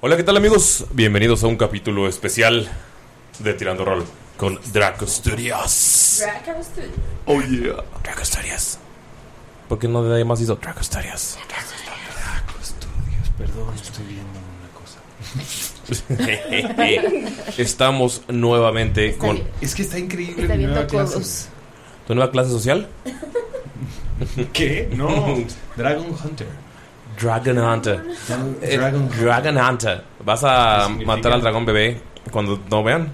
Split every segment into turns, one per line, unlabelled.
Hola, ¿qué tal amigos? Bienvenidos a un capítulo especial de Tirando Rol con Draco Studios. Oh yeah. Draco Studios. ¿Por qué no nadie más hizo Draco Studios?
Perdón, estoy viendo una cosa.
Estamos nuevamente con
Es que está increíble
Está
mi
viendo
nueva clase.
codos.
tu nueva clase social,
¿Qué? No. Dragon Hunter.
Dragon Hunter.
Dragon-
Eh,
Dragon Hunter.
Dragon Hunter. Vas a
¿Qué significa?
matar al dragón bebé cuando no vean.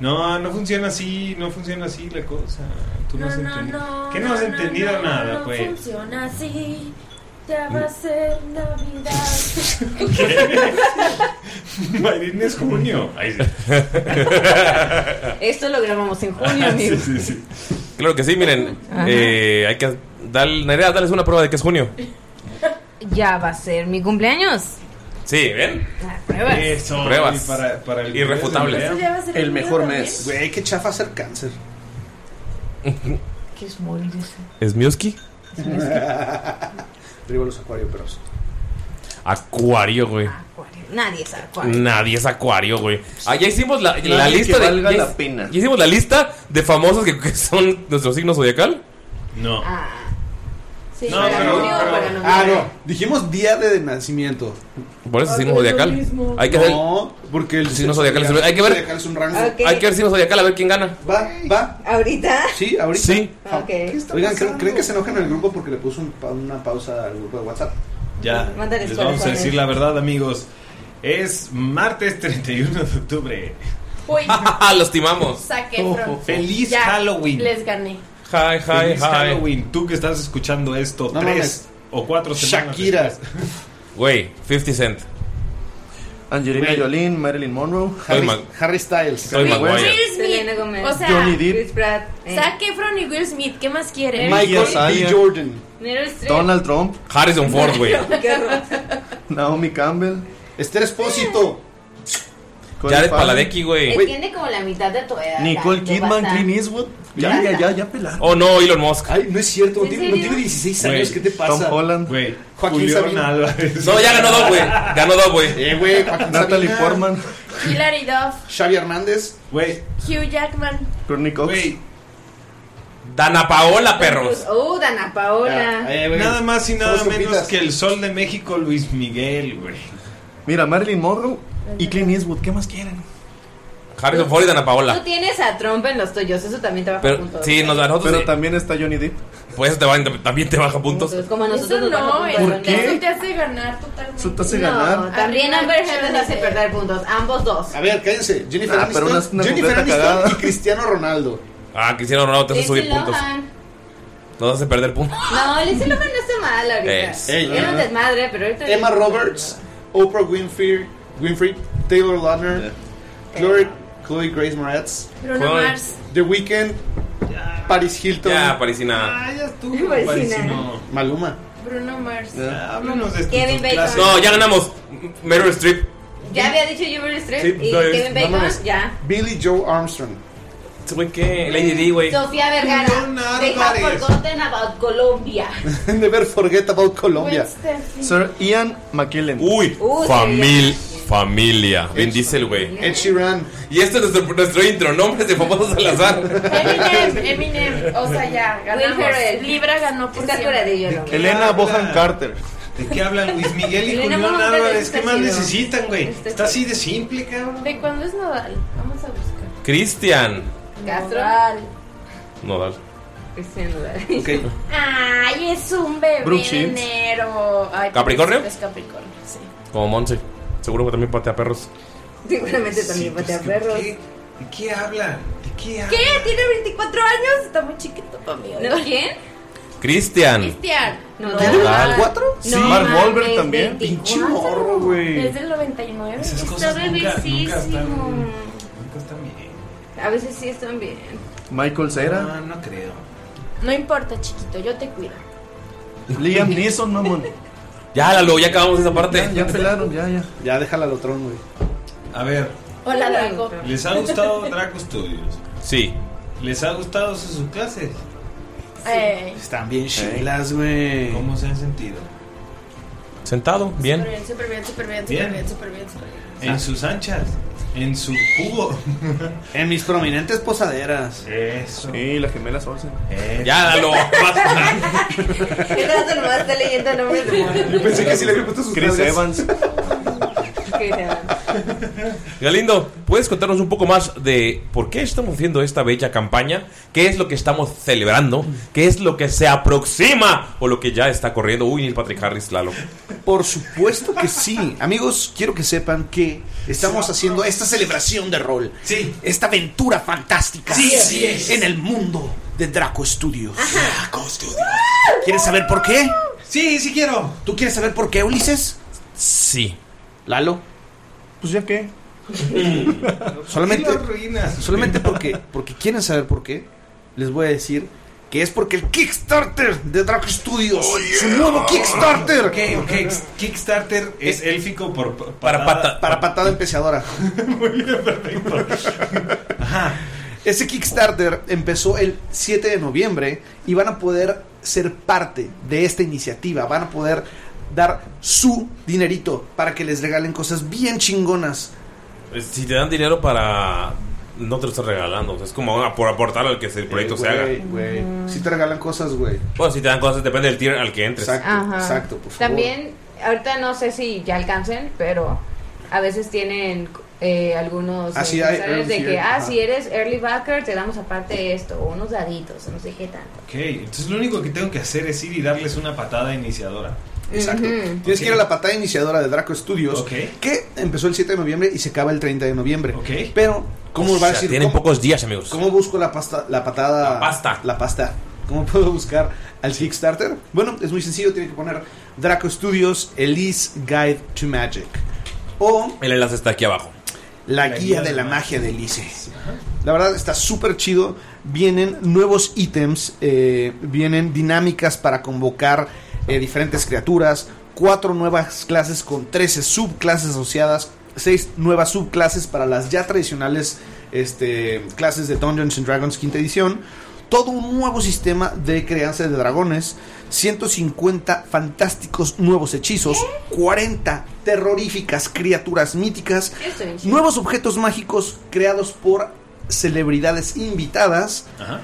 No, no funciona así, no funciona así la cosa. Tú no, has entendido.
no,
¿Qué no has entendido
no,
nada,
no
pues?
funciona así. Ya va a ser Navidad.
Mayrin es junio. Ay, sí.
Esto lo grabamos en
Ah,
junio, amigos.
Sí, sí, sí.
Claro que sí, miren. eh, hay que dar, Nerea, darles una prueba de que es junio.
Ya va a ser mi cumpleaños.
Sí, ¿ven?
Ah, Pruebas.
Eso.
Pruebas.
y Para, para el
Irrefutables.
cumpleaños de
Ya va a ser
El
mío
mejor
también.
mes. Güey, qué chafa hacer cáncer.
¿Qué es móvil ese?
¿Es Mioski?
Arriba los acuario, pero.
Acuario, güey.
Acuario. Nadie sabe acuario.
Nadie es acuario, güey. Ah, ya hicimos la, la
Nadie
lista
que
de.
valga
ya,
la pena.
ya hicimos la lista de famosos que, que son nuestro signo zodiacal.
No.
Ah. Sí,
No,
para
pero-
junio
pero-
o para noviembre.
Ah, no. Dijimos día de nacimiento.
Por
Ah,
eso signo zodiacal. Hay que, hacer-
No, porque el.
signo zodiacal es-
el
hay que ver-
zodiacal es un rango.
Ok.
hay que ver signo zodiacal a ver quién gana.
Va, va.
¿Ahorita?
Sí, ahorita. Ah,
Sí.
Ok.
Oigan, ¿creen, creen que se enojan en el grupo porque le puso un pa- una pausa al grupo de WhatsApp?
Ya.
Mándales
Les vamos a
corazones.
decir la verdad, amigos. Es martes 31 de octubre.
Uy,
Los timamos.
saqué from-
Feliz
Ya,
Halloween.
Les gané.
Hi, hi,
Feliz
hi.
Halloween. Tú que estás escuchando esto
No
tres o cuatro semanas.
Shakira.
después.
Güey, 50 Cent.
Angelina Jolie, Marilyn Monroe,
Soy
Harry,
Mag-
Harry Styles.
soy
Harry-
Maguire. Vaya.
Will
Selena
Smith.
Gomez.
O sea,
Johnny Depp.
Chris Pratt. eh,
Zac Efron y Will Smith. ¿Qué más quieren?
Michael B. Jordan,
Meryl Streep.
Trump,
Harrison Ford, güey.
Qué horror.
Naomi Campbell, Esther Espósito,
Jared Paladecki,
Que
güey.
tiene como la mitad de tu edad.
Nicole
ya,
Kidman,
basta.
Clint Eastwood.
Ya, ya, ya,
pelado.
Oh no, Elon Musk.
Ay, no es cierto, no
¿En
tiene, no
serio?
tiene 16
Güey,
años, ¿qué te pasa?
Güey.
Joaquín
Julián
Sabina.
Álvarez.
No, ya ganó dos, güey. Ganó dos, güey.
Eh, güey, Joaquín Sabina,
Hilary Duff,
Xavi Hernández,
Güey.
Hugh Jackman.
Courtney
Güey.
Dana Paola, perros.
Oh,
Uh, Dana Paola.
Nada más y nada
Todos
menos
supitas.
que el sol de México, Luis Miguel, güey.
Mira, Marilyn Monroe,
Y Clint Eastwood, ¿qué más quieren?
Harrison Ford y Dana
Tú
Paola.
tienes a Trump en los tuyos, eso también te baja
Pero,
puntos.
sí, nos, a nosotros.
Pero
también está Johnny Depp. Pues eso te va- también te baja puntos.
Entonces, como a
Eso
nosotros nos baja
no,
puntos,
eso
¿no?
eso te hace ganar totalmente.
Eso te hace
No, también Amber Heard les hace perder puntos, ambos dos.
A ver, cállense. Jennifer
Ah,
Aniston,
pero una- una
Jennifer
completa
Aniston
cagada.
y Cristiano Ronaldo.
Ah, Cristiano Ronaldo te hace
Lindsay
subir puntos.
Lohan.
Nos hace perder puntos.
No, Lindsay Lohan no está mal ahorita.
Es.
Era un desmadre, pero ahorita.
Emma Roberts, Oprah Winfrey, Winfrey Taylor
Eh.
Lautner, Chloe, Chloe Grace Moretz,
Bruno Chloe. Mars.
The Weeknd, Paris Hilton.
Ya, parisina.
Ah, ya estuvo.
Maluma.
Bruno Mars.
Ya.
Háblanos
este
de
Kevin Bacon.
No, ya ganamos. Meryl Streep.
Ya había dicho Meryl Streep
Sí,
y
no, es-
Kevin Bacon,
no mames.
ya.
Billy Joe Armstrong.
¿Se fue qué? Lady D, güey.
Sofía Vergara.
Leonardo
They have
Álvarez.
forgotten about Colombia.
Never forget about Colombia.
Pues
Este,
Sir Ian McKellen.
Uy,
Uh,
Famil, familia. Vin Diesel, güey.
Ed Sheeran.
Y este es nuestro, nuestro intro, nombres de famosos al azar.
Eminem, Eminem. O sea, ya, ganamos.
Will Ferrell.
Libra ganó por
Está curadillo, ¿no?
Elena Bohan Carter.
¿De qué habla Luis Miguel y
Elena
Julián
Bonham Carter
Álvarez?
está
¿Qué más
chido.
necesitan, güey?
Está
Está así de simple, cabrón.
¿De cuándo es Nodal? Vamos a buscar.
Cristian.
Castro.
No, dale.
Ay, es un bebé
Brooke
de
Shields.
enero. Ay, pues,
¿Capricornio?
Es Capricornio, sí.
Como Monse. Seguro que también patea perros.
Seguramente también patea perros.
¿De pues, qué hablan? ¿De qué hablan?
¿Qué? ¿Tiene 24 años? Está muy chiquito para mí.
¿No? ¿Quién?
Cristian.
Cristian. No,
¿Tiene
Nodal.
24? Sí. Mark
mames,
Wahlberg también.
24.
Pinche morro, güey.
Es del 99.
cosas nunca- nunca están-
A veces sí están bien.
Michael Cera.
No, no creo.
No importa, chiquito, yo te cuido.
Liam Neeson, mamón.
Ya, Lalo, ya acabamos esa parte.
Ya, ya pelaron, ya, ya.
Ya, déjala al otro, güey.
A ver,
Hola, Drago.
¿les ha gustado Draco Studios?
Sí.
¿Les ha gustado sus, sus clases?
Eh,
Están bien chilas, güey.
¿Cómo se han sentido?
Sentado, bien.
Bien, súper bien, súper bien,
Bien.
súper bien, súper bien. súper bien.
En sus anchas, en su cubo.
En mis prominentes posaderas.
Eso.
Sí, las gemelas Olsen.
Ya, Lalo.
¿Qué rato nomás está leyendo nombres de monos?
Yo pensé que sí le había puesto sus
Chris
nalgas.
Evans.
Que se van.
Galindo, ¿puedes contarnos un poco más de por qué estamos haciendo esta bella campaña? ¿Qué es lo que estamos celebrando? ¿Qué es lo que se aproxima? ¿O lo que ya está corriendo? Uy, Neil Patrick Harris, Lalo.
Por supuesto que sí. Amigos, quiero que sepan que estamos haciendo esta celebración de rol.
Sí.
Esta aventura fantástica.
Sí, así es.
En el mundo de Draco Studios. Draco Studios. ¿Quieres saber por qué?
Sí, sí quiero.
¿Tú quieres saber por qué, Ulises?
Sí.
Lalo.
Pues ya qué.
Solamente,
Sí lo arruinas.
solamente porque, porque quieren saber por qué, les voy a decir que es porque el Kickstarter de Draco Studios, su nuevo Kickstarter,
Ok, ok. Kickstarter es élfico por,
Para pata-
para patada empeciadora. Ese Kickstarter empezó el 7 de noviembre y van a poder ser parte de esta iniciativa. Van a poder dar su dinerito para que les regalen cosas bien chingonas.
Pues, Si te dan dinero para... No te lo estás regalando. o sea, Es como a- por aportar al que el proyecto se haga.
Si te regalan cosas, güey.
Bueno, si te dan cosas, depende del tier al que entres.
Exacto,
Ajá.
exacto, por favor.
También, ahorita no sé si ya alcancen, pero a veces tienen eh, algunos eh,
Así Ah, hay
mensajes de
early
que,
tier,
ah,
ajá.
si eres early backer, te damos aparte esto, o unos daditos, no sé qué tanto.
Ok, entonces lo único que tengo que hacer es ir y darles una patada iniciadora.
Exacto.
Ujú.
Tienes que ir a la patada iniciadora de Draco Studios,
Ok.
que empezó el 7 de noviembre y se acaba el 30 de noviembre.
Ok.
Pero, ¿cómo
O
va a
sea,
decir?
tienen
¿Cómo-
pocos días, amigos.
¿Cómo busco la pasta, la patada?
La pasta.
La pasta. ¿Cómo puedo buscar al Kickstarter? Bueno, es muy sencillo, tiene que poner Draco Studios Elise Guide to Magic. O
El enlace está aquí abajo.
la, guía, de la magia de Elise. La verdad está súper chido. Vienen nuevos ítems, eh, vienen dinámicas para convocar eh, diferentes criaturas, cuatro nuevas clases con 13 subclases asociadas, seis nuevas subclases para las ya tradicionales este, clases de Dungeons and Dragons quinta edición. Todo un nuevo sistema de crianza de dragones, 150 fantásticos nuevos hechizos, 40 terroríficas criaturas míticas,
Esto es bien chido.
Nuevos objetos mágicos creados por celebridades invitadas.
Ajá.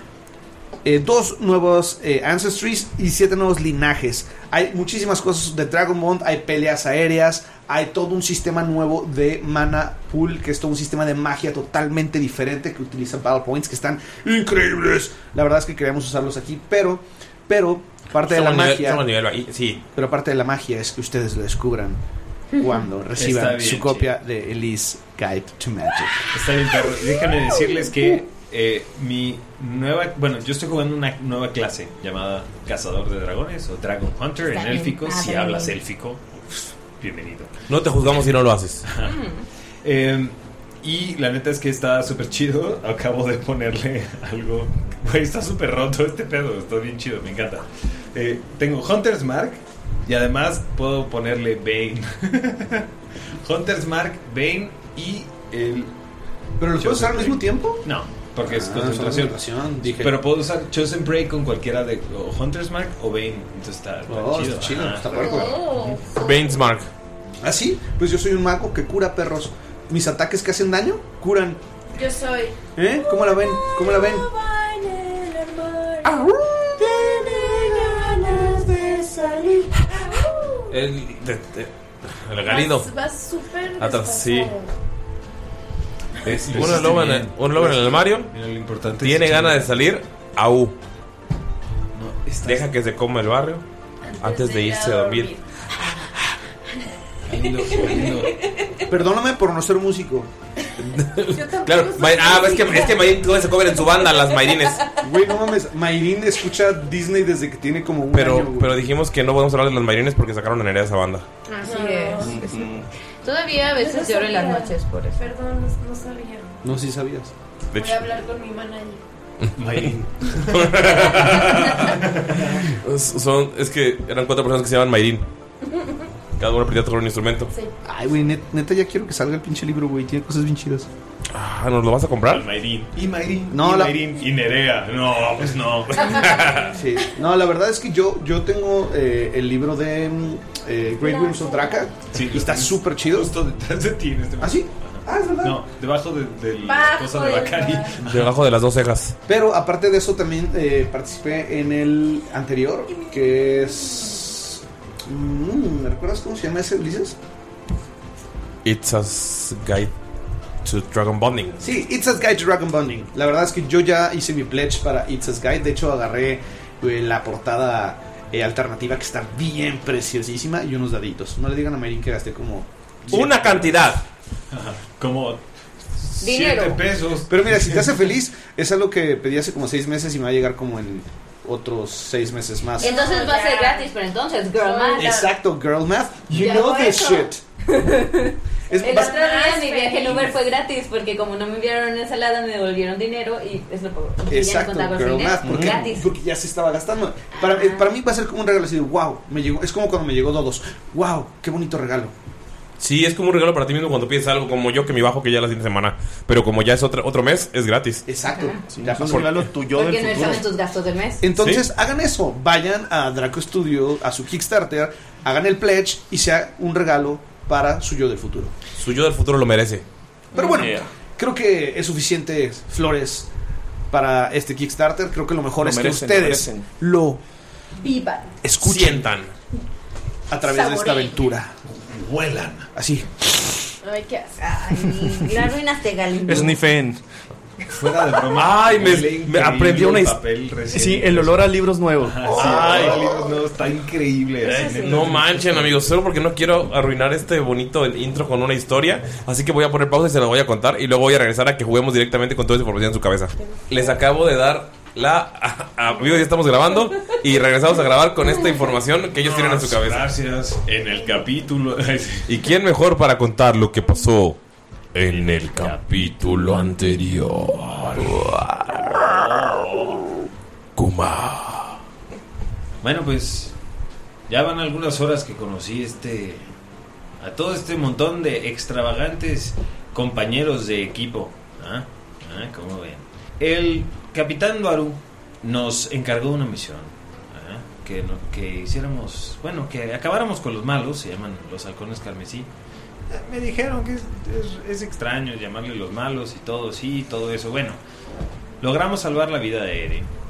eh, dos nuevos eh, Ancestries y siete nuevos linajes. Hay muchísimas cosas de Dragon Bond, hay peleas aéreas, hay todo un sistema nuevo de Mana Pool, que es todo un sistema de magia totalmente diferente que utiliza Battle Points, que están increíbles. La verdad es que queríamos usarlos aquí, pero, pero parte de la
Somos nivel-
magia.
somos nivel ahí, sí.
Pero parte de la magia es que ustedes lo descubran cuando
Está
reciban
bien,
su copia de Elise Guide to Magic.
Está bien, perro. Déjame decirles que eh, mi nueva. Bueno, yo estoy jugando una nueva clase llamada Cazador de Dragones o Dragon Hunter
Está
en
bien
élfico. Si
padre.
hablas élfico, bienvenido.
No te juzgamos si no lo haces.
Ajá. Eh, y la neta es que está súper chido. Acabo de ponerle algo. Güey, está súper roto este pedo. Está bien chido, me encanta. Eh, tengo Hunter's Mark y además puedo ponerle Bane. Hunter's Mark, Bane y el.
¿Pero
los
puedes usar al mismo
tiempo? No, porque es
Ah,
concentración.
solo concentración, dije.
Pero puedo usar Chosen Break con cualquiera de o Hunter's Mark o Bane. Entonces está, está
Oh,
chido.
está chido,
Ajá.
está
Oh.
Oh,
puerco.
Bane's Mark.
¿Ah, sí? Pues yo soy un mago que cura perros. Mis ataques que hacen daño, curan.
Yo soy.
¿Eh? ¿Cómo la ven? ¿Cómo la ven?
Tiene ganas de salir.
El, de- de- el galido.
Vas- Vas súper.
Atrás, sí. Es,
Lo
una
hiciste
loba en el,
bien.
una loba en el armario.
Mira, lo importante
Tiene
es que-
ganas de salir. Au. Deja que se coma el barrio
pues
antes, de, irse a dormir.
Perdóname por no ser músico.
Claro, May- ah, es que, es que Mayrin todo se cover en su banda, las Mayrines.
Güey, no mames, Mayrin escucha Disney desde que tiene como un año,
Pero,
güey.
pero dijimos que no podemos hablar de las Mayrines porque sacaron a Nerea de esa banda.
Así Ah, es. Todavía a veces lloro en las noches por eso.
Perdón, no, no sabía.
No, sí sabías.
De
Voy a hablar con mi manager.
Mayrin. Son, es que eran cuatro personas que se llaman Mayrin. Cada uno aprendía a tocar un instrumento.
Ay, güey, net- neta ya quiero que salga el pinche libro, güey. Tiene cosas bien chidas.
Ah, ¿nos lo vas a comprar?
Mayrin. Y Mayrin.
No,
y
la-
Mayrin. Y Nerea. No, pues no.
Sí. No, la verdad es que yo, yo tengo eh, el libro de mm, eh, Great Wings of Draca. y está súper chido.
Justo detrás de ti en este
¿Ah, sí? Ah, es verdad.
No, debajo de, de la
Bajo
cosa de
del
Bacari.
Debajo de las dos cejas.
Pero aparte de eso también eh, participé en el anterior, que es... mm, ¿Me recuerdas cómo se llama ese, Ulises?
It's a s- guide to Dragon Bonding.
Sí, It's a Guide to Dragon Bonding. La verdad es que yo ya hice mi pledge para It's a Guide. De hecho, agarré eh, la portada eh, alternativa que está bien preciosísima y unos daditos. No le digan a Mayrin que gasté como...
Una cantidad.
Como...
Dinero.
Siete pesos.
Pero mira, si te hace feliz, es algo que pedí hace como seis meses y me va a llegar como en otros seis meses más.
Entonces va a ser gratis, pero entonces, girl, man.
Ah, Exacto, girl math. You
Ya
know
fue
this
eso.
shit. Es
el
bas-
otro día mi viaje en Uber fue gratis porque como no me enviaron ensalada me devolvieron dinero y es lo poco. Y ya no
Exacto,
contaba con
girl
dinero.
math, porque,
gratis.
porque ya se estaba gastando. Para, eh, para mí va a ser como un regalo así de wow, me llegó, es como cuando me llegó Dodos. Wow, qué bonito regalo.
Sí, es como un regalo para ti mismo cuando pides algo como yo que mi bajo que ya la siguiente semana. Pero como ya es otro, otro mes, es gratis.
Exacto.
ya
es un
regalo
tuyo
Porque no examen tus gastos del mes.
Entonces, hagan eso, vayan a Draco Studio, a su Kickstarter, hagan el pledge y sea un regalo para su yo del futuro.
Su yo del futuro lo merece.
Pero bueno, creo que es suficiente flores para este Kickstarter. Creo que lo mejor
Lo
es
merecen, lo
que ustedes
merecen.
lo
Viva.
escuchen
Sientan.
a través de esta
Saboreen.
aventura. Vuelan. Así.
Ay, qué asco.
Ay, la arruinaste, Galindo.
Sniffen.
Fuera de broma.
Ay, me,
Huele
me aprendí
increíble
una
el
his-
papel recién
Sí, el olor a libros nuevos.
Ay, el libro nuevo está increíble.
Eh,
Ay,
No manchen, amigos, solo porque no quiero arruinar este bonito intro con una historia. Así que voy a poner pausa y se la voy a contar. Y luego voy a regresar a que juguemos directamente con toda esa información en su cabeza. Les acabo de dar la. ah, Amigos, ya estamos grabando. Y regresamos a grabar con esta información que ellos tienen en su cabeza.
Gracias. En el capítulo.
¿Y quién mejor para contar lo que pasó en el capítulo anterior? Kuma.
Bueno, pues ya van algunas horas que conocí este a todo este montón de extravagantes compañeros de equipo. ¿Ah? ¿Ah? ¿Cómo ven? El capitán Duaru nos encargó una misión. ¿ah? Que, no- que hiciéramos, bueno, que acabáramos con los malos, se llaman los halcones carmesí. Me dijeron que es, es- es extraño llamarle los malos y todo, sí, todo eso. Bueno, logramos salvar la vida de Eren.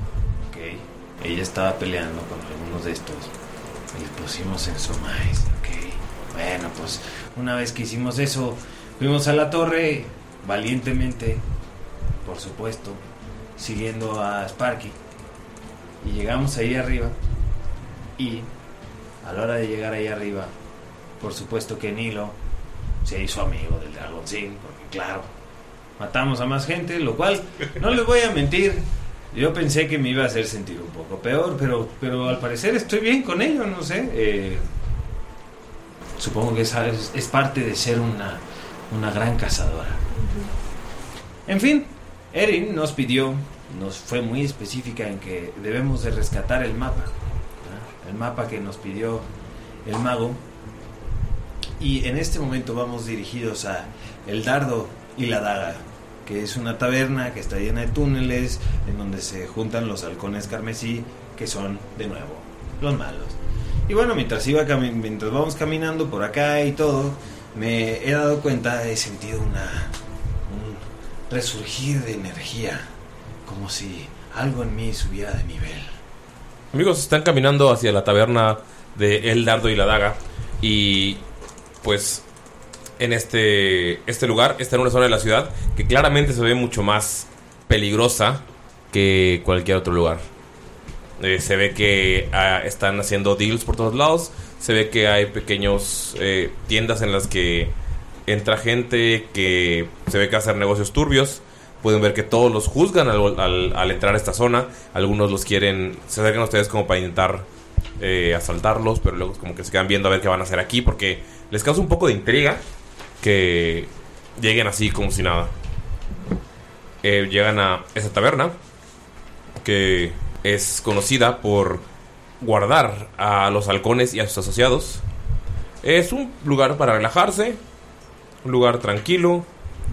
Ella estaba peleando con algunos de estos. Y les pusimos en Somais. Ok. Bueno, pues una vez que hicimos eso, fuimos a la torre, valientemente, por supuesto, siguiendo a Sparky. Y llegamos ahí arriba. Y a la hora de llegar ahí arriba, por supuesto que Nilo se hizo amigo del dragoncín, porque claro, matamos a más gente, lo cual, no les voy a mentir, yo pensé que me iba a hacer sentir un poco peor, pero, pero al parecer estoy bien con ello, no sé. eh, supongo que esa es, es parte de ser una, una gran cazadora. En fin, Erin nos pidió, nos fue muy específica en que debemos de rescatar el mapa. ¿verdad? El mapa que nos pidió el mago. Y en este momento vamos dirigidos a El Dardo y la Daga, que es una taberna que está llena de túneles, en donde se juntan los halcones carmesí, que son, de nuevo, los malos. Y bueno, mientras, iba cami- mientras vamos caminando por acá y todo, me he dado cuenta, he sentido una, un resurgir de energía, como si algo en mí subiera de nivel.
Amigos, están caminando hacia la taberna de El Dardo y la Daga. Y pues en este, este lugar está en una zona de la ciudad que claramente se ve mucho más peligrosa que cualquier otro lugar. Eh, se ve que ah, están haciendo deals por todos lados. Se ve que hay pequeños eh, tiendas en las que entra gente que se ve que hacer negocios turbios. Pueden ver que todos los juzgan al, al- al entrar a esta zona. Algunos los quieren, se acercan a ustedes como para intentar eh, asaltarlos, pero luego como que se quedan viendo a ver qué van a hacer aquí porque les causa un poco de intriga que lleguen así como si nada. Eh, llegan a esa taberna que es conocida por guardar a los halcones y a sus asociados. Es un lugar para relajarse, un lugar tranquilo,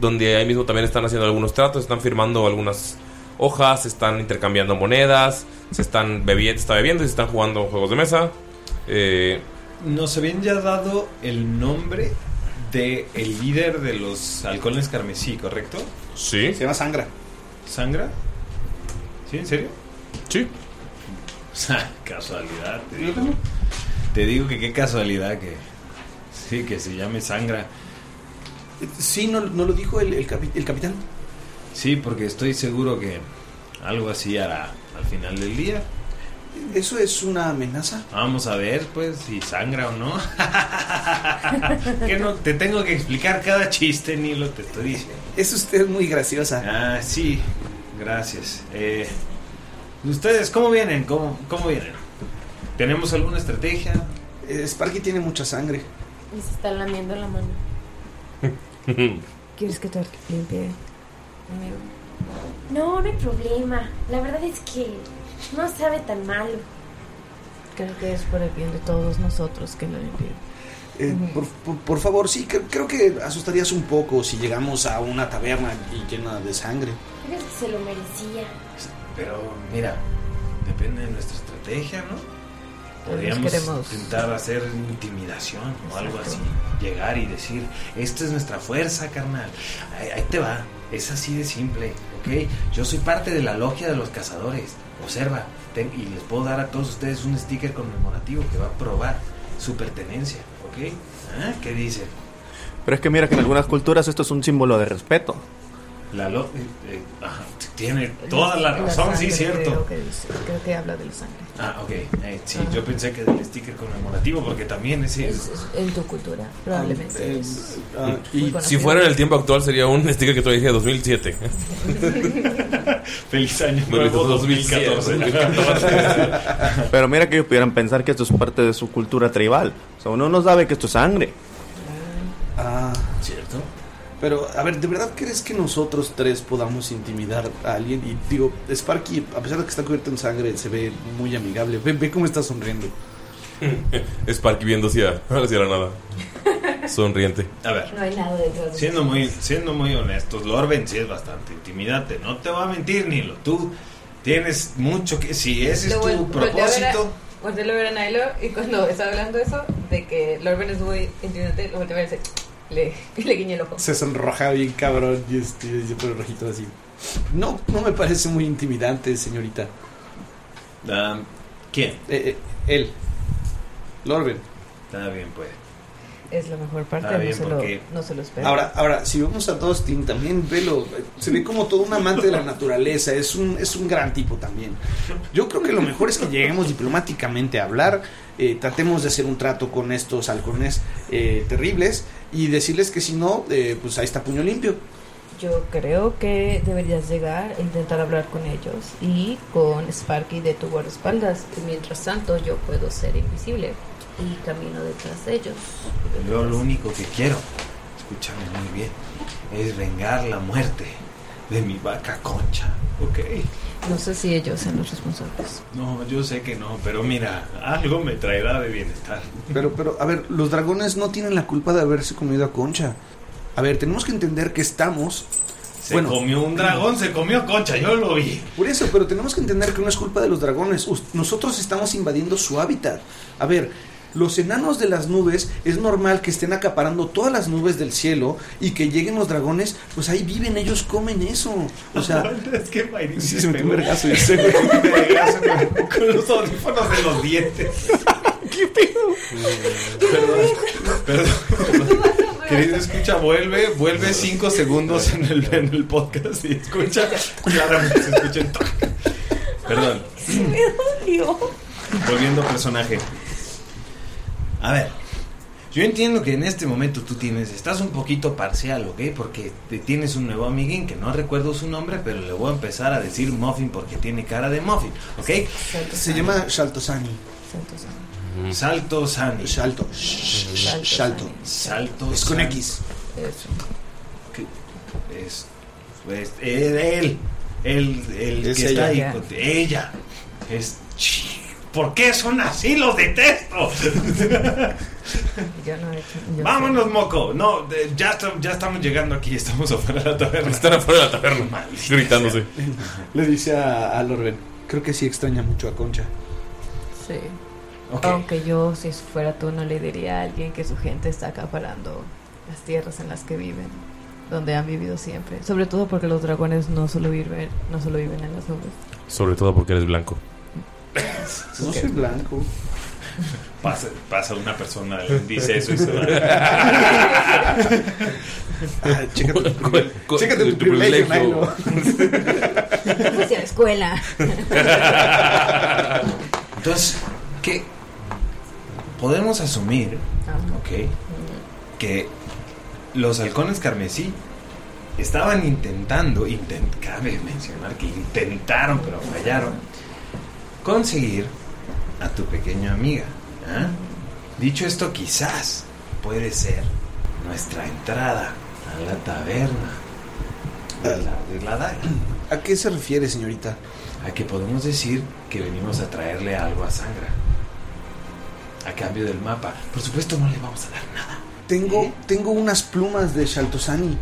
donde ahí mismo también están haciendo algunos tratos, están firmando algunas hojas, están intercambiando monedas, se están bebiendo, está bebiendo y se están jugando juegos de mesa. Eh,
Nos habían ya dado el nombre de el líder de los halcones carmesí, ¿correcto?
Sí.
Se llama Sangra.
¿Sangra? ¿Sí? ¿En serio? Ah,
Sí.
casualidad. Te digo, Te digo que qué casualidad que... Sí, que se llame Sangra.
Sí, no, no lo dijo el, el capi- el capitán.
Sí, porque estoy seguro que algo así hará al final del día.
¿Eso es una amenaza?
Vamos a ver, pues, si sangra o no. que no te tengo que explicar cada chiste, Nilo, te estoy diciendo.
Es usted muy graciosa.
Ah, sí, gracias. Eh, ¿Ustedes cómo vienen? ¿Cómo, cómo vienen? ¿Tenemos alguna estrategia?
Eh, Sparky tiene mucha sangre.
Y se está lamiendo la mano.
¿Quieres que te limpie? No, no hay problema. La verdad es que no sabe tan malo.
Creo que es por el bien de todos nosotros que lo limpiemos.
Eh, por, por- por favor, sí, cre- creo que asustarías un poco si llegamos a una taberna y llena de sangre.
Creo que se lo merecía.
Pero mira, depende de nuestra estrategia, ¿no? Podríamos
queremos-
intentar hacer intimidación o algo
Exacto.
así. Llegar y decir, esta es nuestra fuerza, carnal. Ahí, ahí te va. Es así de simple, ¿ok? Yo soy parte de la logia de los cazadores. Observa. ten- y les puedo dar a todos ustedes un sticker conmemorativo que va a probar su pertenencia, ¿ok? ¿Ah? ¿Qué dicen?
Pero es que mira que en algunas culturas esto es un símbolo de respeto.
La lo- eh, eh, ajá, tiene toda la razón, sí,
sangre,
cierto.
Creo que, dice- creo que habla de la sangre.
Ah, ok. Eh, sí, yo pensé que del sticker conmemorativo, porque también ese es.
En tu cultura, probablemente. es.
Ah, y si fuera en el tiempo actual sería un sticker que traje de 2007.
Feliz año
nuevo,
2014.
Pero mira que ellos pudieran pensar que esto es parte de su cultura tribal. O sea, uno no sabe que esto es sangre.
Ah,
cierto.
Pero, a ver, ¿de verdad crees que nosotros tres podamos intimidar a alguien? Y digo, Sparky, a pesar de que está cubierto en sangre, se ve muy amigable. Ve, ve cómo está sonriendo.
Sparky viendo hacia, hacia la nada. Sonriente.
A ver,
No hay nada detrás de
siendo muy, siendo muy honestos, Lorben sí es bastante intimidante. No te va a mentir, Nilo. Tú tienes mucho que. Si ese es
Lo vol-
tu
volteo a ver a-
propósito.
Volteo a ver a Nailo y cuando está hablando eso, de que Lorben es muy intimidante, lo volteo a ver y se- le, le guiñé el ojo.
Se sonroja bien cabrón y este, y yo con el rojito así. No, no me parece muy intimidante, señorita.
¿Quién?
Eh, él. Lorben.
Está bien, pues.
Es la mejor parte,
Está
no,
bien,
se lo,
porque-
no se lo espera.
Ahora, ahora, si vemos a Dustin, también velo. eh, Se ve como todo un amante de la naturaleza. Es un, es un gran tipo también. Yo creo que lo mejor es que lleguemos diplomáticamente a hablar. eh, tratemos de hacer un trato con estos halcones eh, terribles. Y decirles que si no, eh, pues ahí está puño limpio.
Yo creo que deberías llegar e intentar hablar con ellos y con Sparky de tu guardaespaldas. Y mientras tanto, yo puedo ser invisible y camino detrás de ellos.
Yo lo único que quiero, escúchame muy bien, es vengar la muerte de mi vaca concha, ¿ok?
No sé si ellos sean los responsables.
No, yo sé que no, pero mira, algo me traerá de bienestar.
Pero, pero, a ver, los dragones no tienen la culpa de haberse comido a Concha. A ver, tenemos que entender que estamos.
Se comió un dragón, se comió a Concha, yo lo vi.
Por eso, pero tenemos que entender que no es culpa de los dragones. Us- Nosotros estamos invadiendo su hábitat. A ver, los enanos de las nubes es normal que estén acaparando todas las nubes del cielo y que lleguen los dragones, pues ahí viven, ellos comen eso. O sea,
es que Mayrin
Sí,
me
se metió un
pegó.
vergazo, ya sé, güey.
Un vergazo con, con los audífonos de los dientes. ¿Qué pedo? Perdón, perdón. Querido, escucha, vuelve, vuelve cinco segundos en el, en el podcast y escucha. Claramente se escucha el toc. Perdón,
Me dolió.
volviendo a personaje. A ver, yo entiendo que en este momento tú tienes, estás un poquito parcial, ¿ok? Porque te- tienes un nuevo amiguín que no recuerdo su nombre, pero le voy a empezar a decir Muffin porque tiene cara de Muffin, ¿ok?
se llama Shaltosani.
Salto Sani.
Salto.
Salto.
Salto.
Salto.
Es con
Sani.
X.
Que- Es. Pues, él. Él. él- el
Es
que está ahí.
ella.
con- Ella. Es. chi- ¿Por qué son así? ¡Los detesto!
Yo no he hecho.
Vámonos, moco. No, de- ya, está- ya estamos llegando aquí. Estamos afuera de la taberna.
Están afuera de la taberna, gritándose.
Le dice a, a Lorben, creo que sí extraña mucho a Concha.
Sí. Aunque yo, si fuera tú, no le diría a alguien que su gente está acaparando las tierras en las que viven, donde han vivido siempre. Sobre todo porque los dragones no solo viven, no solo viven en las nubes.
Sobre todo porque eres blanco.
No soy blanco.
Pasa, pasa una persona, le dice eso y se va.
Ah, chécate tu,
chécate tu
privilegio,
Yo fui a la escuela.
Entonces, ¿qué? Podemos asumir, ¿ok?
Mm.
Que los halcones carmesí estaban intentando, intent, cabe mencionar que intentaron, pero fallaron, conseguir a tu pequeña amiga. ¿ah? Dicho esto, quizás puede ser nuestra entrada a la taberna de la, de la daga.
¿A qué se refiere, señorita?
A que podemos decir que venimos a traerle algo a Sangra. A cambio del mapa. Por supuesto no le vamos a dar nada. ¿Eh?
Tengo, tengo unas plumas de Shaltosani.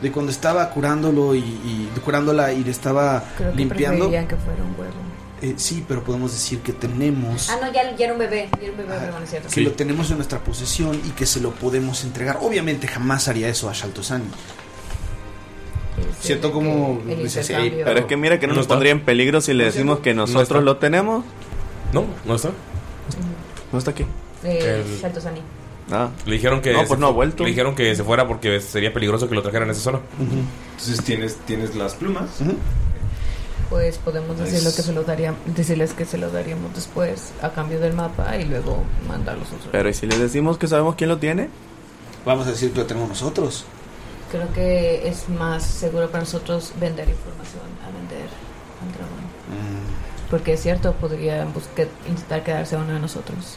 De cuando estaba curándolo y, y- curándola y le estaba
Creo que
limpiando.
preferirían que fuera un huevo.
Eh, sí, pero podemos decir que tenemos.
Ah, no, ya, ya era un bebé. Ya era un bebé, pero bueno, es cierto.
Que lo tenemos en nuestra posesión y que se lo podemos entregar. Obviamente jamás haría eso a Shaltosani. Siento como
el
dice así,
intercambio-
Pero es que mira que no, Mm. nos pondría en peligro si le decimos que nosotros lo tenemos.
No, no está.
No está aquí.
Eh,
El-
Salto Sani.
Le dijeron que.
No, pues
se
no ha
fu-
vuelto.
Le dijeron que se fuera porque sería peligroso que lo trajeran a esa zona.
Entonces tienes, tienes las plumas.
Pues podemos decir lo que se los daría, decirles que se los daríamos después a cambio del mapa y luego mandarlos otros.
Pero ¿y si les decimos que sabemos quién lo tiene?
Vamos a decir que lo tenemos nosotros.
Creo que es más seguro para nosotros vender información a vender al dragón. Porque es cierto, podrían buscar, intentar quedarse uno de nosotros.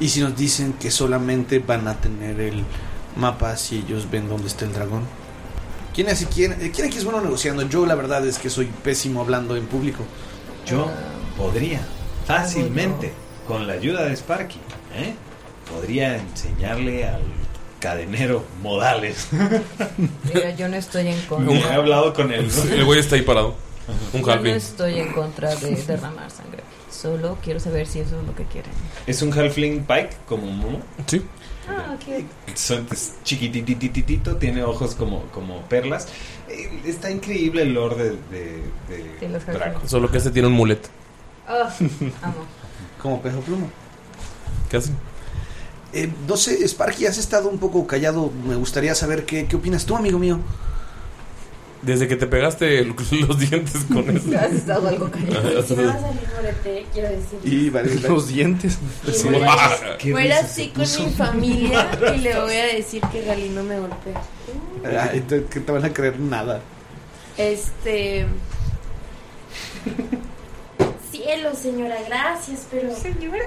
Y si nos dicen que solamente van a tener el mapa si ellos ven dónde está el dragón. ¿Quién, es, quién, eh, ¿Quién aquí es bueno negociando? Yo la verdad es que soy pésimo hablando en público.
Yo podría fácilmente, con la ayuda de Sparky, ¿eh? podría enseñarle al cadenero modales.
Mira, yo no estoy en contra.
He hablado con él.
El güey está ahí parado. Un
Yo no
halfling.
estoy en contra de derramar sangre. Solo quiero saber si eso es lo que quieren.
¿Es un halfling pike como un momo?
Sí.
Ah, ok.
Son- es chiquititititito, tiene ojos como, como perlas. Eh, Está increíble el lore de, de, de
De los
Draco.
Solo que este tiene un mulet.
Ah, amo.
Como peso pluma.
¿Qué hacen?
Eh, no sé, Sparky, has estado un poco callado. Me gustaría saber qué, qué opinas tú, amigo mío.
Desde que te pegaste el- los dientes con este. eso.
Has estado algo callado.
Ajá.
Si me vas a salir morete, quiero decir.
los dientes.
Ah.
pues,
Voy a ir así con mi familia y le voy a decir que Galindo me golpea.
Ay, te- que te van a creer nada.
Este. Cielo, señora, gracias, pero. Señora.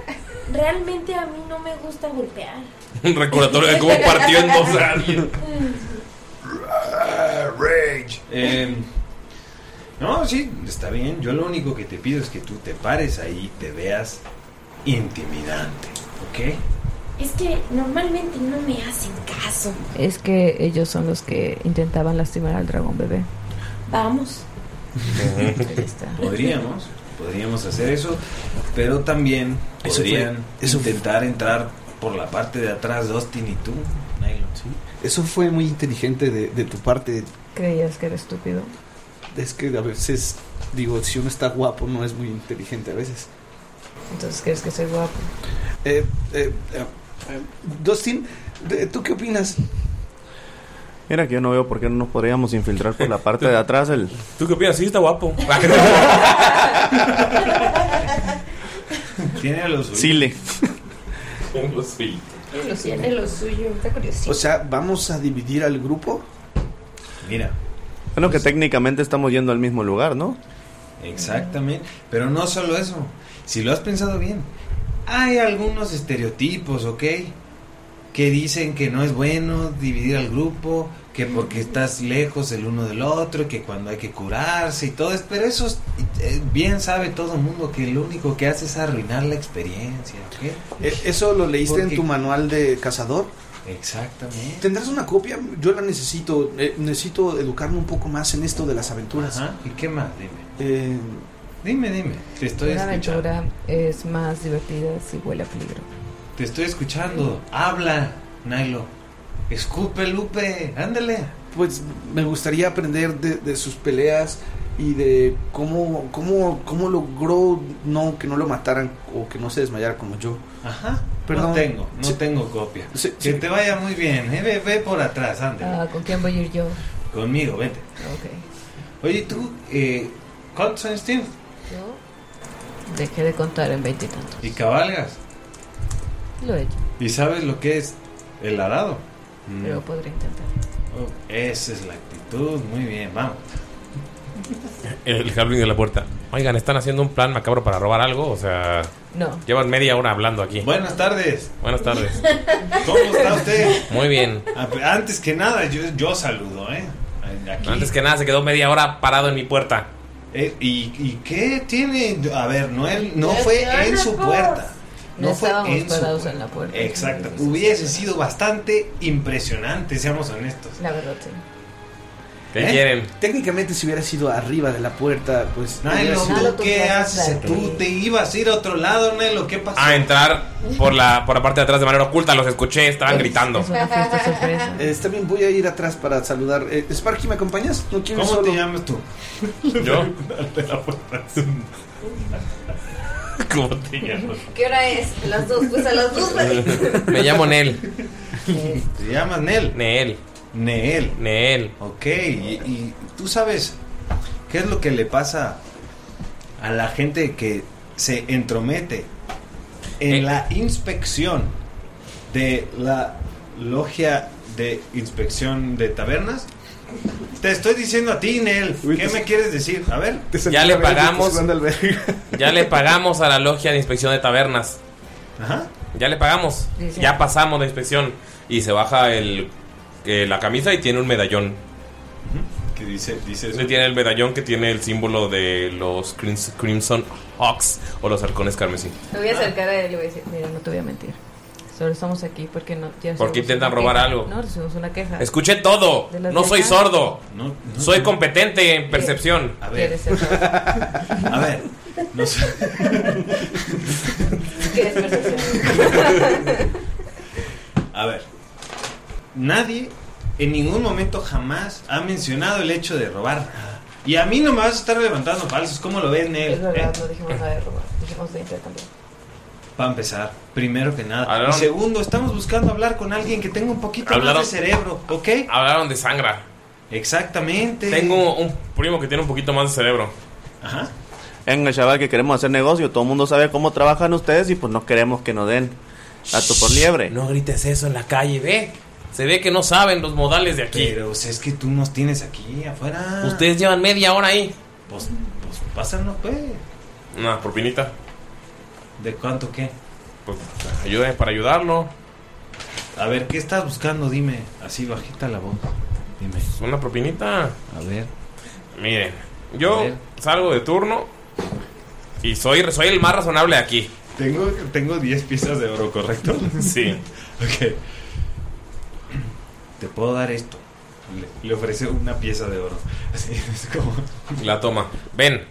Realmente a mí no me gusta golpear.
Un recordatorio de cómo partió en dos a alguien.
Rage. Em, no, sí, está bien. Yo lo único que te pido es que tú te pares ahí, te veas intimidante, ¿ok?
Es que normalmente no me hacen caso.
Es que ellos son los que intentaban lastimar al dragón bebé.
Vamos.
Podríamos, podríamos hacer eso, pero también
Eso fue-
podrían intentar entrar por la parte de atrás de Austin y tú, Nylon.
Eso fue muy inteligente de, de tu parte.
Creías que era estúpido.
Es que a veces, digo, si uno está guapo, no es muy inteligente a veces.
Entonces crees que soy guapo.
Eh, eh, eh, eh, Dustin, de- ¿tú qué opinas?
Mira que yo no veo por qué no nos podríamos infiltrar por la parte de atrás. El...
¿Tú qué opinas? Sí, está guapo.
Tiene a los
Chile.
Lo tiene lo suyo. Está curioso.
O sea, vamos a dividir al grupo.
Mira.
Bueno, que técnicamente estamos yendo al mismo lugar, ¿no?
Exactamente, pero no solo eso, si lo has pensado bien, hay algunos estereotipos, ¿ok? Que dicen que no es bueno dividir al grupo, que porque estás lejos el uno del otro, que cuando hay que curarse y todo, es- pero eso es- eh, bien sabe todo el mundo que lo único que hace es arruinar la experiencia, ¿ok?
Eh, ¿Eso lo leíste en
Porque-
tu manual de cazador?
Exactamente.
¿Tendrás una copia? Yo la necesito. eh, necesito educarme un poco más en esto de las aventuras. Eh,
¿Y qué más? Dime. dime, dime. Te estoy
Una
escuchando.
aventura es más divertida si huele a peligro.
Te estoy escuchando. Habla, Nailo. Escupe, Lupe. Ándale.
Pues me gustaría aprender de, de sus peleas y de cómo, cómo, cómo logró no, que no lo mataran o que no se desmayara como yo.
Ajá.
Perdón.
No tengo, no
Sí.
tengo copia.
Sí,
que
sí.
te vaya muy bien. eh, Ve, ve por atrás, ándale.
Ah, ¿Con quién voy a ir yo?
Ah.
Conmigo, vente. Oye, tú, eh, ¿cuántos años tienes?
Dejé de contar en veintitantos.
¿Y cabalgas?
Lo he hecho,
¿Y sabes lo que es el arado? Mm.
pero podré intentar.
Oh, esa es la actitud. Muy bien, vamos.
El Halving de la puerta. Oigan, están haciendo un plan macabro para robar algo. O sea.
No.
Llevan media hora hablando aquí.
Buenas tardes.
Buenas tardes.
¿Cómo está usted?
Muy bien.
Ah, pe- Antes que nada, yo, yo saludo, ¿eh? Aquí.
Antes que nada, se quedó media hora parado en mi puerta.
Eh, ¿y, y qué tiene? A ver, no, él- no fue en su puerta.
No,
No fue
estábamos
en su
parados en la puerta.
Exacto. Hubiese sido bastante impresionante, seamos honestos.
La verdad, sí.
¿Qué quieren?
¿Eh? Técnicamente si hubiera sido arriba de la puerta, pues...
Ah,
hubiera
Nailo,
sido-
¿tú qué haces? Tú te ibas a ir a otro lado, Nailo, ¿qué pasó?
A entrar por la, por la parte de atrás de manera oculta. Los escuché, estaban gritando.
Eh, está bien, voy a ir atrás para saludar. Eh, Sparky, ¿me acompañas? No quiero ir
¿Cómo te
solo.
llamas tú?
¿Yo?
De la puerta.
¿Cómo te llamas?
¿Qué hora es? Las dos, pues a las dos. güey.
Me llamo Nel.
¿Te llamas Nel?
Nel.
Neel.
Nel.
Ok, y, y tú sabes qué es lo que le pasa a la gente que se entromete en
Eh.
la inspección de la logia de inspección de tabernas. Te estoy diciendo a ti, Nel, ¿qué me quieres decir? A ver.
Ya le pagamos. Ya le pagamos a la logia de inspección de tabernas.
Ajá.
Ya le pagamos.
Dice.
Ya pasamos la inspección. Y se baja el, eh, la camisa y tiene un medallón.
¿Qué dice? Dice eso.
Le tiene el medallón que tiene el símbolo de los Crims- Crimson Hawks o los halcones carmesí.
Me voy a acercar a él y le voy a decir, mira, no te voy a mentir. Solo estamos aquí porque no... ya
Porque
recibimos
intentan
una
robar
queja.
algo.
No, recibimos una queja.
Escuché todo.
De las
No soy
demás.
sordo. soy competente en percepción.
A
ver. ¿Quieres ser
A ver. No sé.
¿Quieres
A ver, nadie en ningún momento jamás ha mencionado el hecho de robar nada. Y a mí no me vas a estar levantando falsos. ¿Cómo lo ven, Nel?
Es verdad,
Eh,
no dijimos nada de robar, dijimos de intercambiar.
Para empezar, primero que nada.
Hablaron-
Y segundo, estamos buscando hablar con alguien que tenga un poquito
Hablaron-
más de cerebro, ¿ok?
Hablaron de sangra.
Exactamente.
Tengo un primo que tiene un poquito más de cerebro.
Ajá.
En el chaval que queremos hacer negocio, todo el mundo sabe cómo trabajan ustedes y pues no queremos que nos den gato por liebre.
No grites eso en la calle, ve. Se ve que no saben los modales de aquí.
Pero Pues es que tú nos tienes aquí afuera.
Ustedes llevan media hora ahí.
Pues, pues pásanos, pues.
Una propinita.
¿De cuánto qué?
Pues ayúdame para ayudarlo.
A ver, ¿qué estás buscando? Dime, así bajita la voz. Dime.
Una propinita.
A ver.
Miren, yo salgo de turno y soy, soy el más razonable de aquí.
Tengo, tengo 10 piezas de oro, ¿correcto?
Sí.
ok. Te puedo dar esto. Le, le ofrece una pieza de oro. Así es como.
La toma. Ven.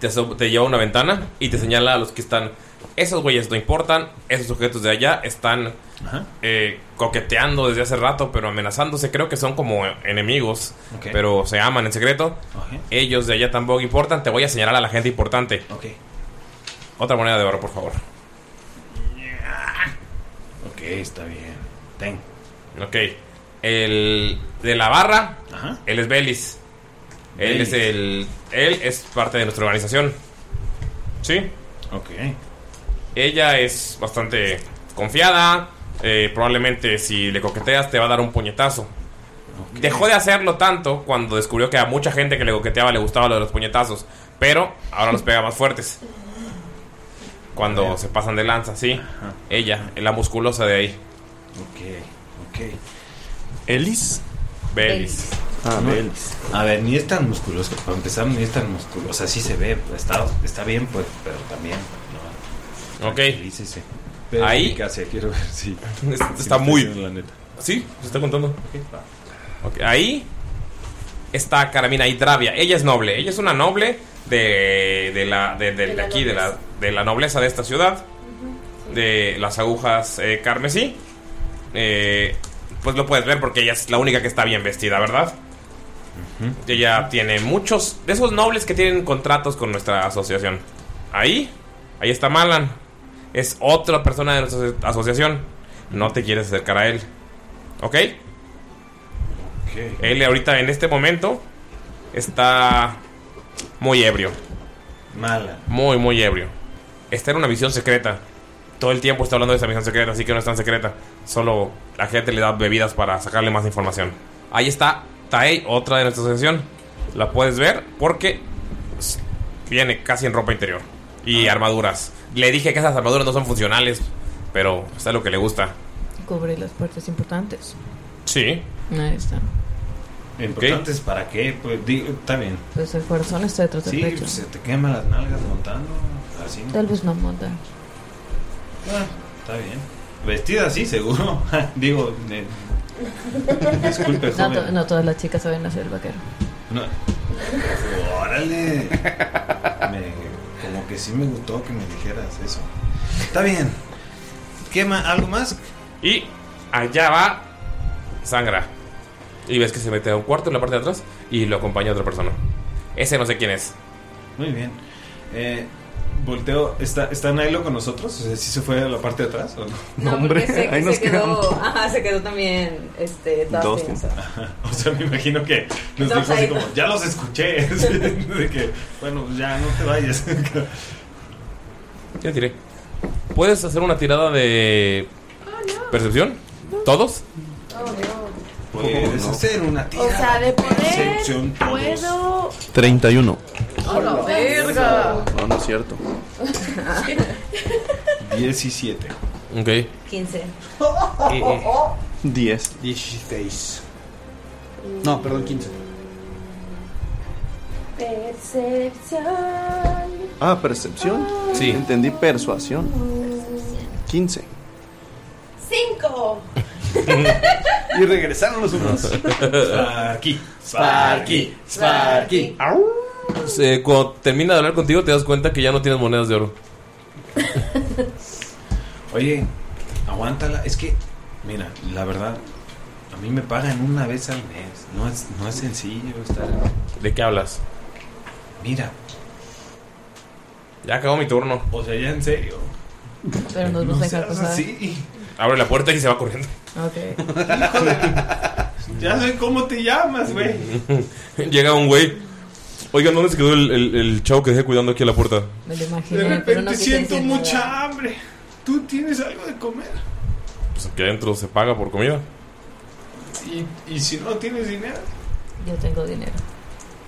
Te, aso- te lleva a una ventana y te señala a los que están. Esos güeyes no importan. Esos sujetos de allá están
Ajá.
eh, coqueteando desde hace rato, pero amenazándose. Creo que son como eh, enemigos,
Ok.
pero se aman en secreto.
Ajá.
Ellos de allá tampoco importan. Te voy a señalar a la gente importante.
Ok.
Otra moneda de oro, por favor.
Ok, está bien. Ten.
Ok. El de la barra,
Ajá.
él es Belis. Él
Belis.
es el. Él es parte de nuestra organización. ¿Sí?
Ok.
Ella es bastante confiada. eh, probablemente si le coqueteas te va a dar un puñetazo. Dejó de hacerlo tanto cuando descubrió que a mucha gente que le coqueteaba le gustaba lo de los puñetazos. Pero ahora los pega más fuertes. Cuando se pasan de lanza, sí. Ella, la musculosa de ahí.
Ok, ok.
¿Elis? Belis.
No, Ah, A ver, ni es tan musculoso. Para empezar, ni es tan musculoso. O sea, sí se ve. pues, Está, está bien, pues, pero también. No.
Ok.
Tranquilícese. Pero
Ahí-
explícase, quiero ver si.
Es-
si
está
me
muy-
diciendo La neta.
Sí, se está contando.
Ok, va.
Ok, Ahí está Caramina Hidravia. Ella es noble. Ella es una noble de, de la de, de-
De la
aquí de la, de la nobleza de esta ciudad, de las agujas eh, carmesí. Eh, pues lo puedes ver porque ella es la única que está bien vestida, ¿verdad? Ella tiene muchos de esos nobles que tienen contratos con nuestra asociación. Ahí, ahí está Malan. Es otra persona de nuestra aso- asociación. No te quieres acercar a él. ¿Ok?
Ok.
Él ahorita en este momento está muy ebrio.
Mala.
Muy, muy ebrio. Está en una misión secreta. Todo el tiempo está hablando de esa misión secreta, así que no es tan secreta. Solo la gente le da bebidas para sacarle más información. Ahí está Taei, otra de nuestra asociación. La puedes ver porque s- viene casi en ropa interior. Y armaduras. Le dije que esas armaduras no son funcionales, pero está lo que le gusta.
Cobré las partes importantes.
Sí.
Ahí está.
¿Importantes para qué? Pues digo, está bien.
Pues el corazón está detrás del
Sí,
pecho.
pues, se te queman las nalgas montando. Así.
Tal vez no monta.
Está bien. Vestida así, seguro. digo, eh, disculpe,
No,
joven.
to- no todas las chicas saben hacer vaquero.
No. Órale. Me- como que sí me gustó que me dijeras eso. Está bien. ¿Qué más? ¿Algo más?
Y allá va Sangra. Y ves que se mete a un cuarto en la parte de atrás y lo acompaña otra persona. Ese no sé quién es.
Muy bien. Eh, volteo. ¿Está, ¿Está Nailo con nosotros? O sea, ¿sí se fue a la parte de atrás o no?
No, porque se, se quedó, ajá, se quedó también este, Dustin. o sea.
Ajá. O sea, me imagino que nos
Estamos
dijo así
ahí.
como, ya los escuché. Así de que, bueno, pues ya no te vayas.
Ya tiré. ¿Puedes hacer una tirada de percepción? ¿Todos?
Puedes hacer una
O sea, de poder
Sección todos.
puedo...
31.
¡A la verga!
No, no es cierto.
17.
Ok.
15.
Oh,
10.
16. No, perdón, 15.
Percepción.
Ah, percepción. Sí. Entendí persuasión. 15.
¡Cinco!
Y regresaron los humanos.
Sparky, Sparky,
Sparky.
Se- Eh, cuando termina de hablar contigo te das cuenta que ya no tienes monedas de oro.
Oye, aguántala. Es que, mira, la verdad, a A mí me pagan una vez al mes. No es, no es sencillo estar.
¿De qué hablas?
Mira.
Ya acabó mi turno.
O sea, ya en serio.
Pero nos
No
vas a dejar
seas
pasar.
así.
Abre la puerta y se va corriendo.
Ok.
Ya sé cómo te llamas, güey.
Llega un güey. Oigan, ¿dónde se quedó el, el, el chavo que dejé cuidando aquí a la puerta?
Me lo imaginé.
De
pero no
repente
quise
siento
decir
mucha
nada.
hambre. ¿Tú tienes algo de comer?
Pues aquí adentro se paga por comida.
¿Y, y si no tienes dinero?
Yo tengo dinero.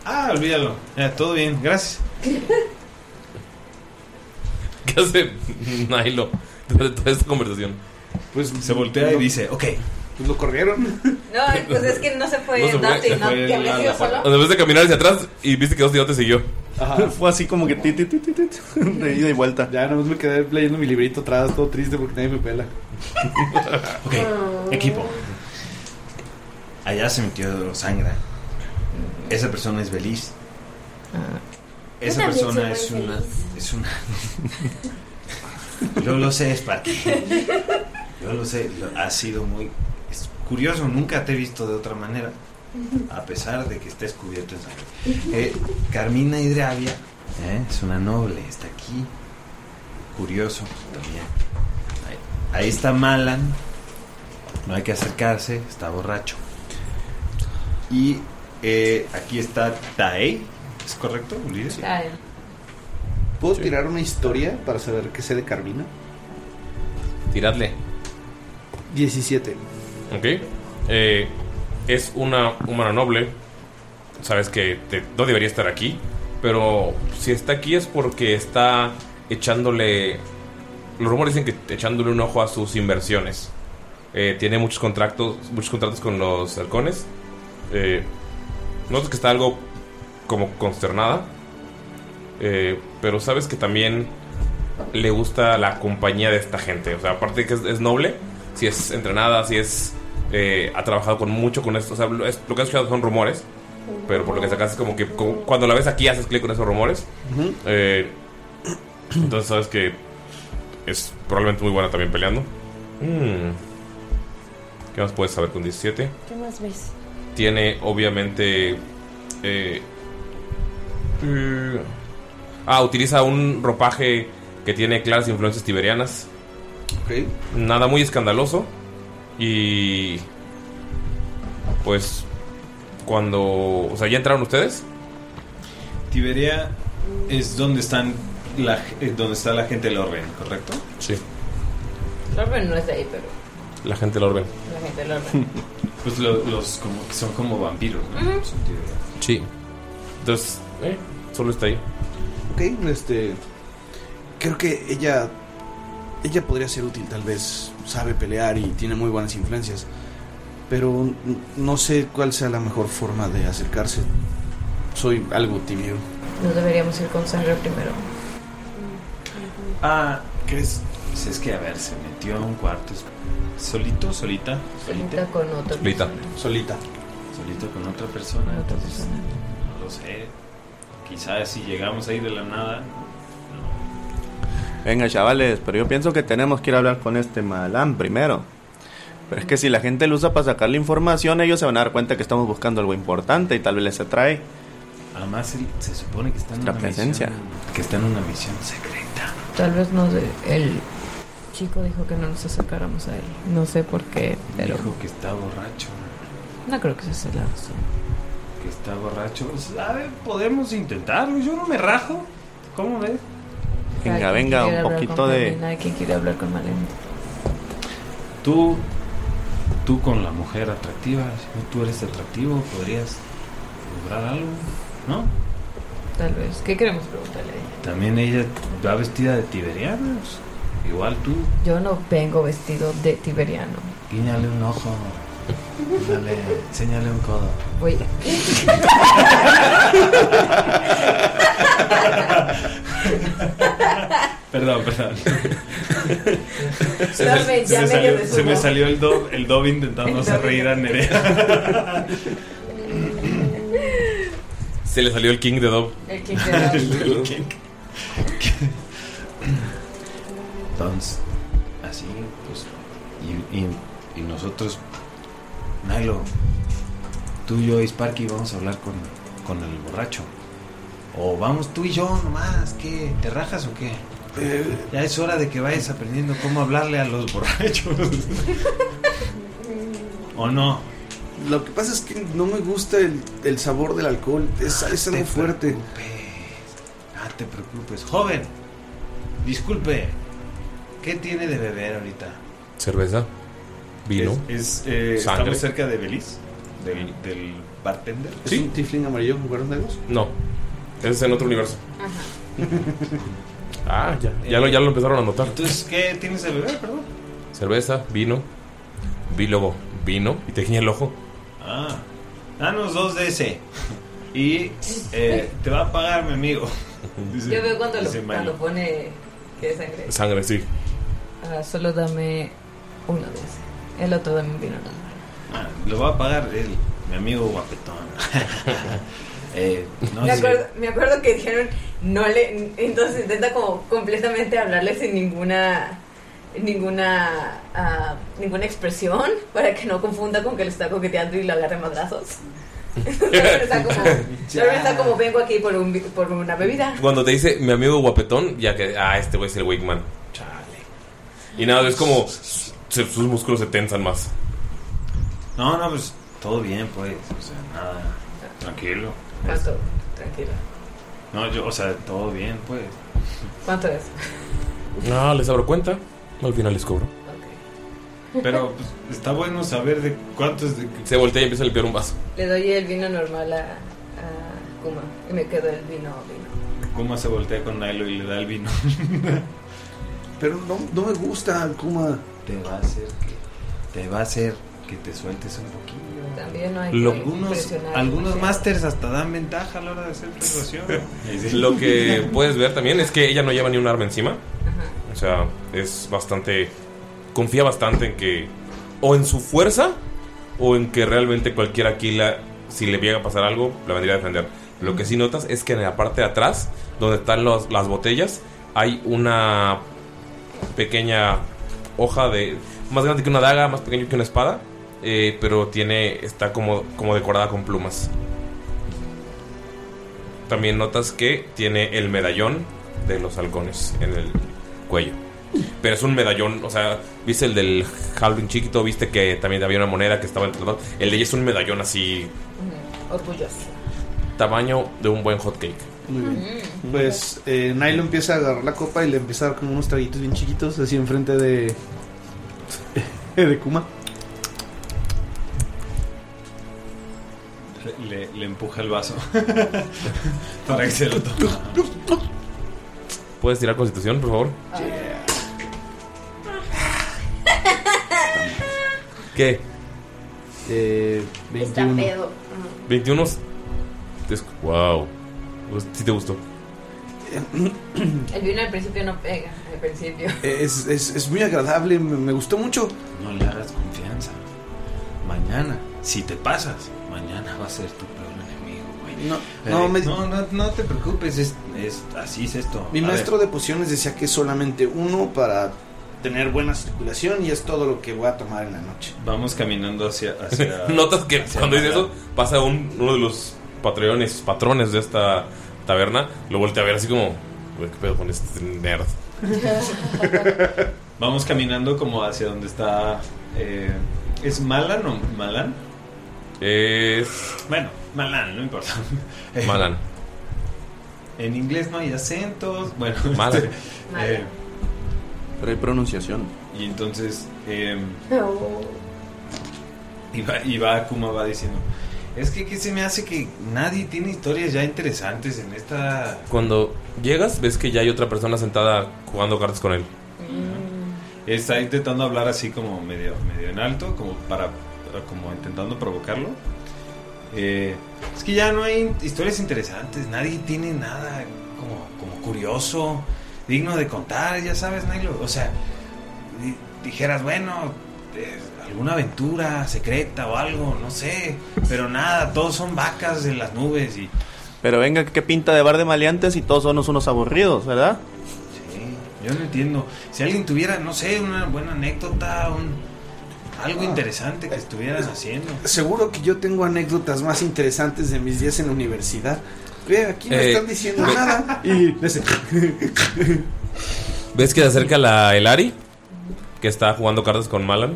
Ah, olvídalo. Ya, todo bien, gracias.
¿Qué hace Nailo de toda esta conversación?
Pues
se voltea y dice, ok.
Pues lo corrieron.
No, pues es que no se fue
No se
el
fue,
Dante,
se
¿no?
fue
Que
la-
había sido
la-
solo.
En vez de caminar hacia atrás y viste que dos tíos te siguió.
Fue así como que ti, ti, ti, ti, ti, de ida y vuelta. Ya nomás me quedé leyendo mi librito atrás, todo triste porque nadie me pela.
Ok,
Ah.
equipo. Allá se metió Sangra. Esa persona es Beliz. Esa
Ah. Yo también
persona es
soy muy
una,
feliz.
es una. Yo lo sé, Sparky. Yo lo sé. lo- ha sido muy. Es curioso, nunca te he visto de otra manera. A pesar de que estés cubierto en sangre. Eh, Carmina Hidrabia eh, es una noble, está aquí. Curioso también. Ahí, ahí está Malan. No hay que acercarse, está borracho. Y eh, aquí está Tae. ¿Es correcto, Ulises?
Ay,
¿Puedo tirar una historia para saber qué sé de Carmina?
Tiradle.
17.
Ok. Eh, es una humana noble. Sabes que te- no debería estar aquí. Pero si está aquí es porque está echándole. Los rumores dicen que echándole un ojo a sus inversiones. Eh, tiene muchos contratos, muchos contratos con los halcones. Eh, notas que está algo como consternada. Eh, pero sabes que también le gusta la compañía de esta gente. O sea, aparte de que es, es noble, si es entrenada, si es. eh, ha trabajado con mucho con esto. O sea, lo, es- lo que has escuchado son rumores. Pero por lo que sacas es como que como- cuando la ves aquí haces clic con esos rumores.
Ujú.
Eh, entonces sabes que es probablemente muy buena también peleando. Mm. ¿Qué más puedes saber con 17?
¿Qué más ves?
Tiene obviamente. eh, eh, ah, utiliza un ropaje que tiene claras influencias tiberianas. Nada muy escandaloso. Y. Pues. Cuando. O sea, ya entraron ustedes.
Tiberia es donde están la, eh, donde está la gente del orden, ¿correcto?
Sí,
Lorben no está ahí, pero
la gente del orden.
la gente del orden.
Pues lo- los como, que son como vampiros, ¿no?
Ujú.
Son Tiberia.
Sí. Entonces, eh, solo está ahí.
Ok, este. Creo que ella. Ella podría ser útil, tal vez. Sabe pelear y tiene muy buenas influencias. Pero n- no sé cuál sea la mejor forma de acercarse. Soy algo tímido.
Nos deberíamos ir con sangre primero.
Ah, ¿crees? Pues es que, a ver, se metió a un cuarto. es- ¿Solito? ¿Solita?
Solita con otra
Solita.
Solita.
Solito con otra persona.
Con otra
entonces,
persona.
No lo sé. Quizás si llegamos ahí de la nada.
Venga, chavales, pero yo pienso que tenemos que ir a hablar con este malán primero. Pero es que si la gente lo usa para sacarle información, ellos se van a dar cuenta que estamos buscando algo importante y tal vez les atrae.
Además, él se supone que está en
Nuestra
una
presencia.
misión- que está en una misión secreta.
Tal vez no de- El chico dijo que no nos acercáramos a él. No sé por qué, pero
Dijo que está borracho.
no creo que esa sea la razón.
Que está borracho. ¿Sabe? Podemos intentarlo. Yo no me rajo. ¿Cómo ves?
Venga, venga, un poquito de...
Nadie quiere hablar con Malena.
Tú, tú con la mujer atractiva, si no tú eres atractivo, podrías lograr algo, ¿no?
Tal vez. ¿Qué queremos preguntarle a ella?
También ella va vestida de tiberianos. Igual tú,
Yo no vengo vestido de tiberiano.
guiñale un ojo, guíñale, enséñale un codo.
Voy.
Perdón, perdón.
Ya me- ya me
salió,
le
se me
resonó.
salió el dove el dove intentando hacer reír a Nerea.
Se le salió el King de Dob.
El king de Dob.
El king. Entonces, así, pues, y, y- y nosotros Nilo, tú y yo y Sparky vamos a hablar con, con el borracho. O vamos tú y yo nomás, ¿qué? ¿Te rajas o qué? Ya es hora de que vayas aprendiendo cómo hablarle a los borrachos. ¿O no?
Lo que pasa es que no me gusta el, el sabor del alcohol.
Ah,
Es, es algo fuerte.
No Ah, te preocupes. Joven, disculpe. ¿Qué tiene de beber ahorita?
Cerveza. Vino.
Es,
sangre.
eh, estamos cerca de Beliz, del, del bartender.
¿Es un tifling amarillo con cuernos negros?
No. Ese es en otro universo. Ah, ya. Ya, lo, ya lo empezaron a notar.
Entonces, ¿qué tienes de beber, perdón?
Cerveza, vino. Vi luego vino y te guiña el ojo.
Ah, danos dos de ese. Y eh, te va a pagar mi amigo. Dice-
Yo veo cuando, lo,
dice Milo.
cuando pone que es sangre.
Sangre, sí.
Ah, solo dame uno de ese. El otro dame un vino nada más.
Ah, lo va a pagar él, mi amigo guapetón. Eh, no,
me,
dice,
acuerdo, me acuerdo que dijeron, no le. Entonces intenta como completamente hablarle sin ninguna. ninguna. ah, ninguna expresión para que no confunda con que le está coqueteando y lo agarre a madrazos. Entonces está como. Solo está como vengo aquí por, un, vi- por una bebida.
Cuando te dice mi amigo guapetón, ya que, ah, este güey es el Wakeman. Chale. Y nada, es como se- sus músculos se tensan más.
No, no, pues todo bien, pues. O sea, nada. Tranquilo.
¿Cuánto? Tranquilo.
No, yo, o sea, todo bien, pues.
¿Cuánto es?
No, Ah, les abro cuenta. Al final les cobro.
Pero pues, está bueno saber de cuántos. De...
Se voltea y empieza a limpiar un vaso.
Le doy el vino normal a, a Kuma y me quedo el vino, vino.
Kuma se voltea con Nilo y le da el vino.
Pero no, no me gusta el Kuma.
Te va a hacer que. Te va a hacer que te sueltes un poquillo.
También no hay
Lo-
que
algunos
presionar
algunos
demasiado.
masters hasta dan ventaja a la hora de hacer preparación.
Lo que puedes ver también es que ella no lleva ni un arma encima. O sea, es bastante. Confía bastante en que. O en su fuerza. O en que realmente cualquier Aquila, si le llega a pasar algo, la vendría a defender. Lo que sí notas es que en la parte de atrás, donde están los- las botellas, hay una pequeña hoja de. Más grande que una daga, más pequeño que una espada. eh, pero tiene. Está como, como decorada con plumas. También notas que tiene el medallón de los halcones en el cuello. Pero es un medallón, o sea, viste el del Halving chiquito, viste que también había una moneda que estaba entre los dos. El de ella es un medallón así,
Ujú, Orgulloso.
tamaño de un buen hotcake.
Muy bien. Pues eh, Nilo empieza a agarrar la copa y le empieza a dar como unos traguitos bien chiquitos, así enfrente de. de Kuma.
Le, le empuja el vaso para que se lo tome.
¿Puedes tirar constitución, por favor? ¿Qué?
Eh,
Está pedo.
21. Es- Wow. Pues, Sí te gustó.
El vino al principio no pega, al principio.
Es, es- es muy agradable, me, me gustó mucho.
No le hagas confianza. Mañana, si te pasas, mañana va a ser tu peor enemigo, güey.
No,
Pero,
no, me-
no, no, no te preocupes, es, es- así es esto.
Mi
A
maestro
ver,
de pociones decía que solamente uno para tener buena circulación y es todo lo que voy a tomar en la noche.
Vamos caminando hacia. hacia
Notas que
hacia
cuando dice
Mala.
eso, pasa un- uno de los patreones, patrones de esta taberna, lo voltea a ver así como, "Güey, ¿qué pedo con este nerd?
Vamos caminando como hacia donde está. eh, ¿Es Malan o Malan?
Es.
Bueno, Malan, no importa. Eh.
Malan.
En inglés no hay acentos. Bueno,
Malan.
este, eh,
Pero hay pronunciación.
y entonces. em,
No.
Y va, y va Akuma va diciendo, es que, que se me hace que nadie tiene historias ya interesantes en esta...
Cuando llegas, ves que ya hay otra persona sentada jugando cartas con él.
Está intentando hablar así como medio, medio en alto, como para... como intentando provocarlo. Eh, es que ya no hay historias interesantes, nadie tiene nada como, como curioso, digno de contar, ya sabes, Nilo. O sea, di- dijeras, bueno, eh, alguna aventura secreta o algo, no sé, pero nada, todos son vacas en las nubes y...
Pero venga, qué pinta de bar de maleantes y todos son unos aburridos, ¿verdad?
Sí, yo no entiendo. Si alguien tuviera, no sé, una buena anécdota, un, Algo interesante que estuvieras haciendo.
Seguro que yo tengo anécdotas más interesantes de mis días en la universidad. Ve, aquí no
Eh,
están diciendo
ve-
nada. Y le hace-
¿Ves que se acerca la Elari? Que está jugando cartas con Malan.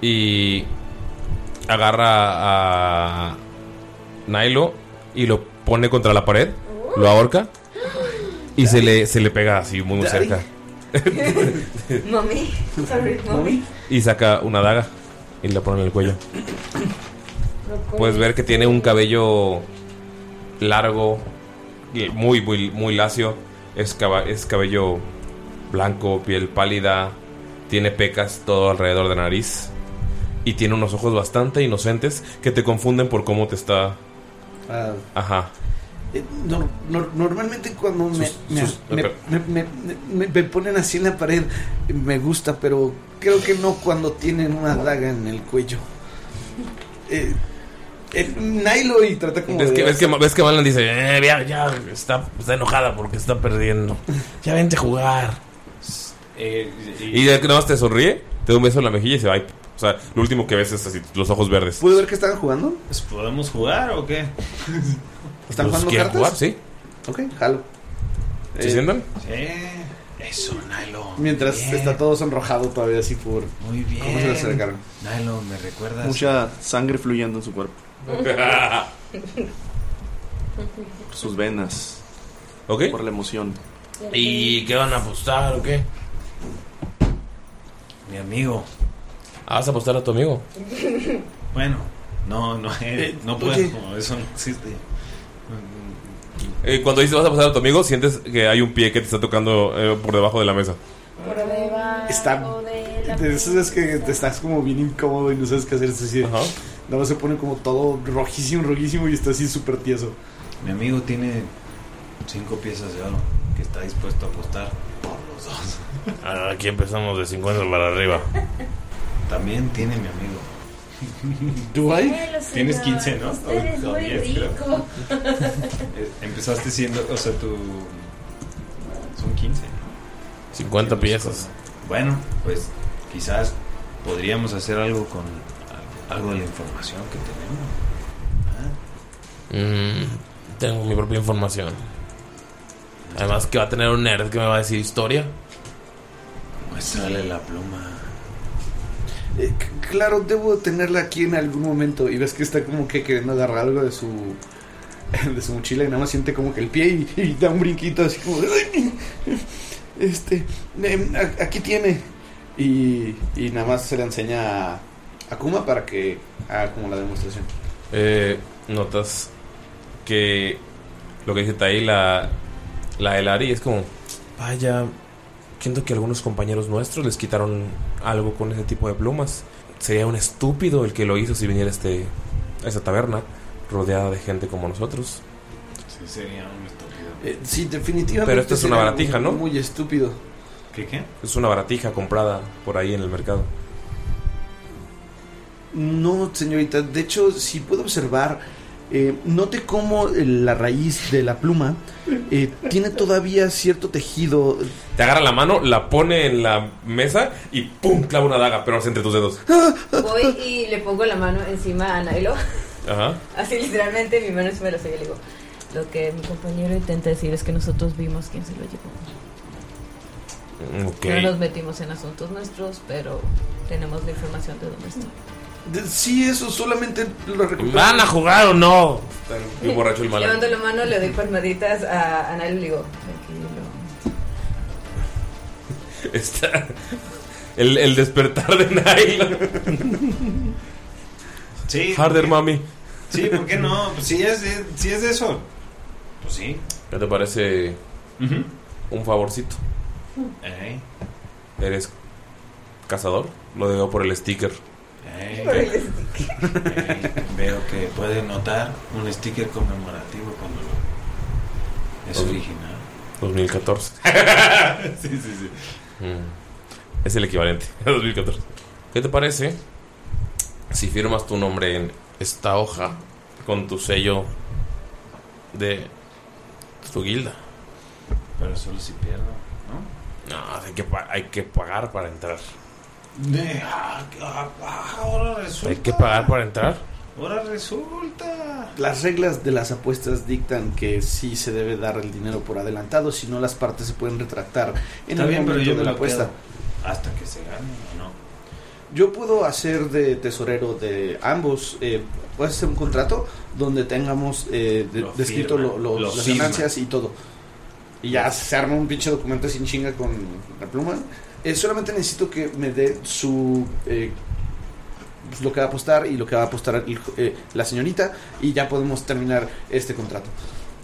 Y agarra a Nilo y lo pone contra la pared. Lo ahorca. Y se le, se le pega así muy, muy
Daddy.
cerca.
Mami, sorry, mami.
Y saca una daga y la pone en el cuello. Puedes Pues ver que tiene un cabello largo, y muy, muy, muy lacio. Es, caba- es cabello blanco, piel pálida. Tiene pecas todo alrededor de la nariz. Y tiene unos ojos bastante inocentes que te confunden por cómo te está.
Ah.
Ajá.
Eh, no- no- normalmente cuando me,
Sus-
me-
sus-
me-
ok.
me- me- me- me ponen así en la pared, me gusta, pero creo que no cuando tienen una daga en el cuello. Eh, el Nailo y trata como
Ves
de-
que, ves que, ves que Malan dice: "Eh, ya, ya está, está enojada porque está perdiendo. Ya vente a jugar.
Eh,
Y ya que nada más te sonríe, te da un beso en la mejilla y se va. y- O sea, lo último que ves es así, los ojos verdes.
¿Pude ver que estaban jugando?
Pues, ¿Podemos jugar o qué?
¿Están
Pues,
jugando
¿quieren
cartas?
jugar? Sí.
Ok, jalo.
¿Se
Eh,
sientan?
Eh, eso, Nylon.
Mientras
Bien.
está todo sonrojado todavía así por...
Muy bien.
¿Cómo se le acercaron?
Nylon, me recuerdas.
Mucha sangre fluyendo en su cuerpo. Sus venas.
¿Ok?
Por la emoción.
¿Y qué van a pues? apostar o qué?
Mi amigo.
Ah, ¿Vas a apostar a tu amigo?
Bueno, no, no, eh, no puedo.
oye.
Eso no existe.
Eh, cuando dices vas a apostar a tu amigo, sientes que hay un pie que te está tocando eh, por debajo de la mesa.
Está. De esas veces que te estás como bien incómodo y no sabes qué hacer. Es decir, nada más se pone como todo rojísimo, rojísimo y está así súper tieso.
Mi amigo tiene cinco piezas de oro que está dispuesto a apostar por los dos.
Aquí empezamos de 50 para arriba.
También tiene mi amigo.
¿Tú
hay?
Bueno, señor,
Tienes 15, ¿no?
usted es
O- o
muy
10, creo.
rico.
Eh, Empezaste siendo, o sea, tu... Son 15.
50 piezas.
Bueno, pues quizás podríamos hacer algo con algo de la información que tenemos.
Mm, tengo mi propia información. Además que va a tener un nerd que me va a decir historia.
Muéstrale la pluma.
Eh, c- claro, debo tenerla aquí en algún momento. Y ves que está como que queriendo agarrar algo de su. De su mochila y nada más siente como que el pie y, y da un brinquito así como. "Ay, Este. em, a- aquí tiene. Y, y nada más se la enseña a, a Kuma para que haga como la demostración.
Eh, notas que lo que dice Tai, la, la Elari, es como, vaya, siento que algunos compañeros nuestros les quitaron algo con ese tipo de plumas. Sería un estúpido el que lo hizo si viniera a este, a esta taberna rodeada de gente como nosotros.
Sí, sería un estúpido.
Eh, sí, definitivamente.
Pero esto es una
será
baratija, ¿no?
Muy estúpido.
¿Qué qué?
Es una baratija comprada por ahí en el mercado.
No, señorita. De hecho, si puedo observar, eh, note cómo eh, la raíz de la pluma eh, tiene todavía cierto tejido.
Te agarra la mano, la pone en la mesa y ¡pum! clava una daga, pero hace entre tus dedos.
Voy y le pongo la mano encima a Nailo.
Ajá.
Así literalmente mi mano encima de la suya y le digo,
Lo que mi compañero intenta decir es que nosotros vimos quién se lo llevó.
Ok.
No nos metimos en asuntos nuestros, pero tenemos la información de dónde está.
De- sí, eso solamente lo recuerdo.
¿Van a jugar o no? Está muy borracho el malo.
levanto la mano, le doy palmaditas a, a Nailo y le digo, tranquilo.
Está el, el despertar de Naila.
Sí.
Harder, mami.
Sí, ¿por qué no? Pues si es de, si es de eso. Pues sí.
¿Qué te parece un favorcito?
Ey,
¿Eres cazador? Lo veo por el sticker.
ey. Ey, Veo que puede notar un sticker conmemorativo cuando lo- es
Dos-
original.
2014.
sí, sí, sí.
Mm. Es el equivalente a 2014. ¿Qué te parece si firmas tu nombre en esta hoja con tu sello de tu guilda?
Pero solo si pierdo, ¿no?
No, hay que, pa- hay que pagar para entrar.
Eh, ah, ah, ah, ahora resulta.
¿Hay que pagar para entrar?
Ahora resulta.
Las reglas de las apuestas dictan que sí se debe dar el dinero por adelantado, si no las partes se pueden retractar en
Está
el
bien, pero
momento
yo
de
me
la
lo
apuesta.
quedo hasta que se gane o no.
Yo puedo hacer de tesorero de ambos. Eh, puedes hacer un contrato donde tengamos eh, de-
Lo
descrito
firma,
lo- lo-
lo
las
firma.
ganancias y todo. Y ya se arma un pinche documento sin chinga con la pluma. Eh, solamente necesito que me dé su. eh, pues, lo que va a apostar y lo que va a apostar el- eh, la señorita. Y ya podemos terminar este contrato.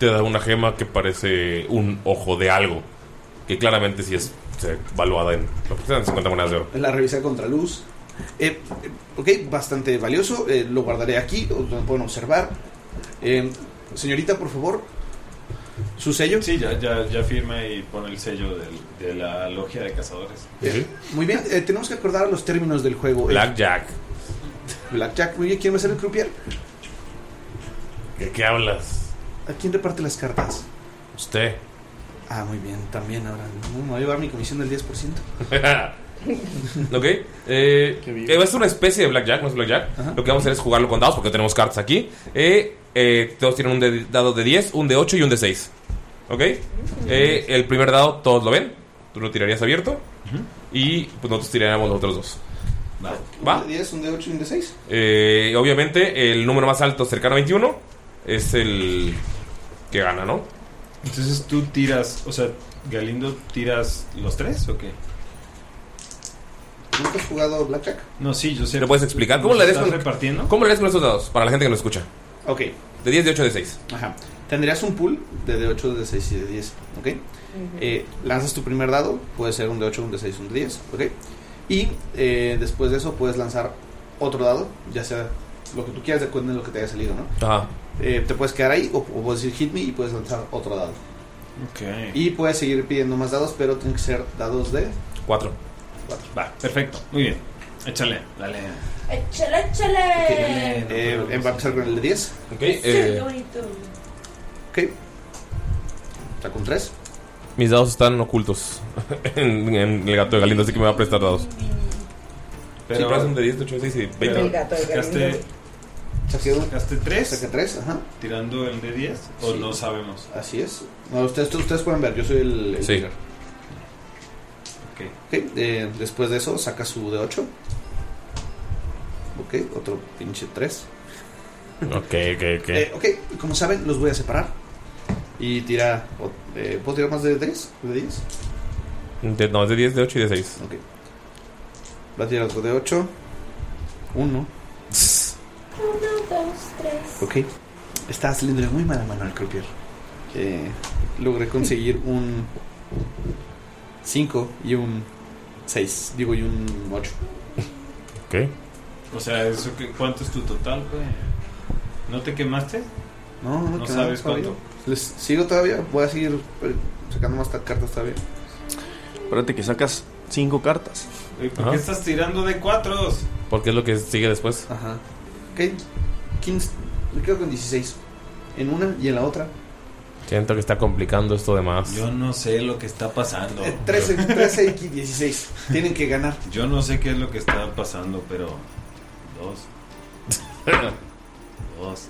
Te da una gema que parece un ojo de algo. Que claramente sí es se- valuada en aproximadamente 50 monedas de oro.
La revisa contra luz. Eh, eh, ok, bastante valioso. eh, lo guardaré aquí, o- lo pueden observar. Eh, señorita, por favor. ¿Su sello?
Sí, ya, ya, ya firma y pone el sello del- de la logia de cazadores.
Eh, Muy bien, eh, tenemos que acordar los términos del juego. Eh,
Blackjack.
Blackjack, muy bien, ¿quién va a ser el croupier?
¿De qué hablas?
¿A quién reparte las cartas?
Usted.
Ah, muy bien, también ahora. ¿no? Me voy a llevar mi comisión del 10%.
ok. Eh, eh, va a ser una especie de blackjack, no es blackjack. Lo que vamos a hacer es jugarlo con dados porque no tenemos cartas aquí. Eh, eh, todos tienen un de- dado de 10, un de 8 y un de 6. ¿Ok? Eh, el primer dado todos lo ven. Tú lo tirarías abierto. Y pues nosotros tiraríamos los otros dos. Va.
¿Un de 10, un de 8 y un de 6?
Eh, obviamente, el número más alto cercano a 21 es el que gana, ¿no?
Entonces tú tiras, o sea, Galindo, ¿tiras los tres o qué?
¿Nunca has jugado Blackjack?
No, sí, yo sé.
¿Lo puedes explicar? ¿Cómo
¿Nos
le harías
estás
con-
repartiendo?
¿Cómo le harías con estos dados? Para la gente que nos escucha.
Ok.
De 10, de 8, de 6.
Ajá. Tendrías un pool de, de 8, de 6 y de 10, ¿ok? Eh, lanzas tu primer dado, puede ser un de 8, un de 6, un de 10, ¿ok? Y eh, después de eso puedes lanzar otro dado, ya sea lo que tú quieras, de acuerdo en lo que te haya salido, ¿no?
Ajá.
Eh, te puedes quedar ahí o, o puedes decir hit me y puedes lanzar otro dado.
Ok.
Y puedes seguir pidiendo más dados, pero tienen que ser dados de...
4.
Va, perfecto. Muy bien. Échale, dale.
Échale, échale.
Eh, va a empezar con el de 10.
Ok.
Eh.
eh.
Señorito.
ok. Está con 3.
Mis dados están ocultos en, en el gato de Galindo, así que me va a prestar dados. Pero
Sí,
ahora son de 10, de 8, de 6 y 20.
Pero sacaste, sacaste tres.
Saqué 3, ajá.
Tirando el de 10 o
Sí.
no sabemos.
Así es. No, ustedes, ustedes pueden ver, yo soy el... el
Sí.
dealer. Ok, eh, después de eso saca su de 8. Ok, otro pinche 3.
Ok, ok, ok.
ok, como saben, los voy a separar. Y tira. o- eh, ¿Puedo tirar más de 3? ¿De 10?
De- no, es de 10, de 8 y de 6.
Ok. Va a tirar otro de 8. 1.
Uno, dos, tres.
Ok. Está saliendo de muy mala mano el croupier. Eh, logré conseguir un 5 y un 6. Digo, y un 8.
Ok.
O sea, eso que- ¿cuánto es tu total, güey? ¿No te quemaste?
No, no,
No
que
sabes
nada, todavía.
cuánto.
Les sigo todavía, voy a seguir eh, sacando más ta- cartas todavía.
Espérate que sacas cinco cartas.
Güey, ¿Por qué estás tirando de 4?
Porque es lo que sigue después.
Ajá. Ok, 15, me quedo con 16. En una y en la otra.
Siento que está complicando esto de más.
Yo no sé lo que está pasando.
13, 13 Eh, y 16. Tienen que ganar.
Yo no sé qué es lo que está pasando, pero. Dos. dos.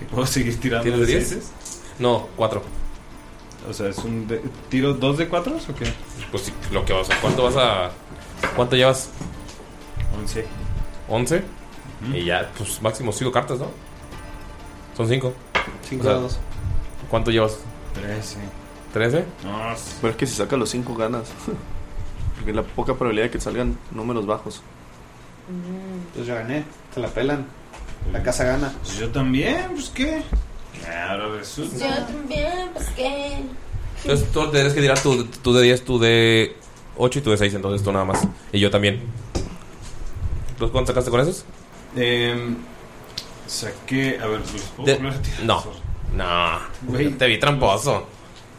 ¿Y puedo seguir tirando
¿Tienes de
de
10?
seises?
No, 4.
O sea, es un. de- ¿Tiro dos de cuatro o qué?
Pues sí, lo que vas a. ¿Cuánto vas a.? ¿Cuánto llevas?
Once.
11. Y ya, pues máximo 5 cartas, ¿no? Son 5.
Cinco dados.
¿Cuánto llevas?
Trece.
13.
Pero es que si sacas los cinco ganas. Porque la poca probabilidad de que salgan números bajos.
Entonces yo gané, te la pelan. La casa gana.
Mm. Yo también, pues qué. Claro, resulta.
Yo también, pues qué.
Entonces tú tendrías que tirar tu, tu de 10, tu de 8 y tu de 6. Entonces tú nada más. Y yo también. ¿Los cuántos sacaste con esos?
Em, saqué. A ver, ¿los puedo
De-
volver a tirar?
no. No.
Güey.
Te vi tramposo.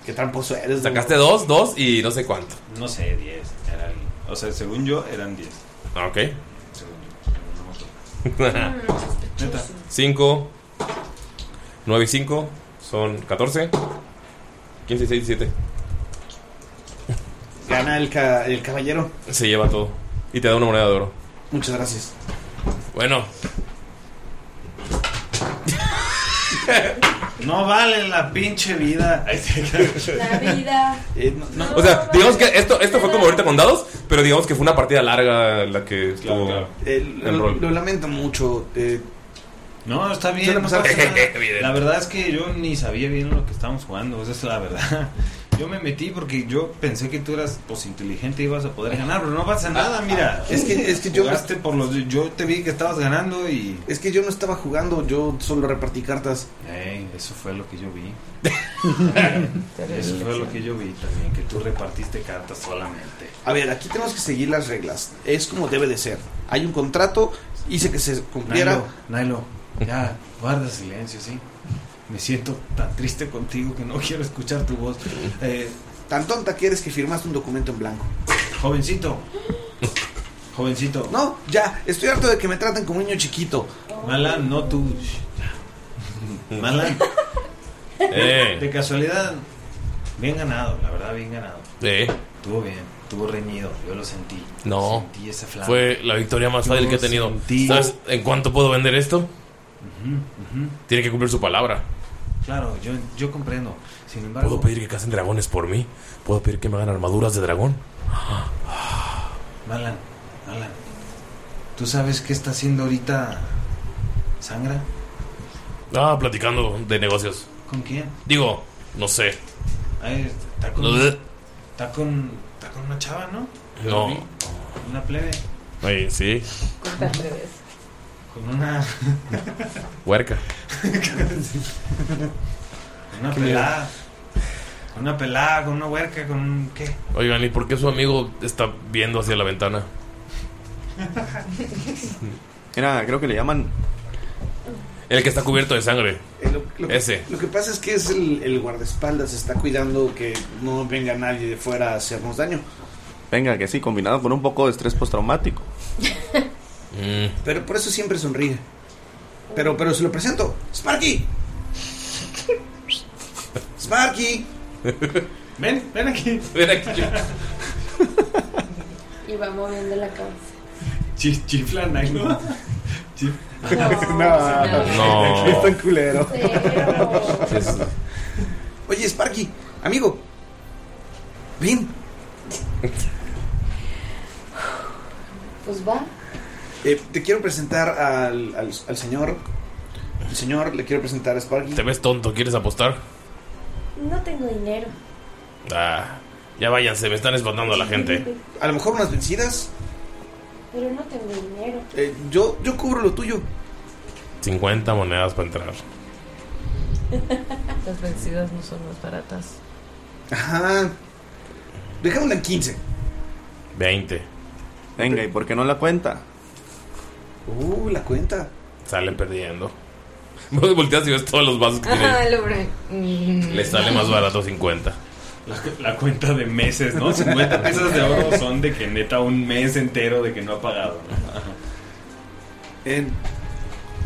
Qué tramposo eres.
Sacaste 2, 2 y no sé cuánto.
No sé, 10. Eran, o sea, según yo, eran 10.
Ah, Ok.
Según yo. No me acuerdo. Neta.
5, 9 y 5 son 14, 15 y 6 y 7.
Gana el, ca- el caballero.
Se lleva todo. Y te da una moneda de oro.
Muchas gracias.
Bueno,
No vale la pinche vida.
La vida.
Eh, no, no.
o sea, digamos que esto, esto fue como ahorita con dados, pero digamos que fue una partida larga la que estuvo
Eh,
en
lo,
rol.
lo lamento mucho. eh,
No, está
Ya
bien.
la
no
pasaste.
pasa nada. la verdad es que yo ni sabía bien lo que estábamos jugando, esa es la verdad. Yo me metí porque yo pensé que tú eras pues inteligente y ibas a poder ganar, pero no pasa
Ah,
nada, mira.
Es que, es que yo,
Jugaste por los, yo te vi que estabas ganando y...
Es que yo no estaba jugando, yo solo repartí cartas.
Ey, eso fue lo que yo vi. Eso fue lo que yo vi también, que tú repartiste cartas solamente.
A ver, aquí tenemos que seguir las reglas. Es como debe de ser. Hay un contrato, hice que se cumpliera.
Nailo, Nailo, ya, guarda silencio, sí. Me siento tan triste contigo que no quiero escuchar tu voz.
Eh, Tan tonta que eres que firmaste un documento en blanco.
Jovencito. Jovencito.
No, ya, estoy harto de que me traten como niño chiquito.
Malan, no tú. Malan.
Eh.
De casualidad, bien ganado, la verdad, bien ganado.
Eh.
Estuvo bien, estuvo reñido, yo lo sentí.
No.
Sentí esa flama.
Fue la victoria más
Yo
fácil que he tenido.
sentí-
¿Sabes en cuánto puedo vender esto?
Ujú, ujú.
Tiene que cumplir su palabra.
Claro, yo, yo comprendo. Sin embargo,
¿Puedo pedir que casen dragones por mí? ¿Puedo pedir que me hagan armaduras de dragón?
Malan, Malan, ¿tú sabes qué está haciendo ahorita Sangra?
Ah, platicando de negocios.
¿Con quién?
Digo, no sé.
Ay, está con,
Bleh.
está con. Está con una chava, ¿no?
No.
Una plebe.
Oye, sí.
Con una.
Huerca.
una
Qué
pelada. Con una pelada, con una huerca, con un. ¿Qué?
Oigan, ¿y por qué su amigo está viendo hacia la ventana?
Era, creo que le llaman.
El que está cubierto de sangre. Ese.
Eh, Lo que pasa es que es el, el guardaespaldas, está cuidando que no venga nadie de fuera a hacernos daño.
Venga, que sí, combinado con un poco de estrés postraumático.
Mm,
Pero por eso siempre sonríe. Pero, pero se lo presento. ¡Sparky! ¡Sparky!
Ven, ven aquí.
Ven aquí.
Y va moviendo la cabeza.
Chif, chifla, Nailo. Chif-
No.
Es tan culero.
Es-
Oye, Sparky, amigo. Ven.
Pues va.
Eh, te quiero presentar al, al, al señor. El señor, le quiero presentar a Sparky.
¿Te ves tonto? ¿Quieres apostar?
No tengo dinero.
Ah, ya váyanse, me están espantando a la gente.
A lo mejor unas vencidas.
Pero no tengo dinero.
Eh, yo, yo cubro lo tuyo.
50 monedas para entrar.
Las vencidas no son más baratas.
Ajá. Dejémosla Ah. en 15.
20.
Venga, ¿y por qué no la cuenta?
Uh, la cuenta.
Salen perdiendo. Vos volteas y ves todos los vasos que
Ah,
tienen.
mm.
Les sale más barato 50.
La, la cuenta de meses, ¿no? 50 pesos de oro son de que neta un mes entero de que no ha pagado. ¿no? Ajá.
En,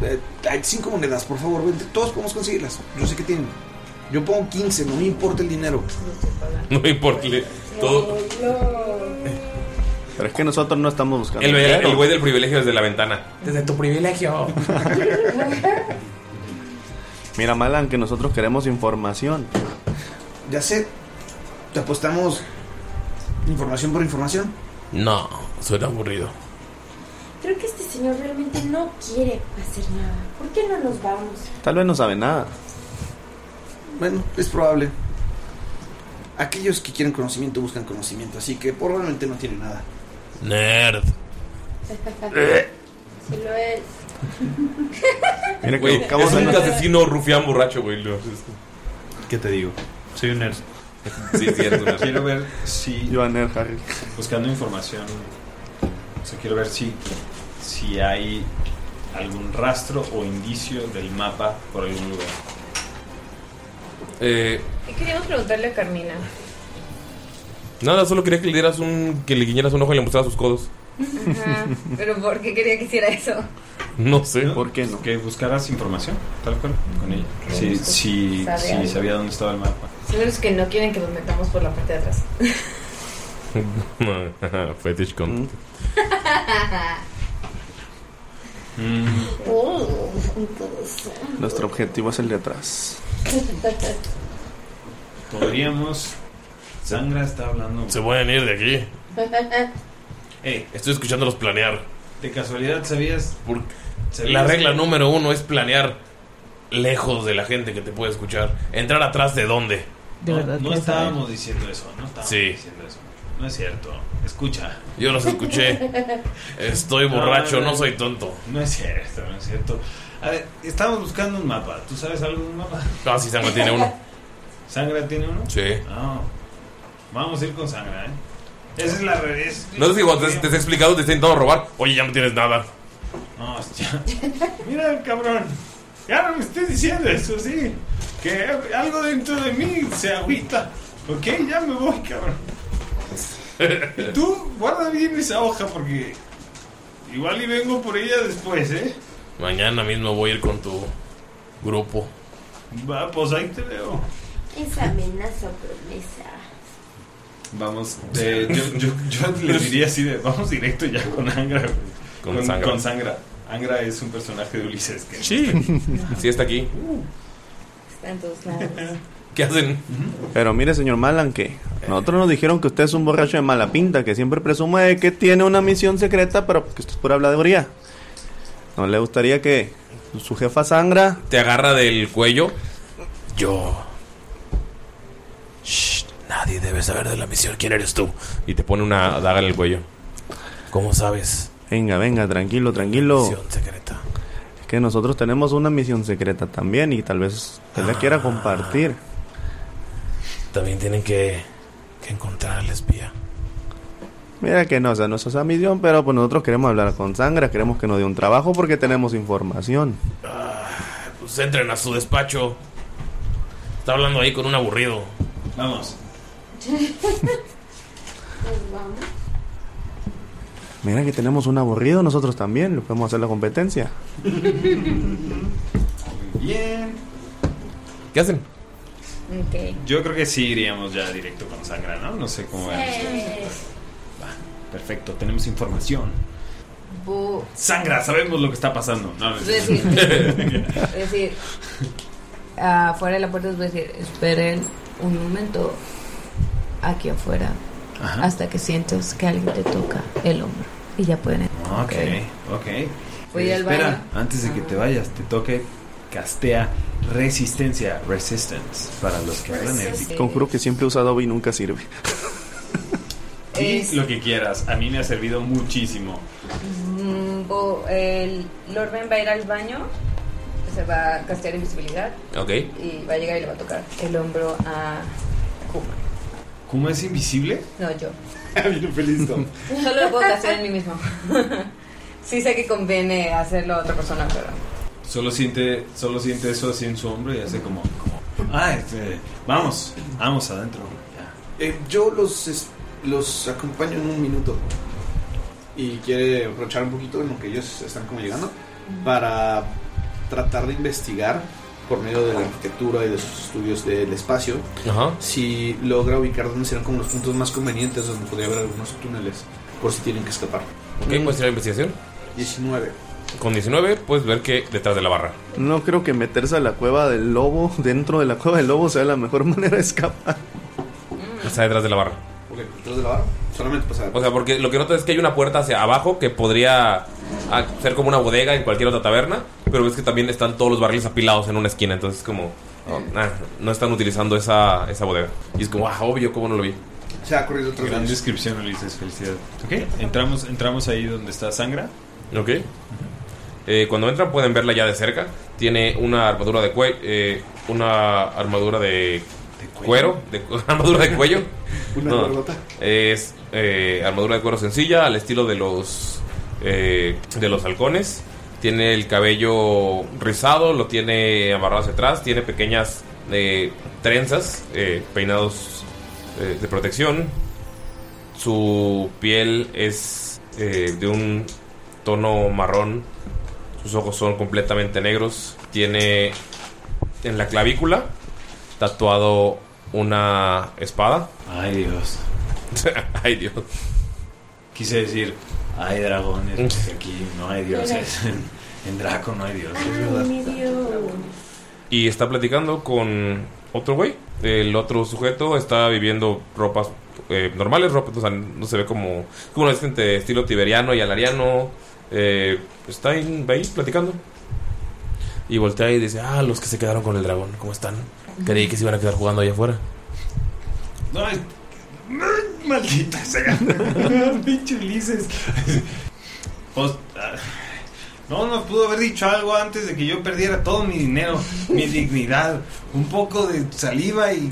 eh, hay cinco monedas, por favor, vente. Todos podemos conseguirlas. Yo sé que tienen. Yo pongo 15, no me importa el dinero.
No me importa. le- Todo.
Pero es que nosotros no estamos buscando.
El, güey-
dinero.
el güey del privilegio desde la ventana. Desde tu privilegio.
Mira, Malan, que nosotros queremos información.
Ya sé, te apostamos información por información.
No, suena aburrido.
Creo que este señor realmente no quiere hacer nada. ¿Por qué no nos vamos?
Tal vez no sabe nada.
Bueno, es probable. Aquellos que quieren conocimiento buscan conocimiento, así que probablemente no tienen nada.
Nerd.
Si lo es.
Mira
Güey,
acabo
es
de-
un asesino rufián borracho, güey. lo-
¿Qué te digo? Soy un nerd.
Sí, sí, eres un nerd.
Quiero ver si.
Yo a nerd, Harry.
buscando información. O sea, quiero ver si, si hay algún rastro o indicio del mapa por algún lugar.
Eh,
Y queríamos preguntarle a Carmina.
nada, solo quería que le dieras un. que le guiñaras un ojo y le mostraras sus codos.
Ajá. Pero ¿por qué quería que hiciera eso?
No sé.
¿Por qué no?
Que buscaras información, tal cual, con ella. Si, si,
¿Sabe
si
algo?
sabía dónde estaba el mapa.
Son los que no quieren que nos metamos por la parte de atrás.
Fetish con. Mm.
Oh, interesante.
Nuestro objetivo es el de atrás.
Podríamos. Sangra está hablando.
Se pueden ir de aquí.
Eh,
Estoy escuchándolos planear.
de casualidad, ¿sabías? ¿Sabías
La regla
que-
número uno es planear lejos de la gente que te puede escuchar. Entrar atrás de dónde.
De
no,
verdad
no
que
estábamos
saben.
diciendo eso, no estábamos
Sí.
diciendo eso. No es cierto. Escucha.
Yo los escuché. Estoy borracho, no soy tonto.
No es cierto, no es cierto. A ver, estamos buscando un mapa. ¿Tú sabes algo de un mapa?
Ah, sí, Sangra tiene uno.
¿Sangra tiene uno?
Sí.
Ah. Vamos a ir con Sangra, ¿eh? Esa es la revés.
No sé si cuando te, te está explicando te está intentando robar. Oye, ya no tienes nada.
No, ya. Mira el cabrón. Ya no me estés diciendo eso, sí. Que algo dentro de mí se agüita. Ok, ya me voy, cabrón. Y tú guarda bien esa hoja porque igual y vengo por ella después, ¿eh?
Mañana mismo voy a ir con tu grupo.
Va, pues ahí te veo.
Es amenaza o promesa.
Vamos, eh, yo, yo, yo les diría así de, vamos directo ya con Angra. güey.
Con Sangra.
con Angra es un personaje de Ulises. Que
Sí. Sí, está aquí.
Está en todos lados.
¿Qué hacen?
Pero mire, señor Malan, que a nosotros nos dijeron que usted es un borracho de mala pinta, que siempre presume de que tiene una misión secreta, pero que esto es pura habladuría. ¿No le gustaría que su jefa Sangra
Te agarra del cuello. Yo. nadie debe saber de la misión. ¿Quién eres tú? Y te pone una daga en el cuello. ¿Cómo sabes?
Venga, venga, tranquilo, tranquilo.
Misión secreta.
Es que nosotros tenemos una misión secreta también y tal vez usted la quiera compartir.
También tienen que, que encontrar al espía.
Mira que no, o sea, no es esa misión, pero pues nosotros queremos hablar con Sangra, queremos que nos dé un trabajo porque tenemos información.
Pues entren a su despacho. Está hablando ahí con un aburrido.
Vamos.
Nos vamos.
Mira que tenemos un aburrido nosotros también, le podemos hacer la competencia.
Bien.
¿Qué hacen?
Ok.
Yo creo que sí iríamos ya directo con Sangra, ¿no? No sé cómo vean
Eh,
ustedes. Perfecto, tenemos información.
Bu-
Sangra, sabemos lo que está pasando. No, no, no.
Es decir, es decir afuera de la puerta les voy a decir, esperen un momento aquí afuera
Ajá.
hasta que sientas que alguien te toca el hombro y ya pueden entrar.
Ok, ok. Eh,
Voy al
Espera,
baño.
antes de que te vayas, te toque castea resistencia, resistance, para los que hablan
Te
el
Conjuro que siempre he usado y nunca sirve.
Di lo que quieras, a mí me ha servido muchísimo.
mm, bu- el Lord Ben va a ir al baño se va a castear invisibilidad
Ok.
y va a llegar y le va a tocar el hombro a Kuma
¿Cómo es invisible?
no yo
Ah, Bien feliz Tom.
solo lo puedo castear en mí mismo sí sé que conviene hacerlo a otra persona pero
Solo siente, solo siente eso así en su hombro y hace como, como, ah, este, vamos, vamos adentro.
Eh, yo los, es- los acompaño en un minuto. Y quiere aprovechar un poquito en lo que ellos están como llegando para tratar de investigar por medio de la arquitectura y de sus estudios del espacio
Ajá.
si logra ubicar dónde serán como los puntos más convenientes donde podría haber algunos túneles por si tienen que escapar.
Ok, puedes tirar investigación.
19.
Con 19 puedes ver que detrás de la barra.
No creo que meterse a la cueva del lobo, dentro de la cueva del lobo, sea la mejor manera de escapar.
Está detrás de la barra.
Ok, detrás de la barra. Solamente pasar.
O sea, porque lo que notas es que hay una puerta hacia abajo que podría ah, ser como una bodega en cualquier otra taberna, pero ves que también están todos los barriles apilados en una esquina, entonces es como oh, ah, no están utilizando esa, esa bodega. Y es como, ah, obvio, ¿cómo no lo vi?
Se ha corrido otra
Gran
vez.
descripción, Ulises, felicidades. Ok, entramos, entramos ahí donde está Sangra.
Ok. Eh, cuando entran pueden verla ya de cerca. Tiene una armadura de cuello, una armadura de, cuero, de cu- armadura de cuello.
Una gordota.
Es eh, armadura de cuero sencilla, al estilo de los eh, de los halcones. Tiene el cabello rizado, lo tiene amarrado hacia atrás, tiene pequeñas eh, trenzas, eh, peinados eh, de protección. Su piel es eh, de un tono marrón. Sus ojos son completamente negros. Tiene en la clavícula tatuado una espada.
Ay Dios.
Ay, Dios.
Quise decir, hay
Mm.
dragones, pues aquí no hay dioses. En, en Draco no hay dioses, ¿verdad?
Y está platicando con otro güey. El otro sujeto está viviendo ropas eh, normales, ropas, o sea, no se ve como. Como lo dicen, de estilo tiberiano y alariano. Eh, está ahí, ahí platicando. Y voltea y dice: Ah, los que se quedaron con el dragón, ¿cómo están? Creí que se iban a quedar jugando allá afuera.
No, es- maldita sea. Pinche Ulises. Pues, ah, no nos pudo haber dicho algo antes de que yo perdiera todo mi dinero, mi dignidad, un poco de saliva y,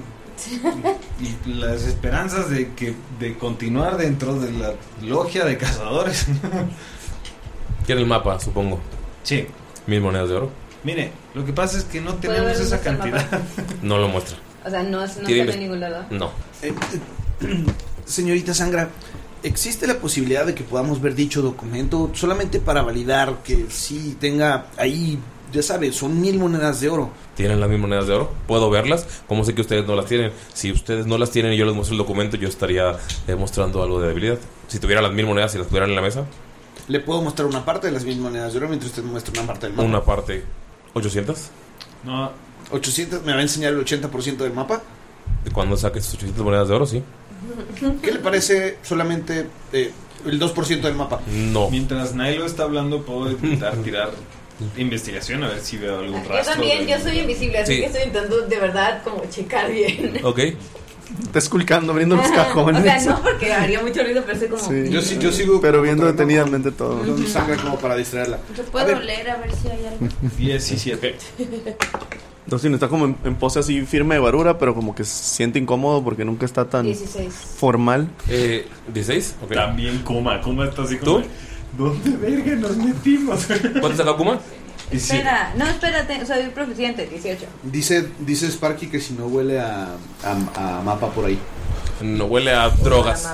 y las esperanzas de que de continuar dentro de la logia de cazadores.
Tiene el mapa, supongo.
Sí.
Mil monedas de oro.
Mire, lo que pasa es que no
¿Puedo
tenemos
ver dónde
esa
está el
cantidad.
No lo muestra.
O sea, no, no está
Tiene
en
inves-
ningún lado.
No.
Eh, Señorita Sangra, ¿existe la posibilidad de que podamos ver dicho documento solamente para validar que sí tenga ahí, ya sabes, son mil monedas de oro?
¿Tienen las mil monedas de oro? ¿Puedo verlas? ¿Cómo sé que ustedes no las tienen? Si ustedes no las tienen y yo les muestro el documento, yo estaría eh, mostrando algo de debilidad. Si tuviera las mil monedas y las tuvieran en la mesa,
¿Le puedo mostrar una parte de las mil monedas de oro mientras usted me muestra una parte del mapa?
una parte. ¿800?
No.
¿800? ¿Me va a enseñar el 80% del mapa?
¿De cuándo saques 800 monedas de oro? Sí.
¿Qué le parece solamente eh, el 2% del mapa?
No.
Mientras Nailo está hablando, puedo intentar tirar investigación a ver si veo algún rastro.
Yo también,
de-
yo soy invisible, así
Sí.
que estoy intentando de verdad como checar bien.
Ok.
Está esculcando, abriendo los cajones.
Ah, O sea, no porque haría mucho ruido, pero soy como.
Sí.
Yo sí- yo sigo.
Pero viendo detenidamente todo.
Don Sangra como para distraerla.
Yo puedo leer a ver si hay algo.
17.
Entonces está como en, en pose así firme de barura, pero como que se siente incómodo porque nunca está tan
16.
formal.
Eh, ¿16? Ok.
También Kuma. Kuma está así
como.
¿Dónde verga nos metimos?
¿Cuánto sacó Kuma?
Espera, no, espérate, soy proficiente, 18.
Dice, dice Sparky que si no huele a, a- a mapa por ahí.
No huele a drogas.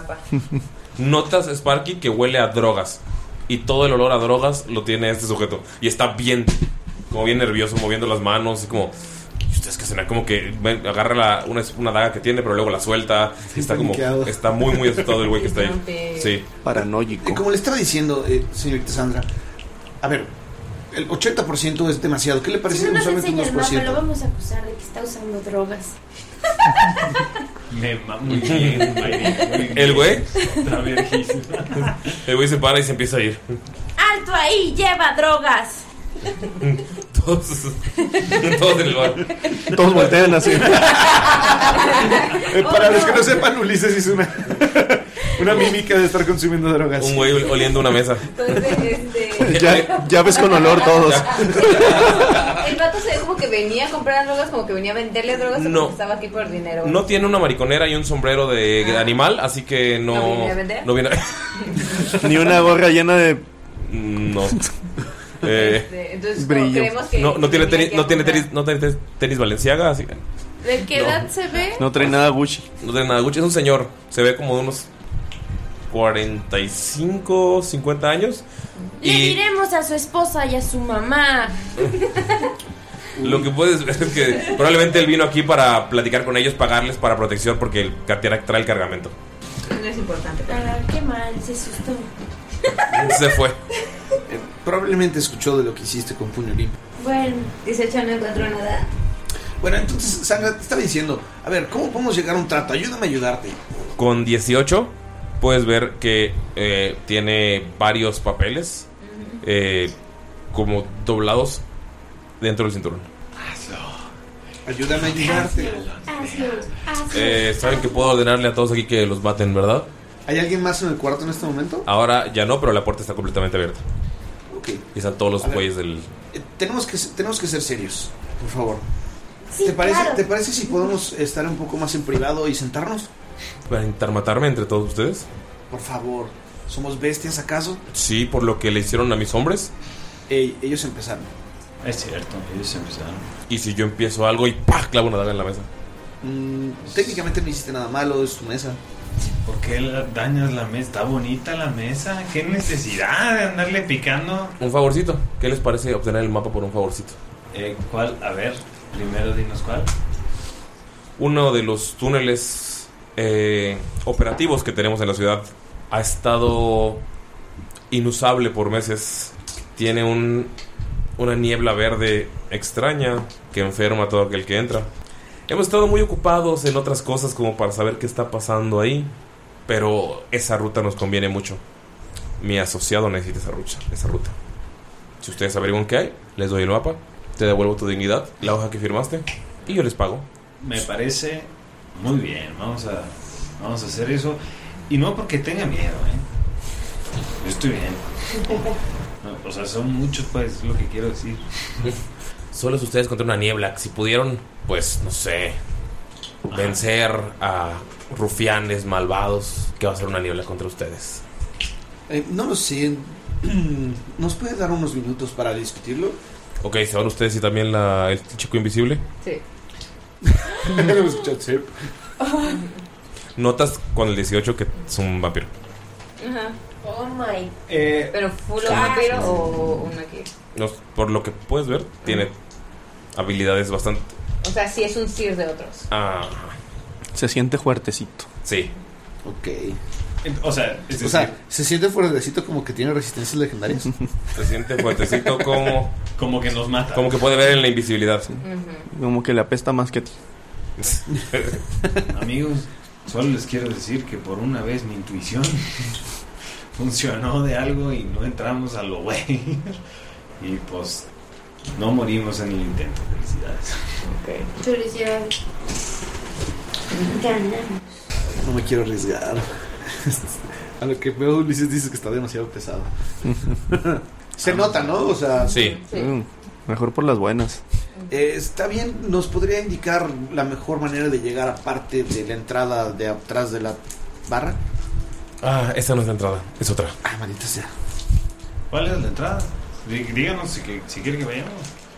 Notas, Sparky, que huele a drogas. Y todo el olor a drogas lo tiene este sujeto. Y está bien, como bien nervioso, moviendo las manos. Y como, ¿y ustedes qué hacen? Como que ven, agarra la- una, una daga que tiene, pero luego la suelta. Y está como,
paniqueado.
está muy, muy asustado el güey que está ahí.
Rompe.
Sí.
Paranoico.
Eh, Como le estaba diciendo, eh, señorita Sandra, a ver, el 80% es demasiado. ¿Qué le
Si
parece
no nos
solamente un
enseña el mapa, lo
2%?
vamos a acusar de que está usando drogas.
Me ma- muy bien, muy bien, muy bien.
El güey.
Está verguísima.
El güey se para y se empieza a ir.
¡Alto ahí! ¡Lleva drogas!
Todos, todos en el bar.
Todos voltean así.
Eh,
Oh,
para los que no sepan, Ulises hizo una, una mímica de estar consumiendo drogas.
Un güey oliendo una mesa.
Este,
ya, ya ves con olor todos.
El vato se ve como que venía a comprar drogas, como que venía a venderle drogas,
No.
no. estaba aquí por dinero.
No tiene una mariconera y un sombrero de de animal, así que no.
¿No viene a vender?
no viene-
Ni una gorra llena de.
Mm, No. Eh,
Este, entonces, como
Brillo.
creemos que.
no, no tiene
venía
tenis,
aquí a
no tiene
comprar.
tenis, no tiene tenis, tenis Valenciaga, así que
¿De qué edad se ve?
No trae nada Gucci.
no tiene nada. Gucci es un señor, se ve como de unos 45, 50 años.
Le
Y
diremos a su esposa y a su mamá.
lo que puedes ver es que probablemente él vino aquí para platicar con ellos, pagarles para protección porque el cartera trae el cargamento.
No es importante.
Ah, qué mal, se asustó.
Se fue.
Eh, Probablemente escuchó de lo que hiciste con Puño Limpio.
Bueno, 18 no encuentro nada.
Bueno, entonces, Sandra, te estaba diciendo, a ver, ¿cómo podemos llegar a un trato? Ayúdame a ayudarte.
Con 18 puedes ver que eh, tiene varios papeles eh, como doblados dentro del cinturón.
Ayúdame a ayudarte.
Eh, Saben que puedo ordenarle a todos aquí que los maten, ¿verdad?
¿Hay alguien más en el cuarto en este momento?
Ahora ya no, pero la puerta está completamente abierta.
Ok.
Y están todos los
A ver.
güeyes del.
Eh, tenemos, que, ser- tenemos que ser serios, por favor.
Sí,
¿Te, parece,
claro.
¿Te parece si podemos estar un poco más en privado y sentarnos?
¿Van a intentar matarme entre todos ustedes?
Por favor, ¿somos bestias acaso?
Sí, por lo que le hicieron a mis hombres.
Ey, ellos empezaron.
Es cierto, ellos empezaron.
Y si yo empiezo algo y ¡pah! clavo una daga en la mesa.
Mm, técnicamente no hiciste nada malo, es tu mesa.
¿Por qué la- dañas la mesa? Está bonita la mesa. ¿Qué necesidad de andarle picando?
Un favorcito. ¿Qué les parece obtener el mapa por un favorcito?
Eh, ¿Cuál? A ver, primero dinos cuál.
Uno de los túneles eh, operativos que tenemos en la ciudad ha estado inusable por meses. Tiene un, una niebla verde extraña que enferma a todo aquel que entra. Hemos estado muy ocupados en otras cosas como para saber qué está pasando ahí, pero esa ruta nos conviene mucho. Mi asociado necesita esa ruta. Esa ruta. Si ustedes averiguan qué hay, les doy el mapa, te devuelvo tu dignidad, la hoja que firmaste, y yo les pago.
Me parece muy bien, vamos a, vamos a hacer eso. Y no porque tenga miedo, ¿eh? Yo estoy bien. No, O sea, son muchos, pues, es lo que quiero decir.
Solo es ustedes contra una niebla. Si pudieron, pues, no sé, vencer a rufianes malvados, que va a ser una niebla contra ustedes.
Eh, no lo sé. ¿Nos puede dar unos minutos para discutirlo?
Ok, ¿se van ustedes y también la- el chico invisible?
Sí.
Notas con el 18 que es un vampiro.
Oh my.
Eh,
Pero full
Ah,
vampiro
sí.
o una que.
No, por lo que puedes ver, tiene habilidades bastante...
O sea, sí es un sir de otros.
Ah.
Se siente fuertecito.
Sí.
Ok.
O sea, es
O sea, ¿se siente fuertecito como que tiene resistencias legendarias?
Se siente fuertecito como...
Como que nos mata.
Como que puede ver en la invisibilidad.
Como que le apesta más que a ti.
Amigos, solo les quiero decir que por una vez mi intuición funcionó de algo y no entramos a lo güey. Y pues no morimos en el intento. Felicidades.
Felicidades. Ganamos.
No me quiero arriesgar. A lo que veo, Ulises dice que está demasiado pesado. Se nota, ¿no? O sea,
Mm, mejor por las buenas.
Eh, está bien, nos podría indicar la mejor manera de llegar aparte de la entrada de atrás de la barra.
Ah, esta no es la entrada, es otra.
Ah, maldita sea.
¿Cuál es la entrada? Dí- Díganos si, que- si quieren que vayamos.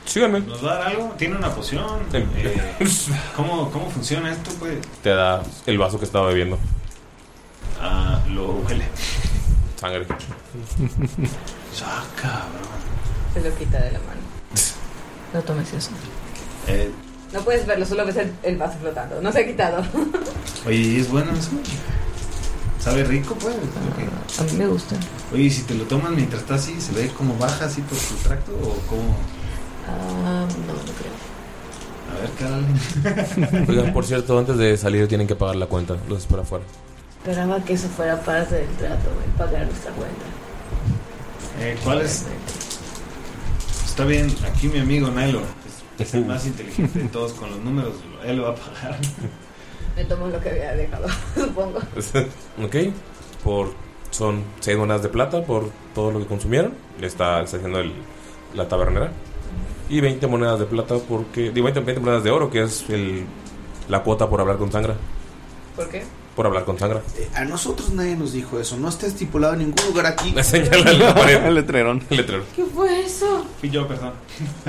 Síganme.
¿Nos va a dar algo? ¿Tiene una poción?
Sí.
Eh, ¿cómo, ¿Cómo funciona esto? Pues
Te da el vaso que estaba bebiendo.
Ah, lo huele.
Sangre. Ah,
Saca.
Se lo quita de la mano.
No tomes eso.
Eh,
No puedes verlo, solo ves el, el vaso flotando. No se ha quitado.
oye, ¿y ¿es bueno eso? ¿Sabe rico, pues?
A mí me gusta.
Oye, ¿y si te lo tomas mientras estás así, ¿se ve como baja así por tu tracto o cómo?
Ah, no, no creo.
A ver, Carol.
Oigan, por cierto, antes de salir tienen que pagar la cuenta. Los espero afuera.
Esperaba que eso fuera parte del trato, güey, pagar nuestra cuenta.
Eh, ¿Cuál es? Está bien, aquí mi amigo Nelo es, es el más inteligente de todos con los números. Él lo va a pagar.
Me tomo lo que había dejado, supongo.
ok. Por, son seis monedas de plata por todo lo que consumieron. Le está, está haciendo el- la tabernera. Y 20 monedas de plata porque... Digo, 20, 20 monedas de oro, que es el, la cuota por hablar con sangre.
¿Por qué?
Por hablar con sangre.
Eh, a nosotros nadie nos dijo eso, no está estipulado en ningún lugar aquí.
Me señala la pared.
El letrero.
El letrero.
¿Qué fue eso?
Y yo, perdón.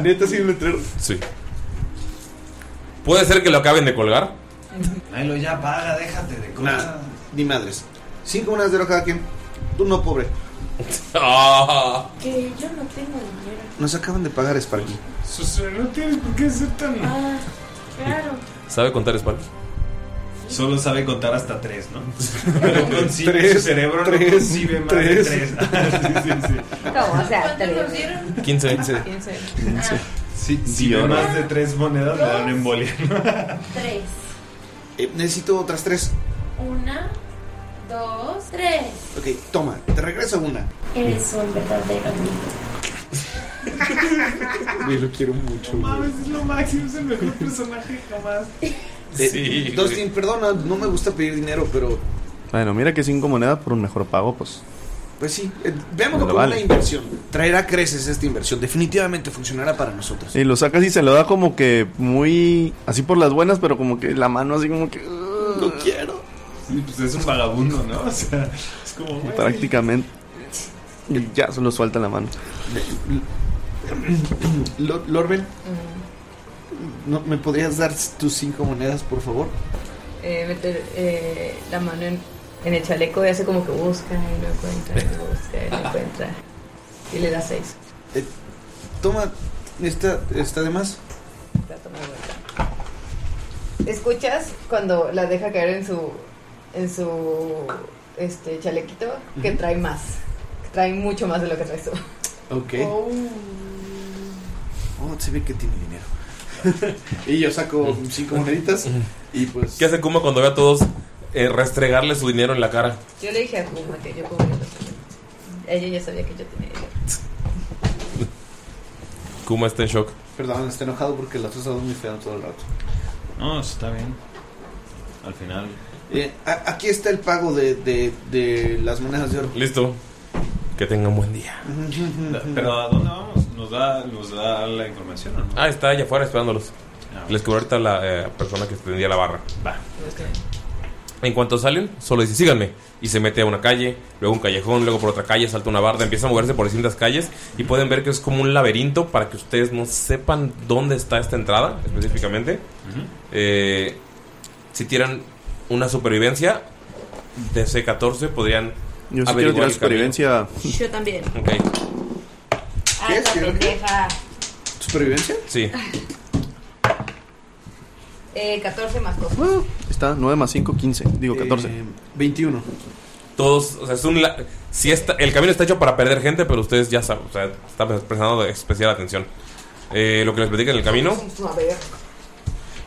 Neta, sí, el letrero.
Sí. Puede ser que lo acaben de colgar.
Nelo, ya paga, déjate de cosas.
ni madres. Cinco monedas de oro cada quien. Tú no, pobre.
Ah.
Que yo no tengo dinero.
Nos acaban de pagar Sparky.
No tienes por qué ser tan.
Ah, claro.
¿Sabe contar Spark?
Solo sabe contar hasta tres, ¿no? Pero concibe- su cerebro no concibe más de tres.
¿Cómo? O sea, te lo
15.
15.
15.
Si, si
Dior.
ve más de tres monedas, le dan embolia.
Tres.
Eh, necesito otras tres.
Una, dos, tres.
Ok, toma, te regreso una.
Eres un verdadero amigo.
Güey, lo quiero mucho.
es lo máximo, es el mejor personaje jamás.
Eh, Dustin, perdona, no me gusta pedir dinero, pero
Bueno, mira que cinco monedas por un mejor pago, pues.
pues sí, eh, veámoslo
Bueno,
como
vale.
una inversión. Traerá creces esta inversión, definitivamente funcionará para nosotros.
Y lo sacas y se lo da como que muy. Así por las buenas, pero como que la mano así como que.
No quiero.
Sí, pues es un vagabundo, ¿no? O sea, es como. güey.
Prácticamente. Y ya se lo suelta la mano.
Lo- Lorben,
Mm.
¿no, ¿me podrías dar tus cinco monedas, por favor?
Eh, meter eh, la mano en, en el chaleco y hace como que busca y no encuentra, y busca y no encuentra. Y le da seis.
Eh, toma, esta está de más.
La toma de vuelta. ¿Escuchas cuando la deja caer en su en su este chalequito que
Ujú.
trae más. Que trae mucho más de lo que traes tú.
Ok. Oh, se ve que tiene dinero. y yo saco cinco moneditas. Y pues.
¿Qué hace Kuma cuando ve a todos eh, restregarle su dinero en la cara?
Yo le dije a Kuma que yo cubría los Ella ya sabía que yo tenía dinero.
Kuma está en shock.
Perdón, está enojado porque las cosas son muy feas todo el rato.
No, está bien. Al final.
Eh, a- aquí está el pago de, de- de las monedas de oro.
Listo. Que tenga un buen día.
Pero ¿a dónde vamos? ¿Nos da, nos da la información o no?
Ah, está allá afuera esperándolos.
Ah.
Les cubro ahorita la eh, persona que tendría la barra.
Va.
En cuanto salen, solo dice síganme. Y se mete a una calle, luego un callejón, luego por otra calle, salta una barda, empieza a moverse por distintas calles. Y pueden ver que es como un laberinto para que ustedes no sepan dónde está esta entrada específicamente.
Ujú.
Eh, si tiran una supervivencia de C14, podrían.
Yo sí
averiguar
quiero tirar
el camino.
supervivencia.
Yo también.
Ok.
¿Qué es? pendeja.
¿Supervivencia?
Sí.
Eh, 14 más cosas.
Uh. Está 9 más 5, 15. Digo 14.
21.
Todos, o sea, es un. la- si está, el camino está hecho para perder gente, pero ustedes ya saben, o sea, están prestando especial atención. Eh, lo que les platica en el camino.
A ver.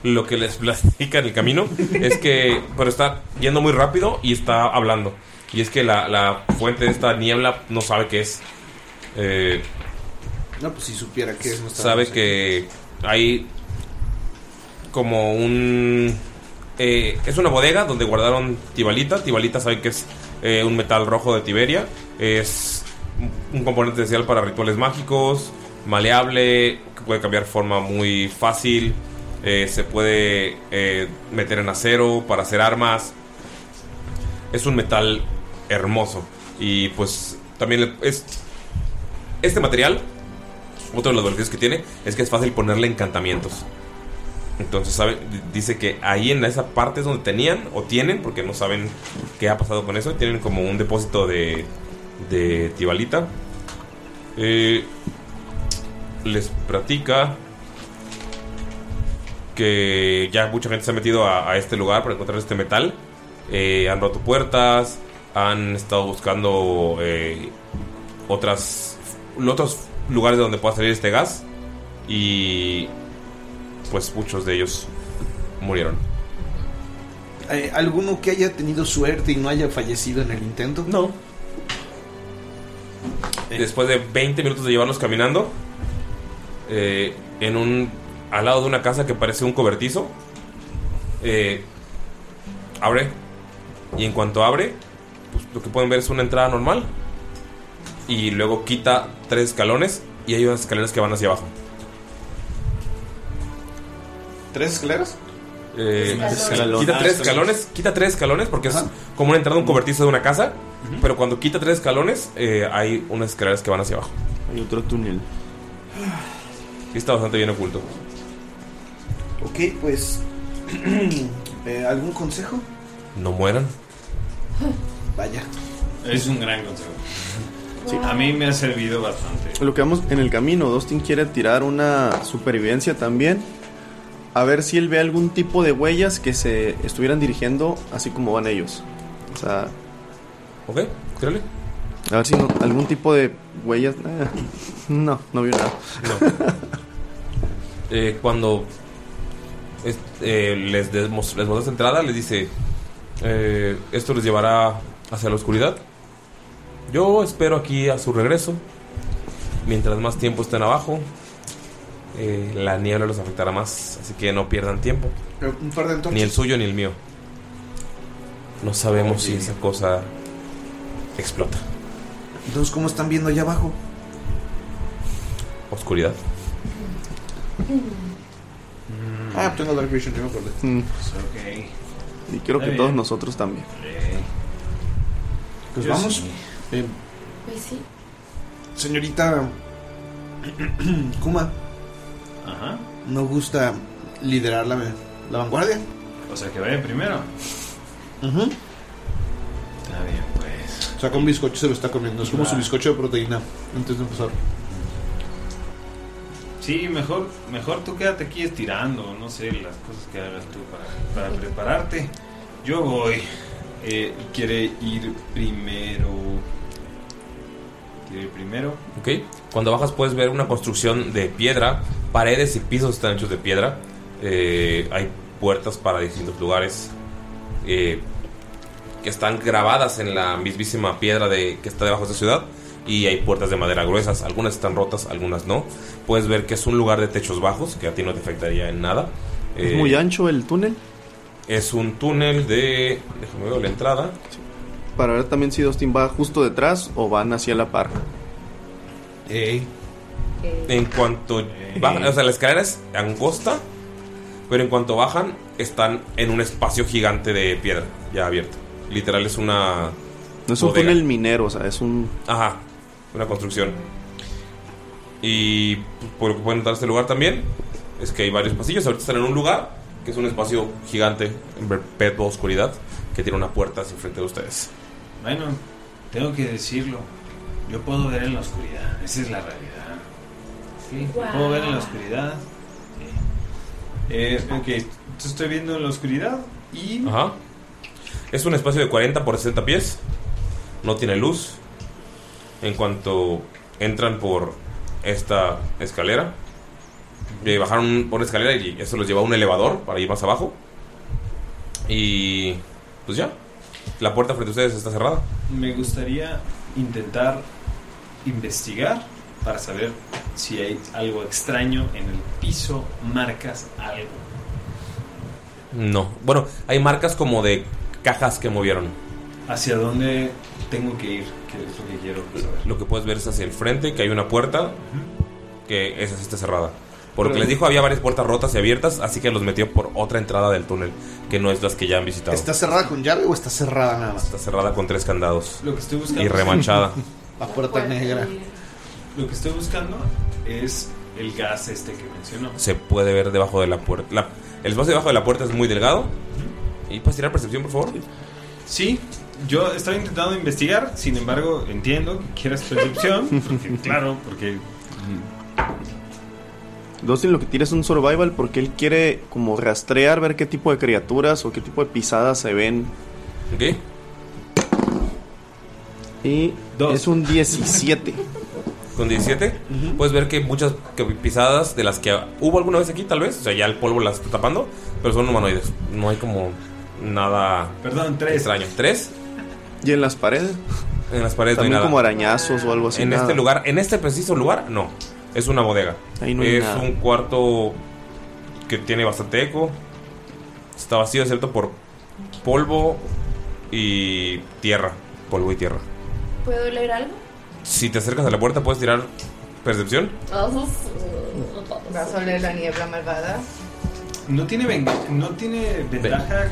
lo que les platica en el camino es que, pero está yendo muy rápido y está hablando. Y es que la, la fuente de esta niebla no sabe qué es. Eh,
No, pues si supiera que es, no estaba-
sabe que hay como un... eh, es una bodega donde guardaron tibalita. Tibalita sabe que es eh, un metal rojo de Tiberia. Es un un componente esencial para rituales mágicos, maleable, que puede cambiar forma muy fácil. eh, se puede eh, meter en acero para hacer armas. Es un metal hermoso. Y pues también es... Este material otro de los beneficios que tiene es que es fácil ponerle encantamientos. Entonces sabe, d- dice que ahí en esa parte es donde tenían o tienen, porque no saben qué ha pasado con eso, tienen como un depósito de, de tibalita. Eh, les platica que ya mucha gente se ha metido a, a este lugar para encontrar este metal. Eh, han roto puertas, han estado buscando eh, otras otros lugares de donde pueda salir este gas y pues muchos de ellos murieron.
Eh, ¿Alguno que haya tenido suerte y no haya fallecido en el intento?
No. Eh. Después de 20 minutos de llevarlos caminando, eh, en un al lado de una casa que parece un cobertizo, eh, abre y en cuanto abre, pues, lo que pueden ver es una entrada normal y luego quita tres escalones y hay unas escaleras que van hacia abajo.
¿Tres escaleras?
Eh,
Tres escalones.
Quita
Ah,
tres
escalones.
escalones, quita tres escalones porque es como una entrada a un cobertizo de una casa, pero cuando quita tres escalones eh, hay unas escaleras que van hacia abajo.
Hay otro túnel.
Y está bastante bien oculto.
Ok, pues. eh, ¿Algún consejo?
No mueran.
Vaya.
Es un gran consejo. A mí me ha servido bastante.
Lo que vamos en el camino, Dustin quiere tirar una supervivencia también. A ver si él ve algún tipo de huellas que se estuvieran dirigiendo así como van ellos. O sea.
Ok, tírale.
A ver si no- algún tipo de huellas. eh, no, no vio nada.
Eh, cuando es- eh, les, demos- les esta entrada, les dice, eh, esto les llevará hacia la oscuridad. Yo espero aquí a su regreso. Mientras más tiempo estén abajo, eh, la niebla los afectará más, así que no pierdan tiempo.
Eh, Un par de antorchas.
Ni el suyo ni el mío. No sabemos si esa cosa explota.
Entonces, ¿cómo están viendo allá abajo?
Oscuridad.
Ah, tengo Dark Vision, yo me acordé.
Mm.
ok.
Y quiero
Está
que
bien.
todos nosotros también.
Pues
Yo
vamos.
sí.
Eh,
Pues sí.
señorita Kuma,
Ajá.
¿no gusta liderar la, la vanguardia?
O sea, que vayan primero.
Ujú.
Está bien, pues.
Sacó un bizcocho, se lo está comiendo. Es como
Ah.
su bizcocho de proteína antes de empezar.
Sí, mejor, mejor tú quédate aquí estirando, no sé, las cosas que hagas tú para, para prepararte. Yo voy. Eh, quiere ir primero. Quiere ir primero.
Ok. Cuando bajas puedes ver una construcción de piedra. Paredes y pisos están hechos de piedra. Eh, hay puertas para distintos lugares. eh, que están grabadas en la mismísima piedra de, que está debajo de esta ciudad. Y hay puertas de madera gruesas. Algunas están rotas, algunas no. Puedes ver que es un lugar de techos bajos. Que a ti no te afectaría en nada.
¿Es
Eh,
muy ancho el túnel?
Es un túnel de. Déjame ver la entrada.
Para ver también si Dustin va justo detrás o van hacia la par.
En cuanto
Eh.
bajan, o sea, la escalera es angosta, pero en cuanto bajan, están en un espacio gigante de piedra ya abierto. Literal es una.
No es un
bodega.
túnel minero, o sea, es un...
Ajá, una construcción. Y pues, por lo que pueden notar este lugar también, es que hay varios pasillos. Ahorita están en un lugar que es un espacio gigante en perpetua oscuridad que tiene una puerta hacia enfrente de ustedes.
Bueno, tengo que decirlo. Yo puedo ver en la oscuridad. Esa es la realidad. Sí,
Guau.
puedo ver en la oscuridad. Sí. Eh, ok, yo estoy viendo en la oscuridad y.
Ajá. Es un espacio de 40 por 60 pies. No tiene luz. En cuanto entran por esta escalera, eh, bajaron por una escalera y eso los lleva a un elevador para ir más abajo. Y pues ya. La puerta frente a ustedes está cerrada.
Me gustaría intentar investigar para saber si hay algo extraño en el piso, marcas, algo.
No. Bueno, hay marcas como de cajas que movieron.
¿Hacia dónde tengo que ir? ¿Qué es lo que quiero saber?
Lo que puedes ver es hacia el frente, que hay una puerta, que esa sí está cerrada. Por lo que
Pero-
les dijo, había varias puertas rotas y abiertas, así que los metió por otra entrada del túnel, que no es las que ya han visitado.
¿Está cerrada con llave o está cerrada nada más?
Está cerrada con tres candados.
Lo que estoy buscando.
Y remachada.
La puerta negra.
Lo que estoy buscando es el gas este que mencionó.
Se puede ver debajo de la puerta. La- el espacio debajo de la puerta es muy delgado. ¿Y puedes tirar percepción, por favor?
Sí, yo estaba intentando investigar, sin embargo, entiendo que quieras percepción. porque, claro, porque mm.
Dustin lo que tira es un survival porque él quiere como rastrear, ver qué tipo de criaturas o qué tipo de pisadas se ven.
Ok.
Y es un 17.
Con 17, puedes ver que muchas que pisadas de las que hubo alguna vez aquí, tal vez. O sea, ya el polvo las está tapando, pero son humanoides. No hay como nada
Perdón, tres.
extraño. ¿Tres?
¿Y en las paredes?
En las paredes no hay
También
nada.
como arañazos o algo así.
en
nada.
este lugar, en este preciso lugar, no. Es una bodega.
Ahí no hay
es
nada.
un cuarto que tiene bastante eco. Está vacío excepto por polvo y tierra. Polvo y tierra.
¿Puedo leer algo?
Si te acercas a la puerta puedes tirar percepción.
¿Vas a oler la niebla malvada?
no tiene, venga- no tiene ventaja.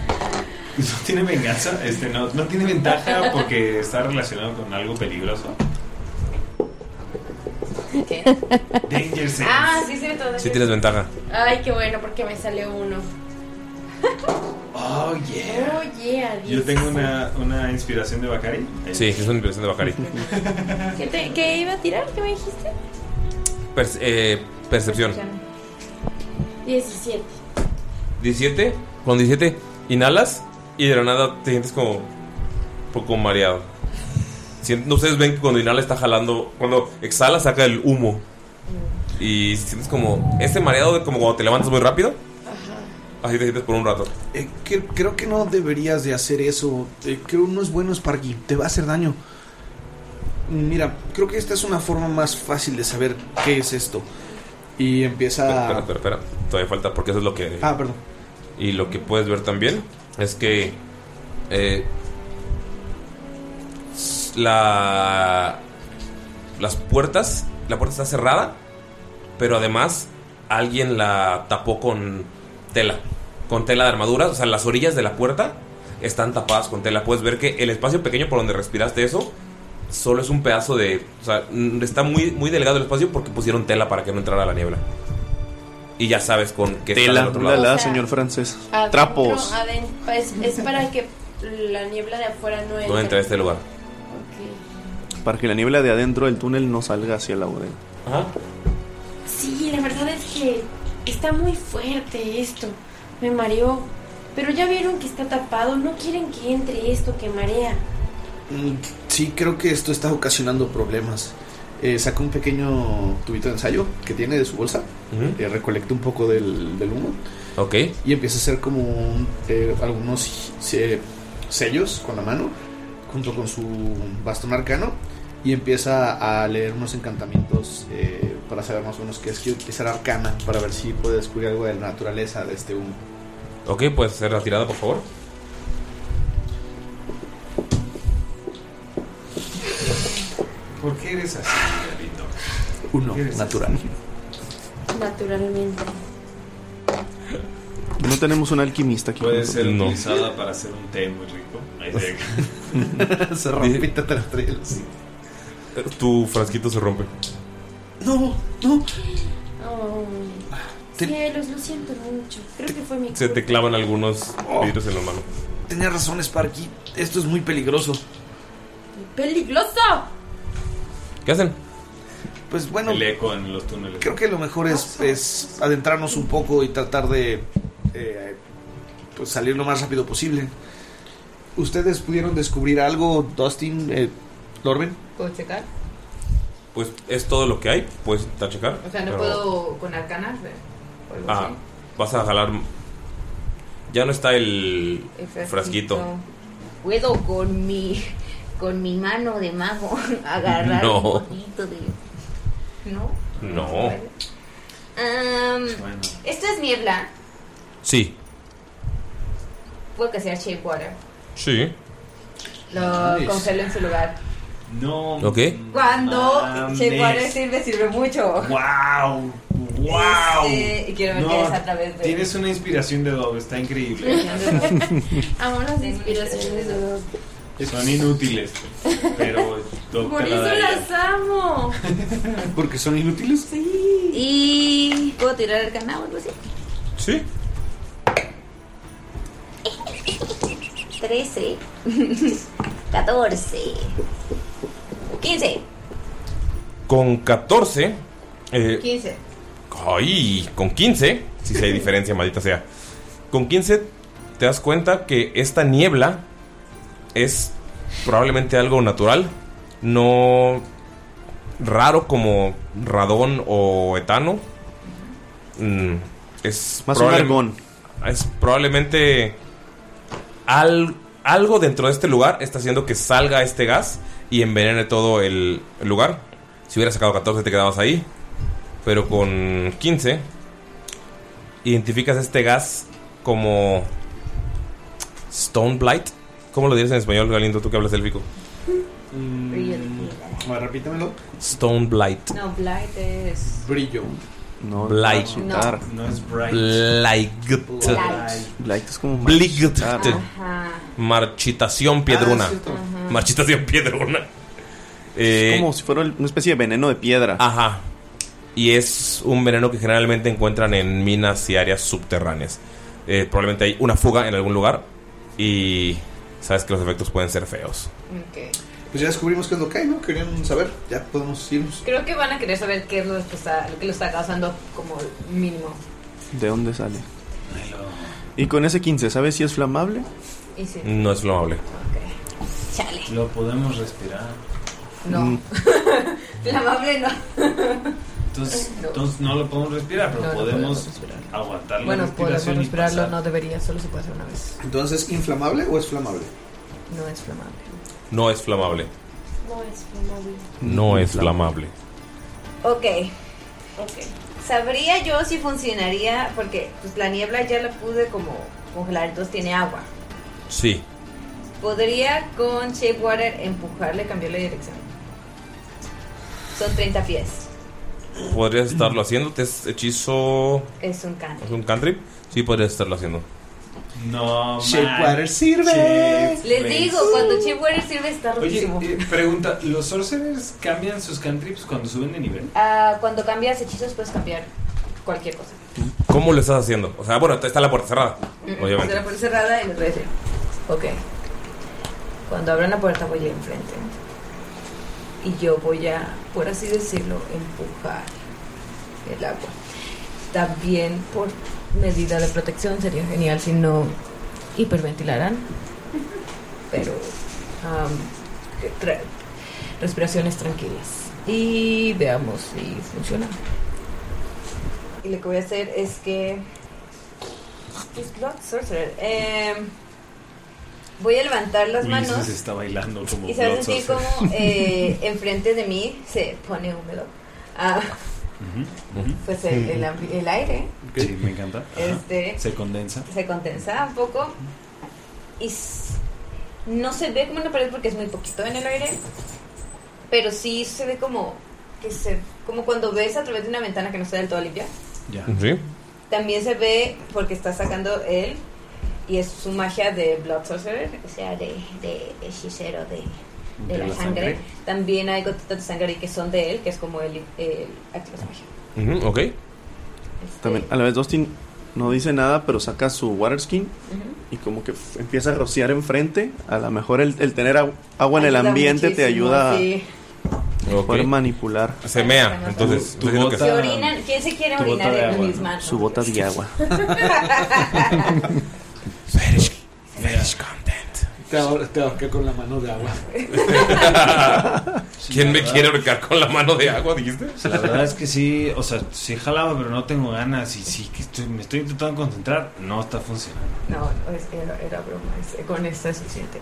No tiene venganza, este no, no tiene ventaja porque está relacionado con algo peligroso.
¿Qué?
Danger sense.
Ah, sí, sí, todo.
Si tienes ventaja.
Ay, qué bueno, porque me salió uno.
Oh, yeah.
Oh, yeah. diez.
Yo tengo una, una inspiración de Bacari.
Sí, es una impresión de Bacari.
¿Qué, te- qué iba a tirar? ¿Qué me dijiste?
Perce- eh, percepción.
17.
17. Con 17 inhalas y de la nada te sientes como un poco mareado. Sien- Ustedes ven que cuando inhala está jalando, cuando exhala saca el humo. Y sientes como este mareado de como cuando te levantas muy rápido. Así te sientes por un rato.
Eh, que- creo que no deberías de hacer eso. Eh, creo no es bueno, Sparky. Te va a hacer daño. Mira, creo que esta es una forma más fácil de saber qué es esto. Y empieza...
Espera, espera, espera. Todavía falta porque eso es lo que.
Ah, perdón.
Y lo que puedes ver también es que. eh, s- la. Las puertas. La puerta está cerrada. Pero además, alguien la tapó con tela. Con tela de armadura. O sea, las orillas de la puerta están tapadas con tela. Puedes ver que el espacio pequeño por donde respiraste eso. Solo es un pedazo de. O sea, mm, está muy, muy delgado el espacio porque pusieron tela para que no entrara la niebla. Y ya sabes con qué está
Tela,
del otro
la,
lado.
la,
O sea,
señor francés.
Adentro,
Trapos.
aden- es, es para que la niebla de afuera no entre.
No entra a este lugar.
Ok.
Para que la niebla de adentro del túnel no salga hacia la bodega.
Sí, la verdad es que está muy fuerte esto. Me mareó. Pero ya vieron que está tapado, no quieren que entre esto que marea.
Mm, Sí, creo que esto está ocasionando problemas. Eh, saca un pequeño tubito de ensayo que tiene de su bolsa,
Ujú.
eh, recolecta un poco del, del humo
Ok.
y empieza a hacer como un, eh, algunos se- sellos con la mano, junto con su bastón arcano, y empieza a leer unos encantamientos eh, para saber más o menos qué es que utilizar arcana, para ver si puede descubrir algo de la naturaleza de este humo.
Ok, puedes hacer la tirada, por favor.
¿Por qué eres así, Gabito?
Uno, natural.
Naturalmente.
No tenemos un alquimista aquí.
Puede ser
No.
utilizada para hacer un té muy rico. Ahí
llega. Se rompiste tras tres.
Eh, Tu frasquito se rompe.
No, no.
Oh.
Te-
Cielos, lo siento mucho. Creo que fue mi
Se te clavan algunos
Oh.
vidrios en la mano.
Tenías razón, Sparky. Esto es muy peligroso.
¡Peligroso!
¿Qué hacen?
Pues bueno.
El eco en los túneles.
Creo que lo mejor es, es adentrarnos un poco y tratar de eh, pues salir lo más rápido posible. ¿Ustedes pudieron descubrir algo, Dustin, eh, Lorben?
¿Puedo checar?
Pues es todo lo que hay. Puedes intentar checar.
O sea, no
pero-
puedo con arcanas ver. o algo
Ah, vas a jalar. Ya no está el
El frasquito.
frasquito.
Puedo con mi con mi mano de mago agarrar
No.
un poquito de.
¿No?
No.
Am, Em, Esto es niebla.
Sí.
Puedo que sea shape water.
Sí.
Lo
Nice.
congelo en su lugar.
No.
Ok.
Cuando shape water
Mames.
sirve, sirve mucho.
¡Wow! ¡Wow!
Este, y quiero ver qué es a través de-
Tienes una inspiración de Dove, está increíble.
Amo las inspiraciones de Doc.
Son inútiles, pero Dove
Por
te la
eso
da ella.
las amo.
¿Porque son inútiles?
Y puedo tirar el canal o algo así.
Sí.
13, 14, 15.
Con 14. eh,
15.
Ay, con 15. Si sí hay diferencia, maldita sea. Con 15 te das cuenta que esta niebla es probablemente algo natural. No raro como radón o etano. Mm, es
Más un
probable-
argón.
Es probablemente al- algo dentro de este lugar está haciendo que salga este gas y envenene todo el, el lugar. Si hubieras sacado 14 te quedabas ahí, pero con 15 identificas este gas como Stone Blight. ¿Cómo lo dices en español, Galindo, tú que hablas élfico?
Bueno, repítamelo.
Stone Blight.
No, blight es.
Brillo.
No,
Blight.
No, no es bright.
Blight.
Blight.
Blight es como
Blight.
marchitar.
Ajá.
Marchitación piedruna.
Ah, es cierto. Ajá.
Marchitación piedruna.
Es
Eh,
como si fuera una especie de veneno de piedra.
Ajá. Y es un veneno que generalmente encuentran en minas y áreas subterráneas. Eh, probablemente hay una fuga en algún lugar y sabes que los efectos pueden ser feos.
Pues ya descubrimos qué es lo que hay, ¿no? Querían saber. Ya podemos irnos.
Creo que van a querer saber qué es lo que está, lo que lo está causando como mínimo.
¿De dónde sale? Y con ese 15, ¿sabes si es flamable?
Y sí.
No es flamable.
Chale.
Lo podemos respirar.
No. Flamable no.
Entonces,
No.
entonces no lo podemos respirar, pero
No, no
podemos
podemos
aguantar la
Bueno, podemos
respiración. y
respirarlo,
pasar.
no debería, solo se puede hacer una vez.
Entonces, ¿inflamable o es flamable?
No es flamable.
No es flamable.
No es flamable.
No es flamable.
Ok. Ok. Sabría yo si funcionaría, porque pues, la niebla ya la pude como congelar, entonces tiene agua.
Sí.
Podría con Shape Water empujarle, cambiarle de dirección. Son 30 pies.
Podrías estarlo haciendo. Te es hechizo.
Es un canto.
¿Es un country? Sí, podrías estarlo haciendo.
No,
Shapewater
sirve.
Les digo, cuando Shape Water sirve está
Oye,
rotísimo.
eh, pregunta, ¿los sorcerers cambian sus cantrips cuando suben de nivel?
Ah, cuando cambias hechizos puedes cambiar cualquier cosa.
¿Cómo lo estás haciendo? O sea, bueno, está la puerta cerrada.
Se
Mm,
Obviamente.
la puerta mm, cerrada y les voy a decir. Ok. Cuando abran la puerta voy a ir enfrente. Y yo voy a, por así decirlo, empujar el agua. También por medida de protección sería genial si no
hiperventilarán, pero am, tra- respiraciones tranquilas. Y veamos si funciona.
Y lo que voy a hacer es que. Es Blood Sorcerer. Em, voy a levantar las
Ulises
manos.
está bailando como
Y se va a
Blood
sentir
Sorcerer.
como eh, enfrente de mí se pone húmedo. Ah,
Ujú, ujú.
pues el, el ambi- el aire
Sí, me encanta. Ajá.
Este-
Se condensa.
se condensa un poco y s- no se ve como una pared porque es muy poquito en el aire, pero sí se ve como que se como cuando ves a través de una ventana que no está del todo limpia.
Ya.
¿Sí?
También se ve porque está sacando él y es su magia de Blood Sorcerer, o sea, de, de hechicero de, de
De
la,
la
sangre.
sangre.
También hay gotitas de sangre ahí que son de él, que es como él, él activa su magia.
Ujú, ok.
Este.
También, a la vez, Dustin no dice nada, pero saca su water skin y como que f- empieza a rociar enfrente. A lo mejor el, el tener agu- agua en el
Ayuda
ambiente te
muchísimo,
ayuda
sí.
a poder
Ok.
manipular.
Se mea, entonces.
Tu- tu
Estoy diciendo
Se
que-
orinan, ¿quién se quiere orinar en mis manos?
Su bota de agua.
Te, ahor- te ahorqué con la mano de agua.
Ah, ¿Quién me quiere ahorcar con la mano de agua, dijiste?
La verdad es que sí, o sea, sí jalaba, pero no tengo ganas. Y sí que estoy- me estoy intentando concentrar. No está funcionando.
No, es- era, era broma. es- Con esta es suficiente.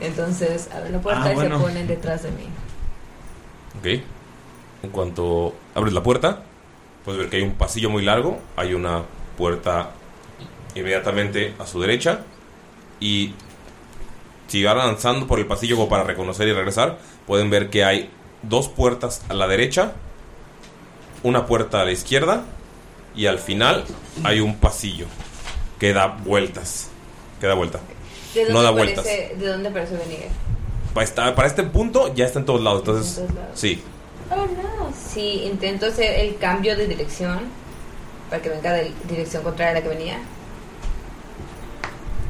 Entonces, abren la
Ah,
puerta y
bueno.
se ponen detrás de mí.
Ok. En cuanto abres la puerta, puedes ver que hay un pasillo muy largo. Hay una puerta inmediatamente a su derecha. Y si van avanzando por el pasillo como para reconocer y regresar, pueden ver que hay dos puertas a la derecha, una puerta a la izquierda. Y al final hay un pasillo que da vueltas. Que da vuelta.
¿De dónde
No da
aparece-
vueltas.
¿De dónde aparece Benítez?
Para, esta- para este punto ya está en todos lados. Entonces,
En todos lados.
sí.
Oh no. Sí, intento hacer el cambio de dirección para que venga de dirección contraria a la que venía.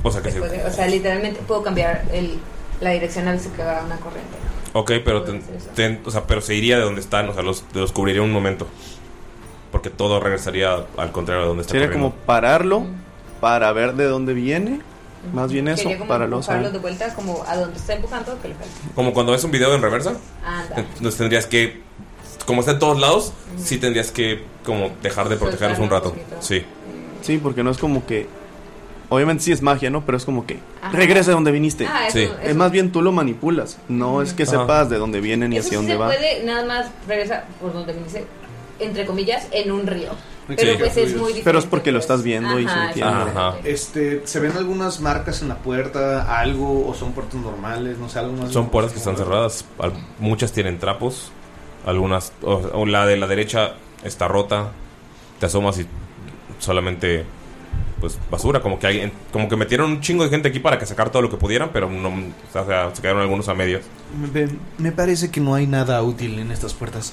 O sea que sí.
Puede- o sea, literalmente puedo cambiar el, la dirección a la que va una corriente.
Ok, pero,
Puede
ten-
ser eso.
ten- o sea, pero se iría de donde están, o sea, los, los cubriría un momento. Porque todo regresaría al contrario de donde está
Sería como
corriendo.
pararlo para ver de dónde viene. Más bien eso,
Quería como
para los.
empujarlo de vuelta como a donde está empujando que le falta.
Como, cuando ves un video en reversa.
Anda.
Entonces tendrías que, como está en todos lados, sí tendrías que como dejar de protegerlos un rato. Sí.
Sí, porque no es como que. Obviamente sí es magia, ¿no? Pero es como que.
Ajá.
Regresa de donde viniste.
Ah, eso-
sí.
eso-
Es más bien tú lo manipulas. No es que
Ajá.
sepas de dónde vienen y
Eso
hacia
sí
dónde
se
va.
puede nada más regresa por donde dice, entre comillas, en un río.
Sí.
Pero pues es muy difícil.
Pero es porque lo estás viendo y
Ajá,
sintiendo.
Este, ¿Se ven algunas marcas en la puerta? ¿Algo? ¿O son puertas normales? No sé, algo más.
Son puertas que están cerradas. al- Muchas tienen trapos. Algunas. O, o la de la derecha está rota. Te asomas y solamente. Pues basura. Como que alguien. Como que metieron un chingo de gente aquí para que sacar todo lo que pudieran. Pero no. O sea, se quedaron algunos a medias.
Me, me parece que no hay nada útil en estas puertas.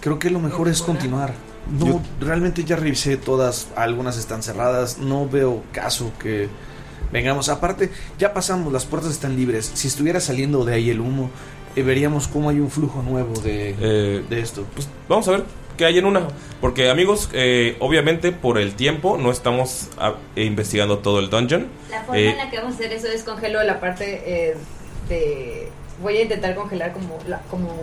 Creo que lo mejor es continuar. No,
Yo-
realmente ya revisé todas, algunas están cerradas, no veo caso que vengamos. Aparte, ya pasamos, las puertas están libres. Si estuviera saliendo de ahí el humo, eh, veríamos cómo hay un flujo nuevo de...
de esto. Pues vamos a ver qué hay en una. Porque amigos, eh, obviamente por el tiempo no estamos ah, investigando todo el dungeon.
La forma
Eh,
en la que vamos a hacer eso es congelo la parte eh, de... Voy a intentar congelar como... La, como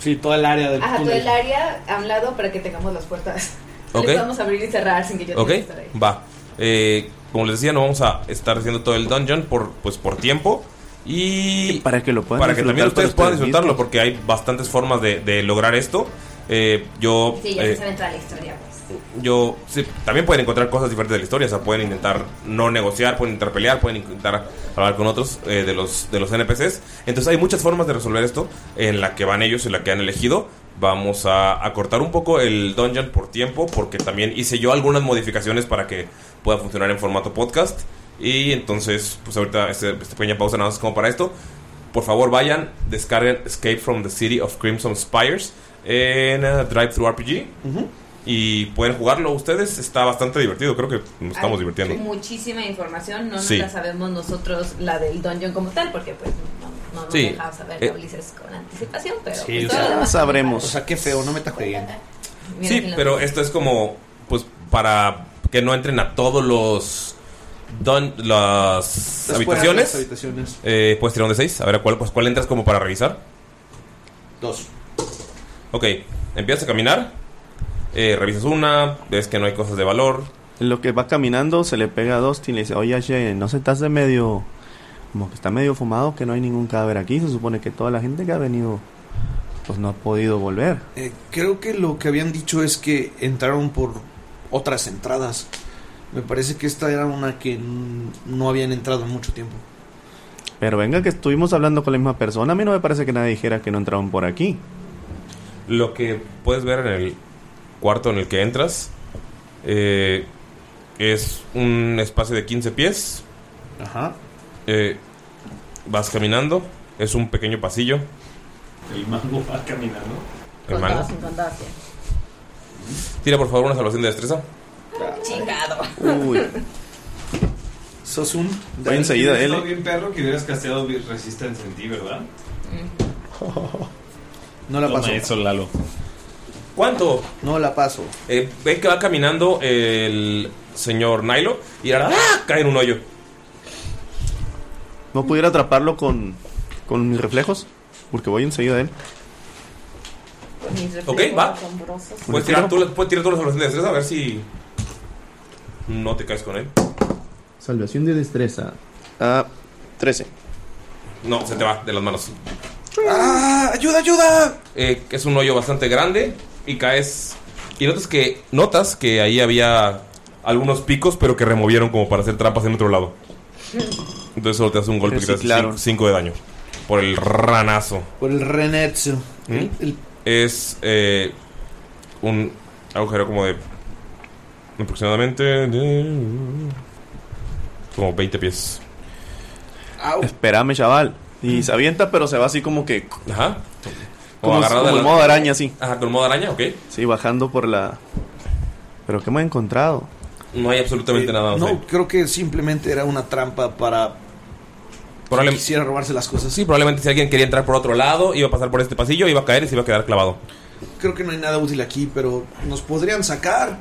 Sí, toda el área del
ajá, todo
túnel.
el área a un lado para que tengamos las puertas.
Ok.
Les vamos a abrir y cerrar sin que yo
Ok,
tenga que estar ahí.
va. Eh, como les decía, no vamos a estar haciendo todo el dungeon por, pues, por tiempo. Y,
para que lo puedan
Para que también
disfrutar pues, por
ustedes puedan
ustedes
disfrutarlo,
mismos.
porque hay bastantes formas de, de lograr esto. Eh, yo,
Sí, ya
eh,
se saben toda la historia. pues.
yo sí, también pueden encontrar cosas diferentes de la historia. O sea, pueden intentar no negociar, pueden intentar pelear, pueden intentar hablar con otros eh, de, los, de los NPCs. Entonces hay muchas formas de resolver esto en la que van ellos y la que han elegido. Vamos a acortar un poco el dungeon por tiempo porque también hice yo algunas modificaciones para que pueda funcionar en formato podcast. Y entonces, pues ahorita este- esta pequeña pausa nada más como para esto. Por favor, vayan, descarguen Escape from the City of Crimson Spires en eh, Drive Thru RPG. Y pueden jugarlo ustedes. Está bastante divertido. Creo que nos estamos
Hay
divirtiendo.
Muchísima información, no nos
Sí.
la sabemos nosotros, la del dungeon como tal, porque pues no, no nos
Sí.
dejaba saber
Eh.
a Ulises con anticipación, pero...
Sí,
pues, todo lo
ya
demás-
sabremos. O sea, qué feo, no me está jodiendo.
Mira
Sí,
quién lo
pero
dice.
esto es como, pues, para que no entren a todos los dun- las
Las
habitaciones.
puertas, habitaciones.
Eh, puedes tirar un de 6. A ver, ¿a ¿cuál, pues, ¿cuál entras como para revisar?
Dos.
Ok, empiezas a caminar. eh, revisas una. Ves que no hay cosas de valor.
En lo que va caminando se le pega a Dustin y le dice, oye, che, no se estás de medio... Como que está medio fumado, que no hay ningún cadáver aquí. Se supone que toda la gente que ha venido, pues no ha podido volver.
Eh, creo que lo que habían dicho es que entraron por otras entradas. Me parece que esta era una que n- no habían entrado en mucho tiempo.
Pero venga, que estuvimos hablando con la misma persona. A mí no me parece que nadie dijera que no entraron por aquí.
Lo que puedes ver en el cuarto en el que entras eh, es un espacio de 15 pies.
Ajá.
Eh, vas caminando. Es un pequeño pasillo.
El mango va caminando.
El mango. Tira por favor una salvación de destreza.
Chingado.
Sos un.
Voy enseguida,
Estaba
él.
bien perro que hubieras casteado vi- Resistance en ti, ¿verdad?
No la
Toma
paso.
eso, Lalo.
¿Cuánto?
No la paso.
Eh, ven que va caminando el señor Nilo y ahora ¡ah! cae en un hoyo.
¿No pudiera atraparlo con, con mis reflejos? Porque voy enseguida a él.
Ok, va. Puedes tirar,
tiro?
tú, la- puedes tirar tú la salvación de destreza a ver si no te caes con él.
Salvación de destreza. Ah, 13.
No, se te va de las manos.
¡Ah! ¡Ayuda, ayuda!
Eh, es un hoyo bastante grande y caes. Y notas que notas que ahí había algunos picos, pero que removieron como para hacer trampas en otro lado. Entonces solo te hace un golpe que te hace
Reciclaron.
5 de daño por el ranazo.
Por el Renetsu.
¿Mm?
El- el-
Es eh, un agujero como de aproximadamente de- como 20 pies.
Espérame, chaval. Y se avienta, pero se va así como que.
Ajá.
Como,
Como agarrado
como
de
en
la-
modo araña, sí.
Ajá, con modo araña, ok.
Sí, bajando por la. Pero ¿qué me he encontrado?
No hay absolutamente nada más.
no,
ahí.
creo que simplemente era una trampa para.
Probable-
que quisiera robarse las cosas.
Sí, probablemente si alguien quería entrar por otro lado, iba a pasar por este pasillo, iba a caer y se iba a quedar clavado.
Creo que no hay nada útil aquí, pero nos podrían sacar.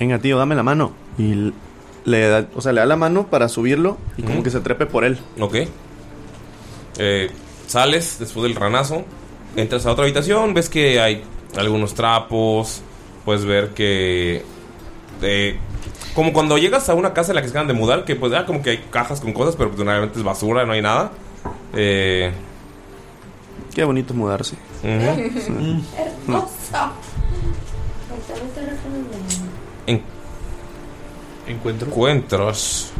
Venga, tío, dame la mano. Y l- le da, o sea, le da la mano para subirlo y como
Ujú.
que se trepe por él.
Ok. Eh, sales después del ranazo, entras a otra habitación, ves que hay algunos trapos, puedes ver que... eh, como cuando llegas a una casa en la que se acaban de mudar, que pues ah, como que hay cajas con cosas, pero pues, realmente es basura, no hay nada. Eh,
Qué bonito mudarse.
ujú. Mm.
Hermosa. Ahorita me estoy refiriendo.
En-
Encuentro.
Encuentros.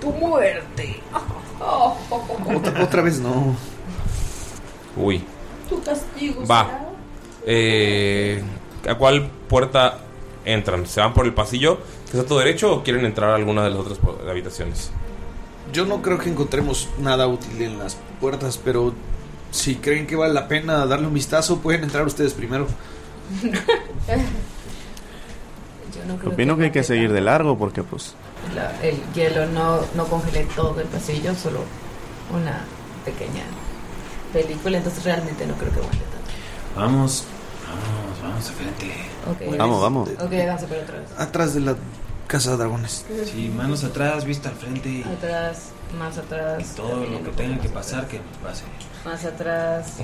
Tu muerte. Oh, oh, oh, oh.
Otra, otra vez no.
Uy.
Tu castigo.
Va. Eh, ¿A cuál puerta entran? ¿Se van por el pasillo que está todo derecho o quieren entrar a alguna de las otras po- habitaciones?
Yo no creo que encontremos nada útil en las puertas, pero si creen que vale la pena darle un vistazo, pueden entrar ustedes primero.
Yo no creo
Opino que hay que seguir de largo porque, pues.
la- el hielo no, no congelé todo el pasillo, solo una pequeña película, entonces realmente no creo que aguante tanto.
Vamos, vamos, vamos al frente.
Ok.
Vamos, vamos.
Ok, vamos a por otra vez.
Atrás de la casa de dragones.
Sí, manos atrás, vista al frente.
Atrás, más atrás.
Todo lo que tenga que pasar, que nos pase.
Más atrás.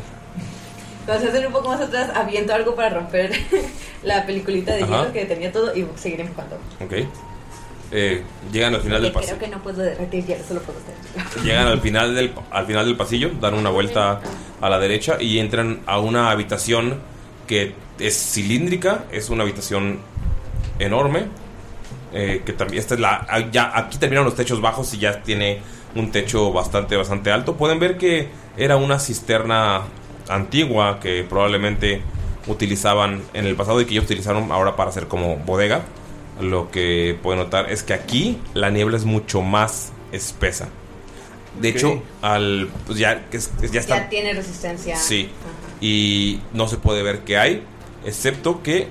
Cuando se hacen un poco más atrás, aviento algo para romper la peliculita de
Ajá.
hielo que tenía todo y seguir empujando.
Ok. Eh, llegan al final del
Porque creo
pasillo.
que no puedo derretir hielo, solo puedo hacer.
Llegan al final del al final del pasillo, dan una vuelta a la derecha y entran a una habitación que es cilíndrica, es una habitación enorme. eh, que también esta es la ah, ya aquí terminaron los techos bajos y ya tiene un techo bastante bastante alto. Pueden ver que era una cisterna antigua que probablemente utilizaban en el pasado y que ellos utilizaron ahora para hacer como bodega. Lo que pueden notar es que aquí la niebla es mucho más espesa. De
Ok.
hecho, al pues ya que es- que ya está
Ya tiene resistencia.
Sí. Y no se puede ver qué hay, excepto que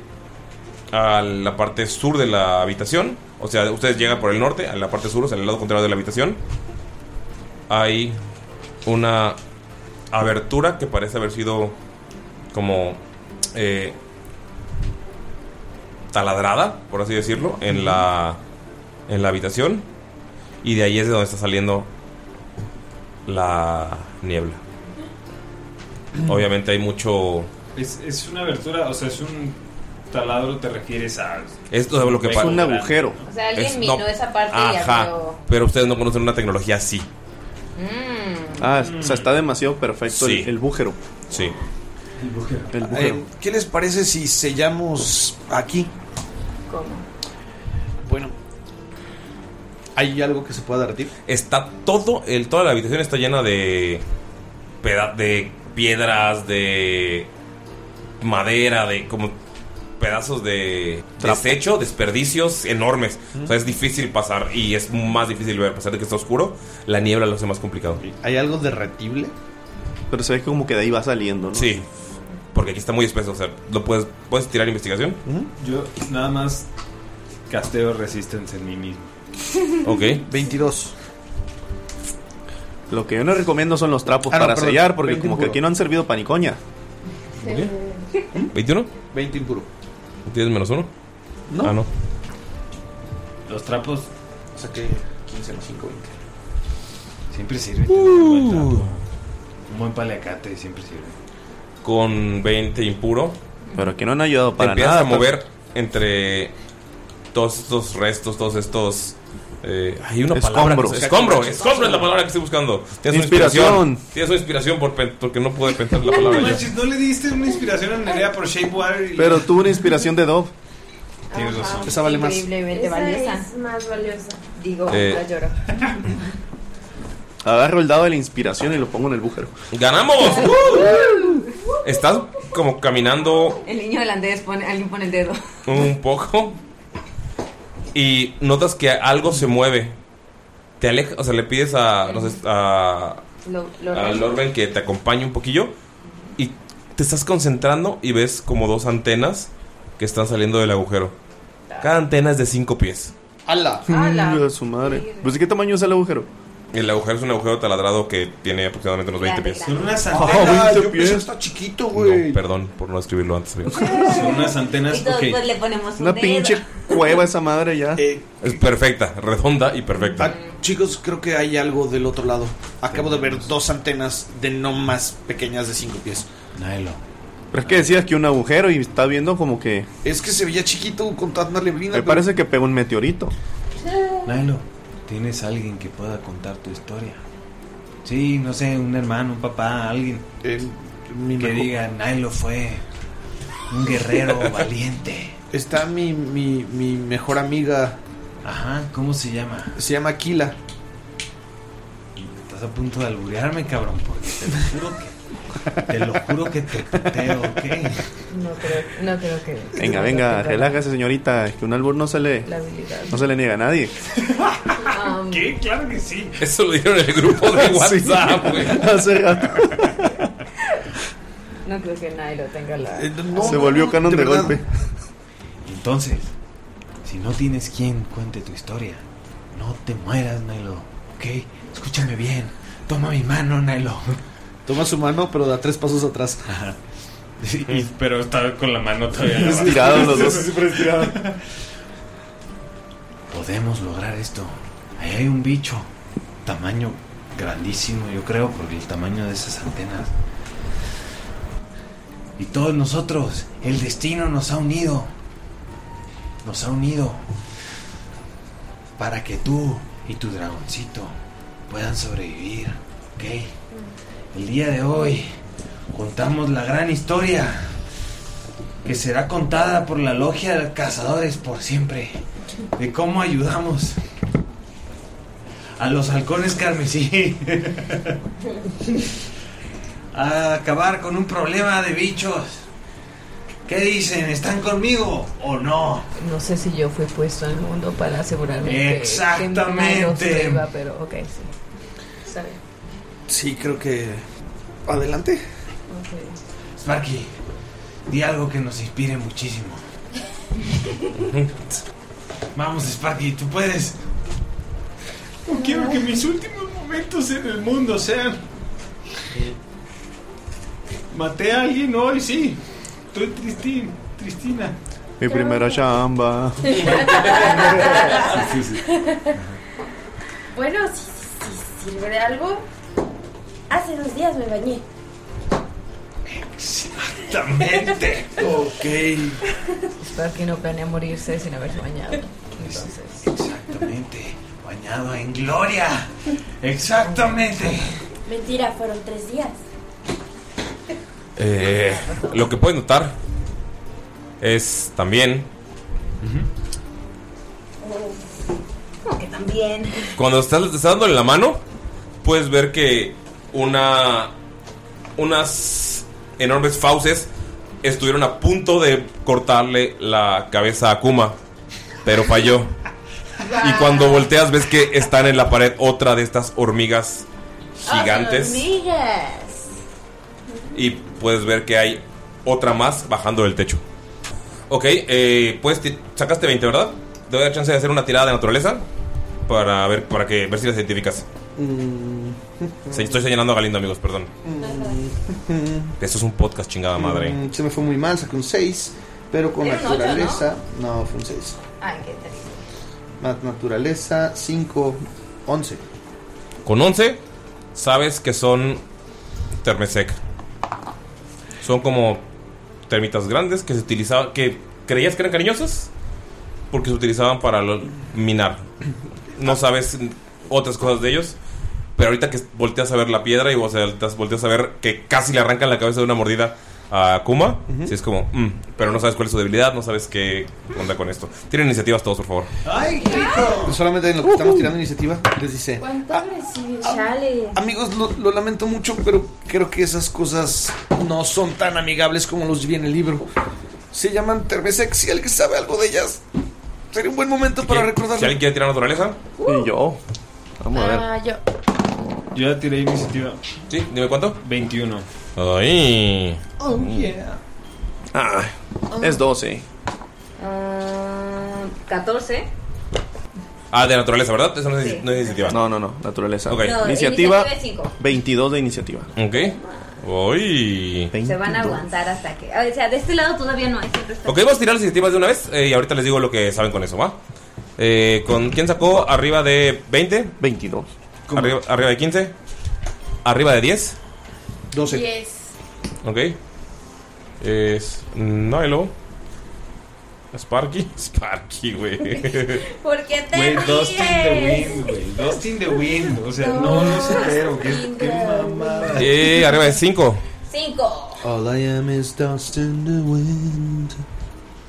a la parte sur de la habitación, o sea, ustedes llegan por el norte, a la parte sur, o sea, al lado contrario de la habitación, hay una abertura que parece haber sido como eh, taladrada, por así decirlo, en la en la habitación. Y de ahí es de donde está saliendo la niebla. Obviamente hay mucho.
Es, es una abertura, o sea, es un taladro, te refieres a.
Esto es lo que
Es
pa-
un agujero.
O sea, alguien
Es-
minó
no.
esa parte y
Ajá.
abrió.
Pero ustedes no conocen una tecnología así.
Mm.
Ah, o sea, está demasiado perfecto el, el bújero.
Sí.
El
bújero.
Eh, ¿Qué les parece si sellamos aquí?
¿Cómo?
Bueno, ¿hay algo que se pueda derretir?
Está todo, el, toda la habitación está llena de, peda- de piedras, de madera, de como pedazos de
Trapo.
desecho, desperdicios enormes. O sea, es difícil pasar y es más difícil ver, a pesar de que está oscuro, la niebla lo hace más complicado.
¿Hay algo derretible?
Pero se ve como que de ahí va saliendo, ¿no?
Sí, porque aquí está muy espeso, o sea, lo puedes, puedes tirar investigación.
Yo nada más casteo resistance en mí mismo.
Ok.
22.
Lo que yo no recomiendo son los trapos
Ah, no,
pues, para
perdón,
sellar, porque
20
como que
puro.
aquí no han servido para ni coña.
¿21?
20 impuro.
¿Tienes menos uno?
No.
Ah, no.
Los trapos.
Saqué 15 más 5, 20.
Siempre sirve. tener un buen trapo. Un buen paliacate siempre sirve.
con 20 impuro.
Pero aquí no han ayudado
Te
para
empiezas
nada, pues.
a mover entre todos estos restos, todos estos. eh, hay una palabra.
Escombros.
que se- Escombro, escombro es la palabra que estoy buscando. Tienes una
Inspiración.
inspiración. Tienes una inspiración por pen- porque no pude pensar la palabra.
No
ya.
manches, no le diste una inspiración a Nerea por Shape Water y
Pero tuvo una inspiración de Dove.
Tienes razón.
Esa vale más.
Increíblemente
Esa
valiosa.
es más valiosa.
Digo,
Eh.
la lloro.
Agarro el dado de la inspiración y lo pongo en el bújero.
¡Ganamos!
¡Uh!
Estás como caminando
El niño holandés, pone, alguien pone el dedo.
un poco y notas que algo se mueve. Te aleja, o sea, le pides a, no sé, a
Lo,
a Lorben que te acompañe un poquillo. Y te estás concentrando y ves como dos antenas que están saliendo del agujero. Cada antena es de cinco pies.
¡Hala!
¡Hala! su madre. Pues, ¿de qué tamaño es el agujero?
El agujero es un agujero taladrado que tiene aproximadamente unos 20 pies.
Son unas
Ah,
antenas.
20
yo
pies.
pensé-
Está chiquito,
No, perdón por no escribirlo antes. amigos.
Son unas antenas.
Y todos
ok.
pues, le ponemos un
Una
dedo.
pinche cueva esa madre ya.
Eh,
Es perfecta, redonda y perfecta.
Ah, Chicos, creo que hay algo del otro lado. Acabo de ver dos antenas de no más pequeñas de 5 pies.
Nailo.
Pero es que decías que un agujero y está viendo como que.
Es que se veía chiquito con tanta neblina.
Me parece que pegó un meteorito.
Nailo, ¿tienes alguien que pueda contar tu historia? Sí, no sé, un hermano, un papá, alguien. que diga, Nailo fue un guerrero valiente.
Está mi, mi, mi mejor amiga.
Ajá, ¿cómo se llama?
Se llama Kila.
Estás a punto de alburearme, cabrón, porque te lo juro que... Te lo juro que te puteo, ¿ok?
No creo, no creo que.
Venga, venga,
tenga
relájese, señorita. Que un albur no se le.
La habilidad.
No se le niega a nadie.
Um,
¿Qué? Claro que sí.
Eso lo dijeron en el grupo de WhatsApp, güey.
Hace rato.
No creo que nadie lo tenga la.
Eh,
se volvió canon de, golpe.
Entonces, si no tienes quien cuente tu historia, no te mueras, Nailo, ¿ok? Escúchame bien. Toma mi mano, Nailo.
Toma su mano, pero da tres pasos atrás.
pero está con la mano
todavía Estirados abajo. los dos. Siempre estirado.
Podemos lograr esto. Ahí hay un bicho. Tamaño grandísimo, yo creo, por el tamaño de esas antenas. Y todos nosotros, el destino nos ha unido. Nos ha unido. Para que tú y tu dragoncito puedan sobrevivir. ¿Ok? El día de hoy contamos la gran historia que será contada por la logia de cazadores por siempre de cómo ayudamos a los halcones carmesí a acabar con un problema de bichos. ¿Qué dicen? ¿Están conmigo o no?
No sé si yo fui puesto al mundo para asegurarme que- que
Exactamente.
nadie iba, pero ok, sí. Está bien.
Sí, creo que. Adelante.
Sparky, di algo que nos inspire muchísimo. Vamos, Sparky, tú puedes. No quiero que mis últimos momentos en el mundo sean. Maté a alguien hoy, sí. Tú, Tristín, Tristina.
Mi primera chamba.
Sí,
sí,
Bueno, si, si- si sirve de algo. Hace dos días me bañé.
Exactamente. ok.
Espero que no planea morirse sin haberse bañado.
Exactamente. Bañado en gloria. Exactamente.
Mentira, fueron tres días.
Eh, lo que puedes notar es también
Como que también.
Cuando estás, te estás dándole la mano, puedes ver que una. unas enormes fauces estuvieron a punto de cortarle la cabeza a Akuma, pero falló. Y cuando volteas, ves que están en la pared otra de estas hormigas gigantes.
Hormigas. Ah,
Y puedes ver que hay otra más bajando del techo. Ok, eh, pues ti- sacaste 20, ¿verdad? Te voy a dar chance de hacer una tirada de naturaleza para ver, para que, ver si las identificas. Se- estoy señalando a Galindo, amigos, perdón. Esto es un podcast, chingada Ah, madre.
Mm, Se me fue muy mal, saqué un 6, pero con
Era un ocho,
naturaleza. ¿no? fue un 6.
Ay, qué triste.
Naturaleza 5, 11.
Con 11, sabes que son Termesec. Son como termitas grandes que se utilizaban, que creías que eran cariñosas porque se utilizaban para lo- minar. No sabes otras cosas de ellos, pero ahorita que volteas a ver la piedra y volteas, volteas a ver que casi le arrancan la cabeza de una mordida a Kuma,
Ujú.
sí es como, mm, pero no sabes cuál es su debilidad, no sabes qué onda con esto. Tienen iniciativas todos, por favor.
¡Ay, qué
Oh.
rico! Solamente en lo que estamos tirando iniciativa, les dice.
¿Cuánto agresividad? Chale.
Amigos, lo, lo lamento mucho, pero creo que esas cosas no son tan amigables como los vi en el libro. Se llaman Termesec. Si alguien sabe algo de ellas, sería un buen momento para recordarlo.
Si alguien quiere tirar naturaleza. Uh.
Y yo. Vamos a ver.
Ah, yo.
Ah. Yo ya tiré iniciativa.
Sí, dime cuánto.
21.
Ay.
Oh, yeah.
Ah, es 12.
Ah, 14.
Ah, de naturaleza, ¿verdad? Eso no es,
Sí.
no es iniciativa.
No, no, no, naturaleza.
Ok.
No,
iniciativa,
iniciativa es cinco.
22 de iniciativa.
Ok. Uy.
Se van a aguantar hasta que. O sea, de este lado todavía no hay. siempre está-
Ok, vamos a tirar las iniciativas de una vez eh, y ahorita les digo lo que saben con eso, ¿va? Eh, ¿Con quién sacó arriba de 20?
22.
Arriba, arriba de 15. Arriba de 10.
12.
Ok. Es Nilo. Sparky. Sparky, güey.
¿Por qué te
Güey,
ríes?
Dustin the Wind, güey. Dustin the Wind. O sea, no, no supero. Qué, qué mamada.
Eh, arriba de 5.
5.
All I am is dust in the wind.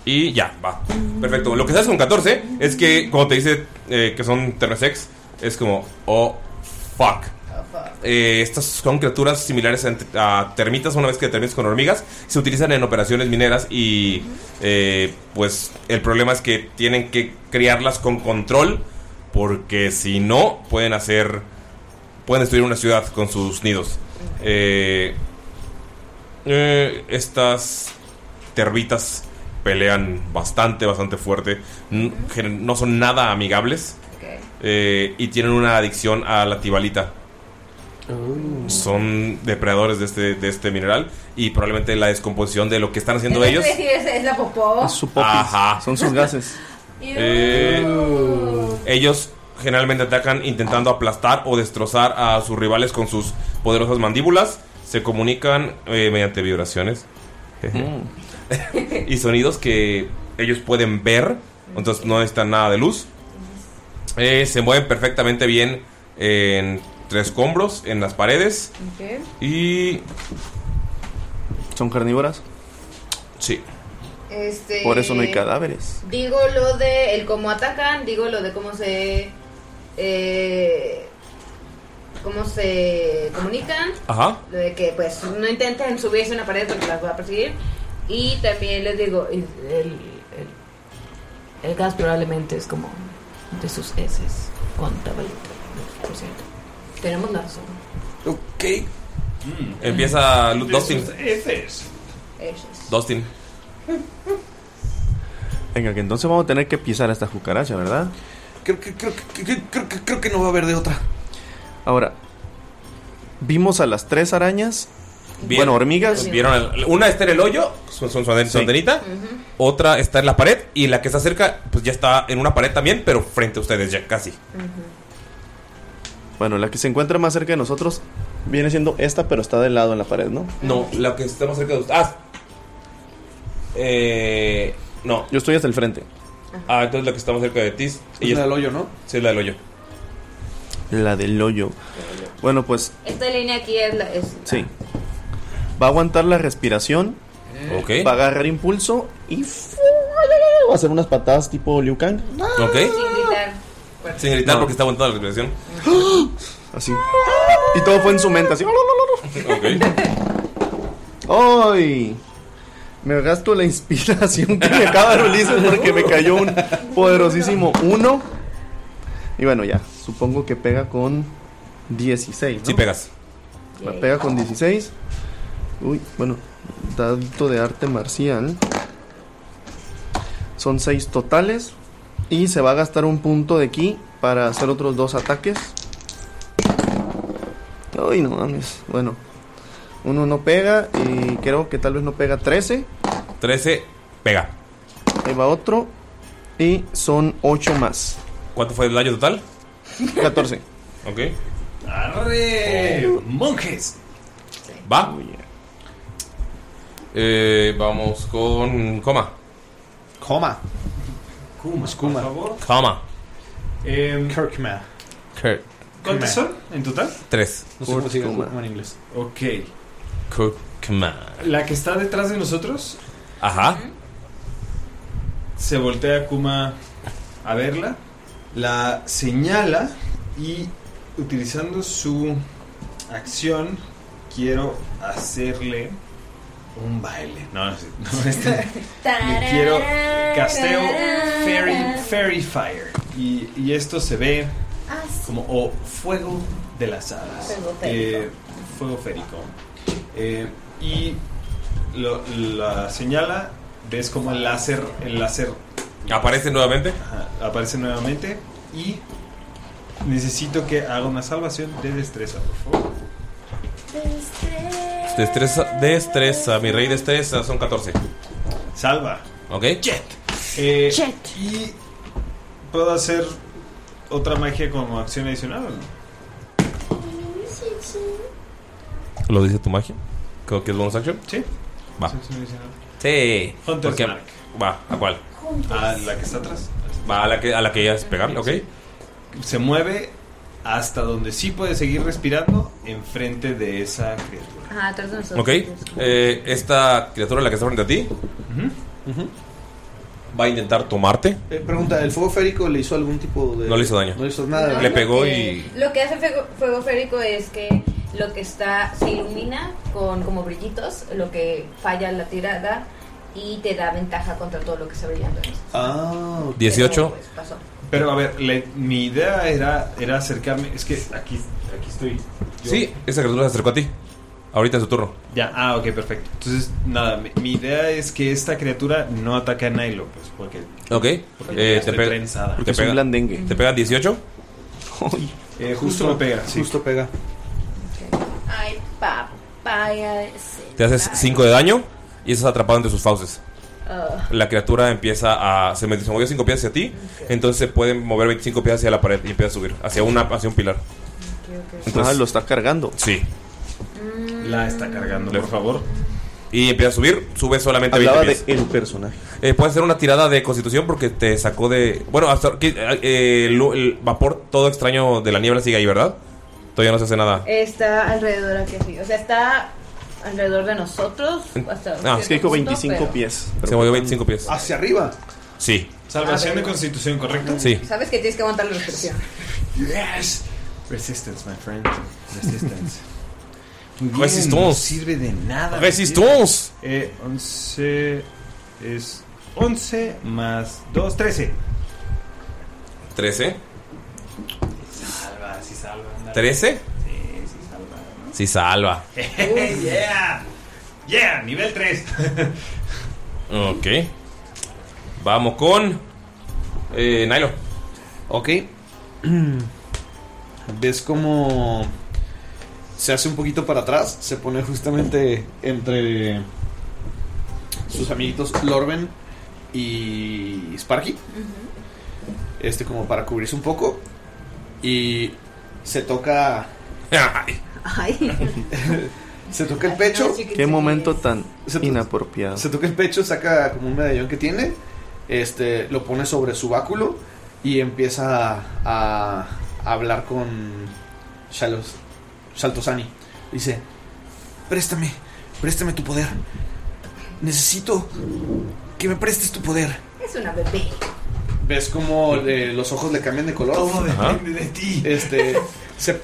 Y ya, va. Perfecto. Lo que sabes con 14 es que cuando te dice eh, que son terresex, es como, oh, fuck. Eh, estas son criaturas similares a, ent- a termitas una vez que termites con hormigas. Se utilizan en operaciones mineras y eh, pues el problema es que tienen que criarlas con control porque si no pueden hacer... Pueden destruir una ciudad con sus nidos. Eh, eh, estas termitas pelean bastante, bastante fuerte. N- gener- No son nada amigables. Eh, y tienen una adicción a la tibalita. Son depredadores de este, de este mineral. Y probablemente la descomposición de lo que están haciendo
Te
ellos.
decir, es, es la popó.
Ajá.
Son sus gases.
Eh, ellos generalmente atacan intentando aplastar o destrozar a sus rivales con sus poderosas mandíbulas. Se comunican eh, mediante vibraciones Jeje. y sonidos que ellos pueden ver. Entonces no necesitan nada de luz. Eh, se mueven perfectamente bien en tres escombros, en las paredes. Y.
¿Son carnívoras?
Sí.
Este,
Por eso no hay cadáveres.
Digo lo de el cómo atacan, digo lo de cómo se. eh, cómo se comunican.
Ajá.
Lo de que, pues, no intenten subirse a una pared porque las va a perseguir. Y también les digo. y- el-
El gas probablemente es como de sus heces con tabalito, por cierto.
Tenemos la razón.
Ok.
Mm. Empieza Lu- Dustin.
Eces.
Dustin.
Venga, que entonces vamos a tener que pisar a esta cucaracha, ¿verdad?
Creo que, creo, que, creo, que- creo que, creo que no va a haber de otra.
Ahora, vimos a las tres arañas Bueno, hormigas.
Vieron el- una está en el hoyo, su, su, su aden- su
Sí.
antenita. Otra está en la pared. Y la que está cerca, pues ya está en una pared también, pero frente a ustedes ya casi.
Bueno, la que se encuentra más cerca de nosotros viene siendo esta, pero está de lado en la pared, ¿no?
No, la que está más cerca de ustedes. Ah. Eh, no.
Yo estoy hasta el frente.
Ah, entonces la que está más cerca de ti.
Es la del hoyo,
¿no? Sí, es la del hoyo.
La del hoyo. Bueno, pues
Esta línea aquí es la. Es,
sí. Va a aguantar la respiración.
Ok.
Va a agarrar impulso y fu- va a hacer unas patadas tipo Liu Kang.
Ok.
Sin gritar.
Sin gritar
No.
porque está aguantando la respiración.
Así. Y todo fue en su mente, así. ¡Ay! Me gasto la inspiración que me acaba de dar Ulises porque me cayó un poderosísimo 1. Y bueno, ya. Supongo que pega con 16. ¿no?
Sí, pegas.
Me pega con 16. Uy, bueno, dadito de arte marcial. Son 6 totales. Y se va a gastar un punto de ki para hacer otros dos ataques. Uy, no mames. Bueno, uno no pega y creo que tal vez no pega 13.
13, pega.
Ahí va otro. Y son 8 más.
¿Cuánto fue el daño total?
14.
Ok.
¡Arre! ¡Monjes!
Va. Eh, vamos con coma.
Coma.
Kuma,
Kuma.
por favor.
Coma.
Em,
Kirkma.
Kurt.
¿Cuántos son en total?
Tres.
No sé cómo se diga Kurkuma en inglés.
Ok.
Kurt Coman.
La que está detrás de nosotros
Ajá.
se voltea Kuma a verla, la señala y utilizando su acción quiero hacerle un baile. No, no, no, este- le quiero casteo Fairy, fairy Fire y, y esto se ve como o fuego de las hadas.
Fuego férico.
Eh, fuego férico. Eh, y lo- la señala, ves como el láser, el láser
Aparece nuevamente.
Ajá, aparece nuevamente y necesito que haga una salvación de destreza, por favor.
Destreza, destreza, mi rey destreza, son 14.
Salva.
Ok.
Eh, Y puedo hacer otra magia como acción adicional. o no?
¿Lo dice tu magia? Creo que es bonus action.
Sí.
Va.
Sí, acción adicional.
Sí.
Hunter's
Porque-
Mark.
Va, ¿a cuál?
A Ah, la que está atrás.
Va a la que, a la que ya es pegar, ok.
Se mueve hasta donde sí puede seguir respirando enfrente de esa criatura.
Ajá, atrás de nosotros.
Ok. eh, esta criatura, la que está frente a ti, va a intentar tomarte.
Eh, pregunta, ¿el fuego férico le hizo algún tipo de...
No le hizo daño.
No le hizo nada.
Le
¿verdad?
pegó y.
Lo que hace fuego, fuego férico es que lo que está se ilumina con como brillitos, lo que falla la tirada y te da ventaja contra todo lo que está brillando.
Ah,
18.
Pues pasó.
Pero a ver, le- mi idea era, era acercarme. Es que aquí, aquí estoy. yo.
Sí, esa criatura se acercó a ti. Ahorita es su turno.
Ya, ah, ok, perfecto. Entonces, nada, mi, mi idea es que esta criatura no ataque a Nilo, pues, porque.
Ok.
porque
eh,
estoy
pe-
trenzada.
te pega- ¿Te pegan 18?
Eh, justo me pega, sí.
Justo pega.
Ay, papá, ya es-
Te haces 5 de daño y estás atrapado entre sus fauces.
Ah.
La criatura empieza a. Se, me- se movió 5 pies hacia ti. Entonces se pueden mover 25 pies hacia la pared y empieza a subir. Hacia, una, hacia un pilar.
Ah, lo está cargando.
Sí.
La está cargando, por favor.
Y empieza a subir. Sube solamente
Hablaba
20
de
pies.
el personaje.
Eh, puedes hacer una tirada de constitución porque te sacó de. Bueno, hasta aquí, eh, el, el vapor todo extraño de la niebla sigue ahí, ¿verdad? Todavía no se hace nada.
Está alrededor aquí, sí. O sea, está alrededor de nosotros. Hasta
Ah, es que dijo
cierto punto,
25
pero-
pies.
Se movió 25 pies.
¿Hacia arriba?
Sí.
Salvación de constitución, ¿correcto?
Sí.
Sabes que tienes que aguantar la respiración.
Yes. Resistance, my friend. Resistance. Muy bien,
Resistance.
No sirve de nada.
Resistance.
Eh, 11 es 11 más 2, 13.
13.
Salva, sí salva. ándale.
13.
Sí, sí salva.
Sí, salva.
yeah. Yeah, nivel 3.
Ok. Vamos con. Eh, Nilo.
Ok. Ves como se hace un poquito para atrás, se pone justamente entre sus amiguitos Lorben y Sparky, este como para cubrirse un poco, y se toca... se toca el pecho.
Qué momento tan
Se to-
inapropiado.
Se toca el pecho, saca como un medallón que tiene, este, lo pone sobre su báculo y empieza a, a hablar con Shalos, Shaltosani. Dice, préstame, préstame tu poder. Necesito que me prestes tu poder.
Es una bebé.
¿Ves cómo eh, los ojos le cambian de color?
Todo depende
de ti. Este,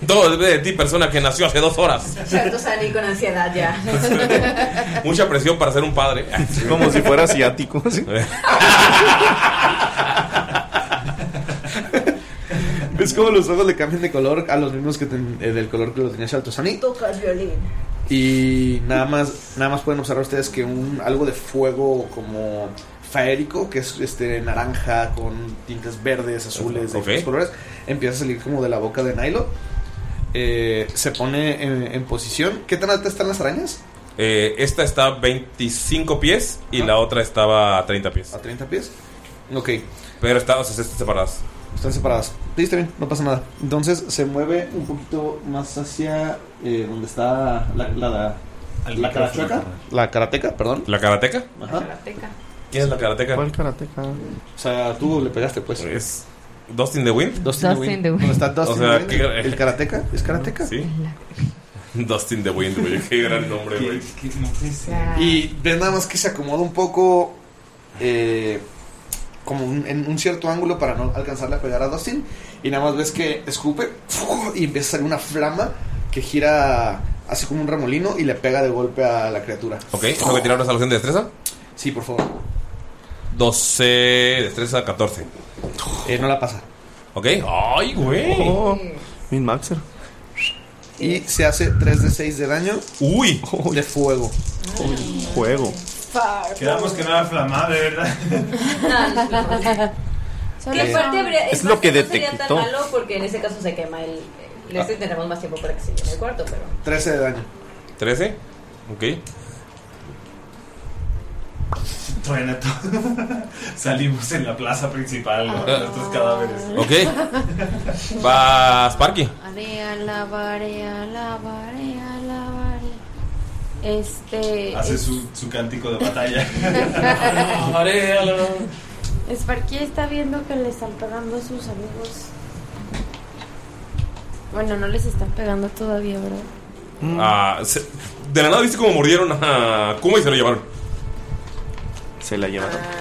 Todo depende de ti, persona que nació hace dos horas.
Charto salí con ansiedad ya.
Mucha presión para ser un padre.
Como si fuera asiático. ¿sí?
¿Ves cómo los ojos le cambian de color a los mismos que ten- eh, del color que lo tenía Shaltosani?
Tocas violín.
Y nada más, nada más pueden observar ustedes que un algo de fuego como faérico, que es este naranja con tintes verdes, azules, de
Ok.
diferentes colores, empieza a salir como de la boca de Nilo. Eh, se pone en, en posición. ¿Qué tan altas están las arañas?
Eh, esta está a 25 pies y la otra estaba a 30 pies.
Ah. ¿A 30 pies? Ok.
Pero está- o sea, están separadas.
Están separadas. Sí, está bien, no pasa nada. Entonces se mueve un poquito más hacia eh, donde está la, la, la, la carachueca. La karateca, perdón.
¿La karateca?
Ajá.
¿Quién es la karateca?
¿Cuál karateca?
O sea, tú le pegaste, pues.
Es Dustin the Wind.
Dustin the Dustin Wind. the Wind. ¿Dónde está Dustin the Wind? ¿El karateca? ¿Es karateca?
Sí. Dustin the Wind, güey. Qué gran nombre, güey.
Y ves nada más que se acomoda un poco eh, como un- en un cierto ángulo para no alcanzarle a pegar a Dustin. Y nada más ves que escupe ¡fu! y empieza a salir una flama que gira así como un remolino y le pega de golpe a la criatura.
Ok, tengo que tirar una salvación de destreza.
Sí, por favor.
12, destreza 14.
Eh, no la pasa.
Ok. Ay, güey.
Oh, Min Maxer.
Y se hace 3 de 6 de daño.
Uy.
De fuego.
Fuego.
Quedamos que no era flamable, ¿verdad?
Que aparte habría-
Es
más,
lo que
no sería
detectó. Ah.
tan malo porque en ese caso se quema el. el este tenemos más tiempo para que se llene el cuarto, pero.
13 de daño.
13. Ok.
Truena todo. Salimos en la plaza principal ¿no? con estos cadáveres.
Ok. Va Sparky.
Haré, alabaré, alabaré, alabaré. Este.
Hace
es-
su, su cántico de batalla.
Sparky está viendo que le están pegando a sus amigos. Bueno, no les están pegando todavía, ¿verdad?
Ah, se- de la nada viste cómo mordieron a Kuma y se lo llevaron.
Se la llevaron.
Ah.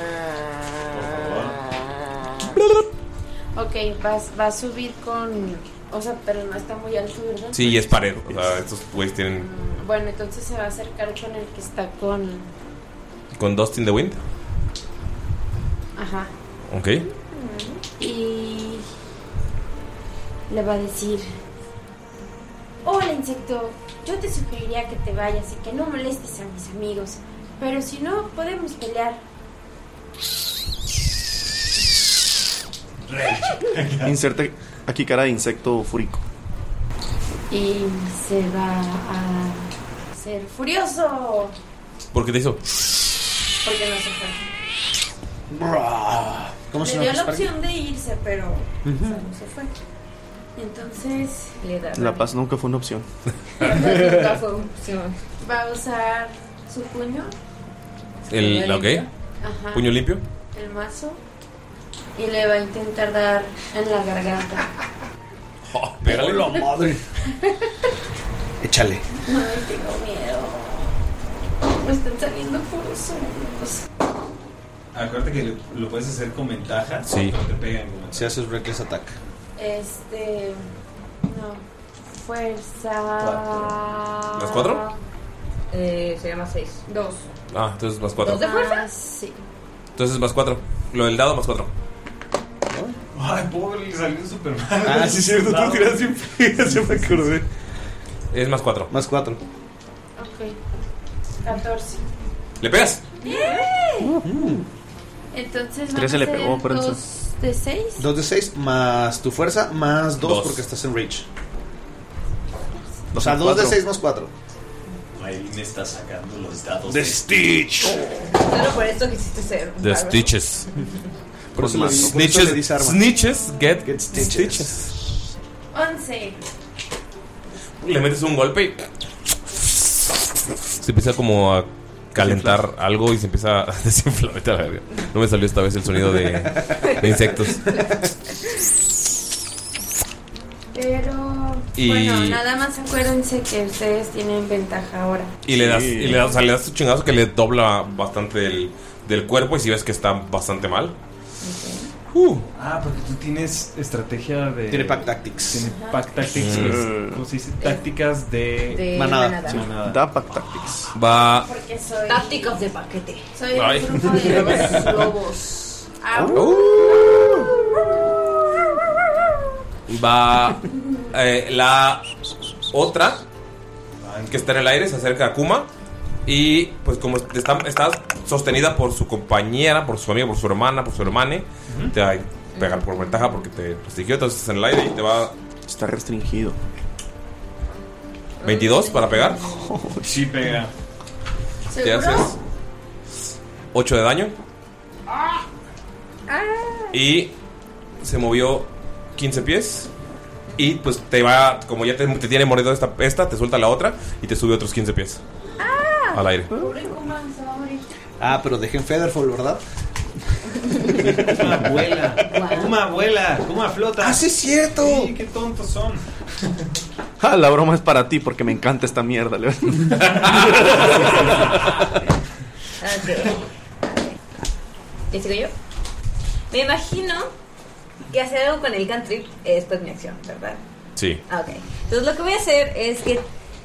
Ok, va, va a subir con. O sea, pero no está muy alto, ¿verdad?
Sí, y es pared. O sea, estos güeyes tienen.
Bueno, entonces se va a acercar con el que está con.
Con Dustin the Wind.
Ajá.
Ok.
Y. Le va a decir. Hola, insecto. Yo te sugeriría que te vayas y que no molestes a mis amigos. Pero si no, podemos pelear.
Inserte aquí cara de insecto fúrico.
Y se va a ser furioso.
¿Por qué te hizo?
Porque no se fue.
¿Cómo
Le
se
dio la
llama?
opción de irse, pero
Ujú.
o sea, no se fue. Entonces le da
La paz nunca fue una opción.
Nunca fue opción. Va a usar su puño.
El, la-
Limpio.
ok.
Ajá.
Puño limpio.
El mazo. Y le va a intentar dar en la garganta.
Oh,
Pégale.
¡Hola madre! Échale.
Ay, tengo miedo. Me están saliendo puros hongos.
Acuérdate que lo, lo puedes hacer con ventaja.
Sí.
pero te pegan. güey.
Si haces reckless attack.
Este. No. Fuerza.
¿Las cuatro?
Eh, sería más 6. 2.
Ah, entonces más cuatro.
¿Dos de fuerza?
Ah, sí.
Entonces más cuatro. Lo del dado más cuatro.
Ay, pobre, le salió súper mal.
Ah, sí, es cierto, tú tiraste un ya me acordé.
Es más cuatro.
Más cuatro.
Ok. 14.
¿Le pegas? Uh-huh.
Entonces
Tres oh,
vamos
se le
a hacer
oh,
pegó, pero
dos de seis.
2 de 6 más tu fuerza, más 2 porque estás en reach. O sea, 2 de 6 más 4.
Maylin está sacando los dados.
De Stitch.
Solo por esto quisiste ser.
The
bárbaro.
Stitches.
Por
Pues
eso le di- por eso le
snitches,
disarma.
snitches get,
stitches.
stitches.
11.
Le metes un golpe y se empieza como a calentar algo y se empieza a desinflar. Vete a la verga. No me salió esta vez el sonido de, de insectos.
Pero.
Y-
Bueno, nada más acuérdense que ustedes tienen ventaja ahora.
Y le das, y le das, o sea, le das un chingazo que le dobla bastante el, del cuerpo y si ves que está bastante mal.
Ah, porque tú tienes estrategia de.
Uh. Tiene pack tactics.
Tiene pack tactics.
Mm.
que es- ¿Cómo se dice? Tácticas de.
De Manada. manada. Sí.
Da pack tactics.
Va.
Porque soy. Tácticas de paquete. Soy
Ay. Uh.
el grupo de los lobos. Ah,
Va eh, la otra que está en el aire, se acerca a Kuma. Y pues como está, está sostenida por su compañera, por su amiga, por su hermana, por su hermane, te va a pegar por ventaja porque te restringió, entonces estás en el aire y te va...
Está restringido.
22 para pegar.
Sí pega.
Te haces 8 de daño y se movió 15 pies. Y pues te va, como ya te, te tiene mordido esta, esta, te suelta la otra y te sube otros 15 pies al aire.
Pobre Kuma, sorry.
Ah, pero dejen Featherfall, ¿verdad?
¿Cómo abuela? ¿Cómo flota?
¡Ah, sí es cierto!
Sí, qué tontos son.
Ah, la broma es para ti porque me encanta esta mierda, León.
¿Ya sigo yo? Me imagino que hacer algo con el cantrip es pues mi acción, ¿verdad?
Sí.
Ah, ok. Entonces lo que voy a hacer es que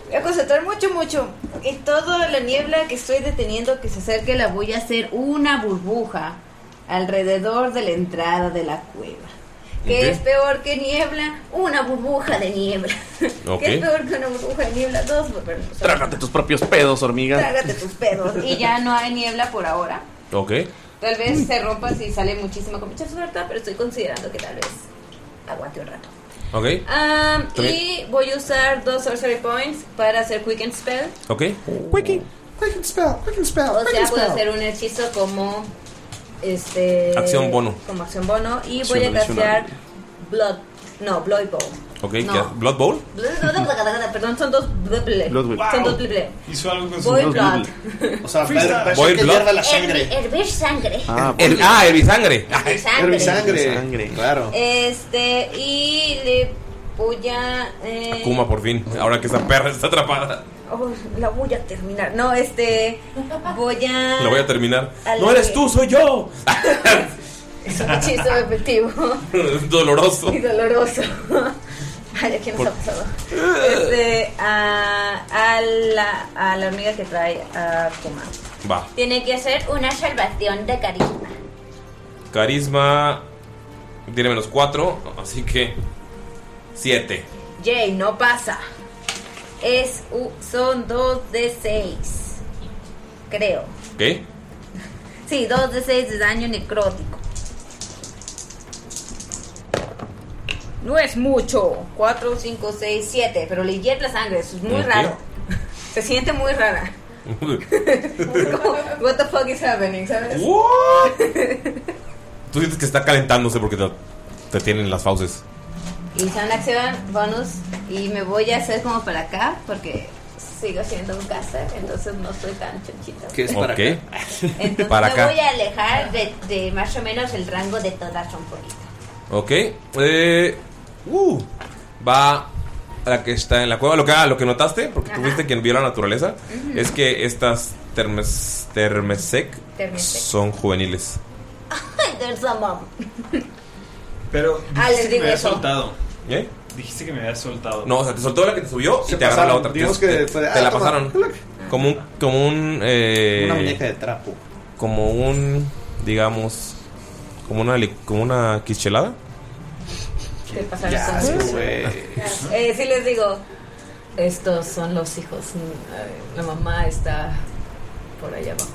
voy a concentrar mucho, mucho en toda la niebla que estoy deteniendo que se acerque. La voy a hacer una burbuja alrededor de la entrada de la cueva. Que
Ok.
es peor que niebla, una burbuja de niebla.
Ok.
Que es peor que una burbuja de niebla, dos burbujas.
Trágate tus propios pedos, hormiga.
Trágate tus pedos. Y ya no hay niebla por ahora.
Ok.
Tal vez se rompa si sale muchísima con mucha suerte, pero estoy considerando que tal vez aguante un rato.
Ok.
Am,
Está
y voy a usar dos sorcery points para hacer quicken spell.
Ok.
Wiki. Quick spell, quick spell,
O
quick
sea, puedo
spell.
hacer un hechizo como este
Acción bono.
Como acción bono y
Acción
voy
adicional.
a castear blood no, blood bowl.
Ok,
No.
¿qué- ¿Blood Bowl?
Perdón, son dos blue
Blood Bowl.
Son
Wow.
dos blue
Hizo algo con
su-
Boy
Dos
blood.
O sea,
Freestyle.
para- para
Boil
que
blood.
hierva la sangre.
Her- hervir sangre.
Ah, el, ah, Herbisangre.
Herbisangre.
pues Herbisangre,
Claro.
Este, y le voy a. eh,
Kuma, por fin. Ahora que esa perra está atrapada.
oh, la voy a terminar. No, este. Voy Ah, a.
La voy a terminar.
Ale.
No eres tú, soy yo.
Es un hechizo efectivo
Doloroso.
y doloroso. Ay, aquí nos
Por-
ha pasado. Este, a, a, la, a la hormiga que trae a Kuma.
Va.
Tiene que hacer una salvación de carisma.
Carisma. Tiene menos 4, así que. 7.
Jay, no pasa. Es, u- son 2 de 6. Creo.
¿Ok?
Sí, 2 de 6 de daño necrótico. No es mucho. 4, 5, 6, 7. Pero le hierve la sangre. Eso es muy
Ok.
raro. Se siente muy rara. Como, What the fuck is happening, ¿sabes?
Tú sientes que está calentándose porque te, te tienen las fauces.
Y son acción bonus. Y me voy a hacer como para acá. Porque sigo siendo un caster. Entonces no soy tan chonchita.
¿Qué es para
Ok.
acá?
Entonces
Para
me
acá.
voy a alejar de, de más o menos el rango de todas son poquito.
Ok. Eh, uh, va a la que está en la cueva. Lo que, ah, lo que notaste, porque tú
Ajá.
fuiste quien vio la naturaleza,
Ujú.
es que estas termes, termesec
Termesec.
son juveniles.
Ah,
Ay, there's a mom.
Pero
Ah,
dijiste
les
que me
digo
había
eso.
soltado.
¿Eh?
Dijiste que me había soltado.
No, o sea, te soltó la que te subió y
Se
te agarró la
pasaron.
otra.
Digamos
te,
que
te-
fue,
te
ah,
la
toma.
pasaron. Como un. Como un eh,
Una muñeca de trapo.
Como un. Digamos. Como una, li- como una quichelada.
¿Qué pasa?
Ya,
Son-
sí, güey.
Eh, sí les digo.
Estos son los hijos. mm, a ver, La mamá está por allá abajo.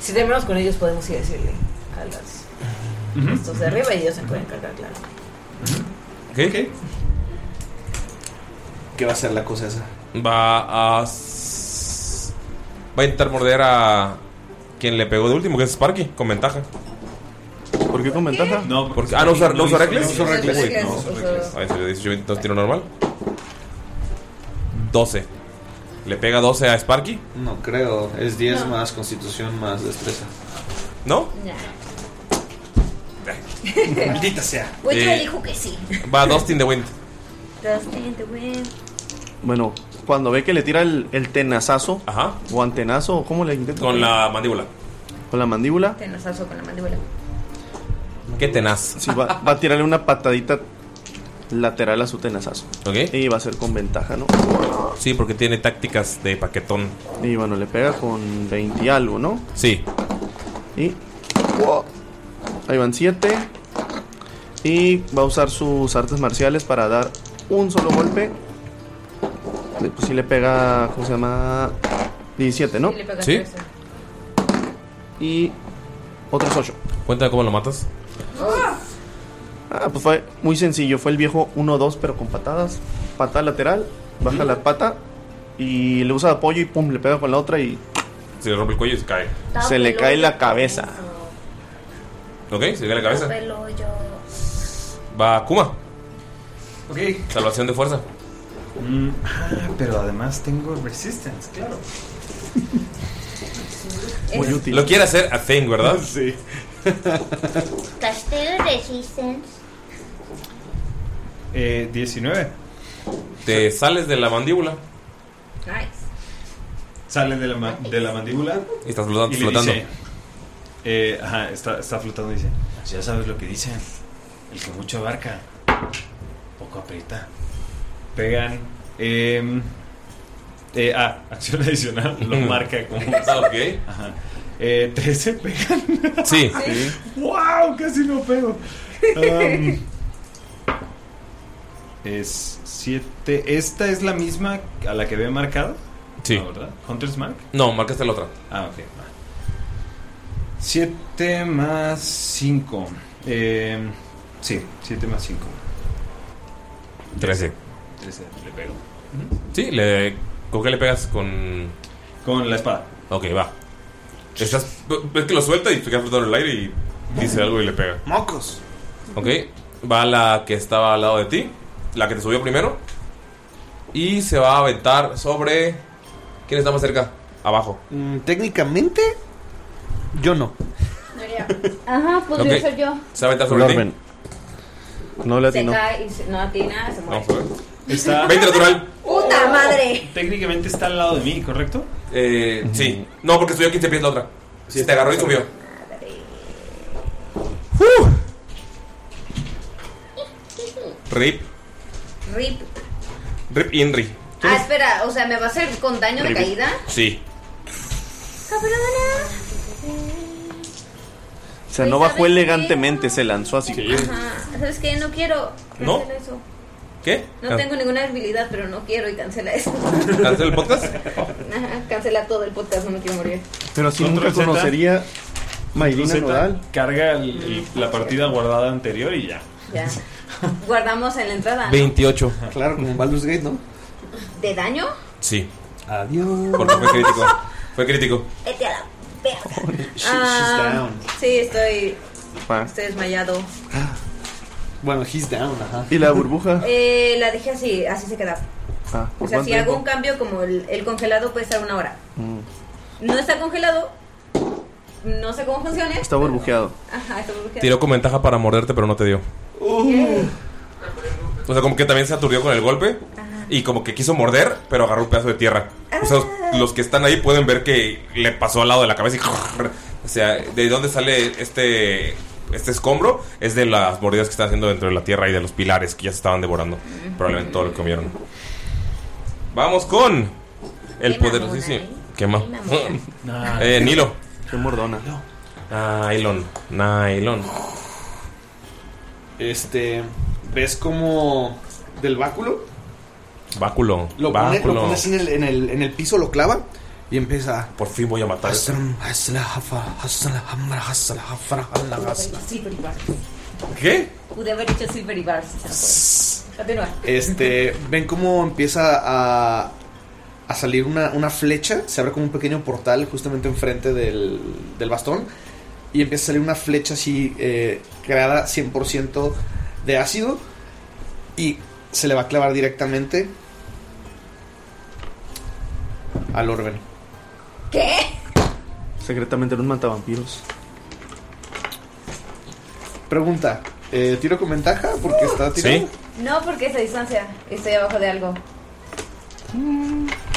Si terminamos con ellos, podemos ir a decirle a los- estos de arriba y ellos se pueden cargar, claro.
¿Qué?
¿Qué va a ser la cosa esa?
Va a. s- Va a intentar morder a. Quien le pegó de último, que es Sparky, con ventaja.
¿Por qué con ventaja?
No, porque. Ah, no usar, no usar
No
reckless. Ah,
usó reckless.
Uy,
No
No
usó
usar
reckless.
reckless. Ahí salió 18, 20, entonces tiro normal. 12. ¿Le pega 12 a Sparky?
No creo. Es 10
No.
más constitución más destreza.
¿No?
Maldita sea.
Pues yo
Eh,
elijo que sí.
Va Dustin de Wind.
Dustin the wind.
Bueno, cuando ve que le tira el, el tenazazo.
Ajá.
O antenazo, ¿cómo le intenta?
Con la mandíbula.
Con la mandíbula.
Tenazazo con la mandíbula.
Qué tenaz.
Sí, va, va a tirarle una patadita lateral a su tenazazo.
Ok.
Y va a ser con ventaja, ¿no?
Sí, porque tiene tácticas de paquetón.
Y bueno, le pega con 20 y algo, ¿no?
Sí.
Y. ¡Wow! Ahí van 7. Y va a usar sus artes marciales para dar un solo golpe. Le- Pues si le pega. ¿Cómo se llama? 17, ¿no?
Sí, le pega
Sí.
trece.
Y. Otros 8.
Cuenta cómo lo matas.
Ah, pues fue muy sencillo. Fue el viejo 1-2, pero con patadas. Patada lateral, baja la pata y le usa apoyo y pum, le pega con la otra y
Se le rompe el cuello y se cae.
se le cae la cabeza.
Ok, se le cae la cabeza. Va Kuma.
Ok.
Salvación de fuerza.
Mm, ah, pero además tengo resistance, claro.
Muy útil. Lo quiere hacer a Thing, ¿verdad?
Sí.
Castigo Resistance.
Eh, 19.
Te sales de la mandíbula
Nice.
Sale de la, ma- de la mandíbula.
y estás flotando.
Y le
flotando.
dice, eh, ajá, está, está flotando y dice, "Pues ya sabes lo que dicen, el que mucho abarca, poco aprieta. Pegan, em, eh, ah, acción adicional, lo marca como...
Ah, ok.
Ajá. Eh, 13 pegan.
Sí.
¡Wow! Casi no pego. Um, es 7. ¿Esta es la misma a la que había marcado?
Sí.
No, ¿Verdad? ¿Hunter's Mark?
No, marcaste la otra.
Ah, ok. 7 más 5. sí, 7 más 5.
13.
13, le pego.
Sí, le, ¿con qué le pegas? Con.
Con la espada.
Ok, va. Estás, ves que lo suelta y te queda flotando en el aire y dice algo y le pega.
¡Mocos!
Ok, va la que estaba al lado de ti, la que te subió primero. Y se va a aventar sobre. ¿Quién está más cerca? Abajo.
Mm, técnicamente, yo no.
Ajá, pues
podría Ok. ser
yo.
Se va a aventar sobre ti.
No
Se cae y se- no atina, se Oh. muere.
Vamos a ver.
Está.
20 natural.
¡Puta madre!
Técnicamente está al lado de mí, ¿correcto?
Eh, Sí. No, porque subió 15 pies la otra. Sí, te agarró y subió. Rip.
Rip.
Rip Inri.
Ah, espera, o sea, ¿me va a hacer con daño de
Rip.
caída?
Sí.
¡Cabrona!
O sea, no bajó elegantemente, se lanzó así.
Ajá. ¿Sabes qué? No quiero.
¿No?
Cancela eso.
¿Qué? Ah.
No tengo ninguna habilidad, pero no quiero y cancela eso.
¿Cancela el podcast?
Ajá, cancela todo el podcast, no me quiero morir.
Pero si nunca
Control Z.
conocería Mayrina
Control Z,
Nodal.
Carga el- el- la partida guardada anterior y ya.
Ya. Guardamos en la entrada. ¿no?
28.
Claro, como Baldur's Gate, ¿no?
¿De daño?
Sí.
Adiós.
Porque fue crítico. Fue crítico.
Vete a la verga.
Oh,
she's
Ah,
down.
Sí, estoy.
Ah.
Estoy desmayado.
Bueno, he's down, ajá.
Ah. ¿Y la burbuja?
Eh, la dejé así, así se queda.
Ah,
O
¿por
sea,
cuánto
si hago un
tiempo?
cambio, como el, el congelado puede estar una hora.
Mm,
No está congelado. No sé cómo funciona.
Está burbujeado.
Ajá, está Uh. bloqueado.
Tiró Uh. con ventaja para morderte, pero no te dio.
Yay.
O sea, como que también se aturdió con el golpe. Y como que quiso morder, pero agarró un pedazo de tierra. O sea, los que están ahí pueden ver que le pasó al lado de la cabeza y. O sea, ¿de dónde sale este, este escombro? Es de las mordidas que están haciendo dentro de la tierra y de los pilares que ya se estaban devorando. Probablemente todo lo que comieron. Vamos con el poderosísimo.
¿eh?
Quema.
mamona,
Eh, Nilo. Ah,
Qué mordona.
Nylon. Nylon.
Este, ¿ves como del báculo?
Báculo.
Lo pone,
báculo.
lo pone así en el, en, el, en el piso, lo clava y empieza...
Por fin voy a matar.
Silvery Bars.
¿Qué?
Pude haber dicho Silvery Bars. Continúa.
Este, ven cómo empieza a a salir una, una flecha, se abre como un pequeño portal justamente enfrente del, del bastón y empieza a salir una flecha así eh, creada 100% de ácido y se le va a clavar directamente al Orben.
¿Qué?
Secretamente los matavampiros.
Pregunta, eh, ¿tiro con ventaja? Porque
Uh,
está tirando.
No, porque es a distancia. Estoy abajo de algo.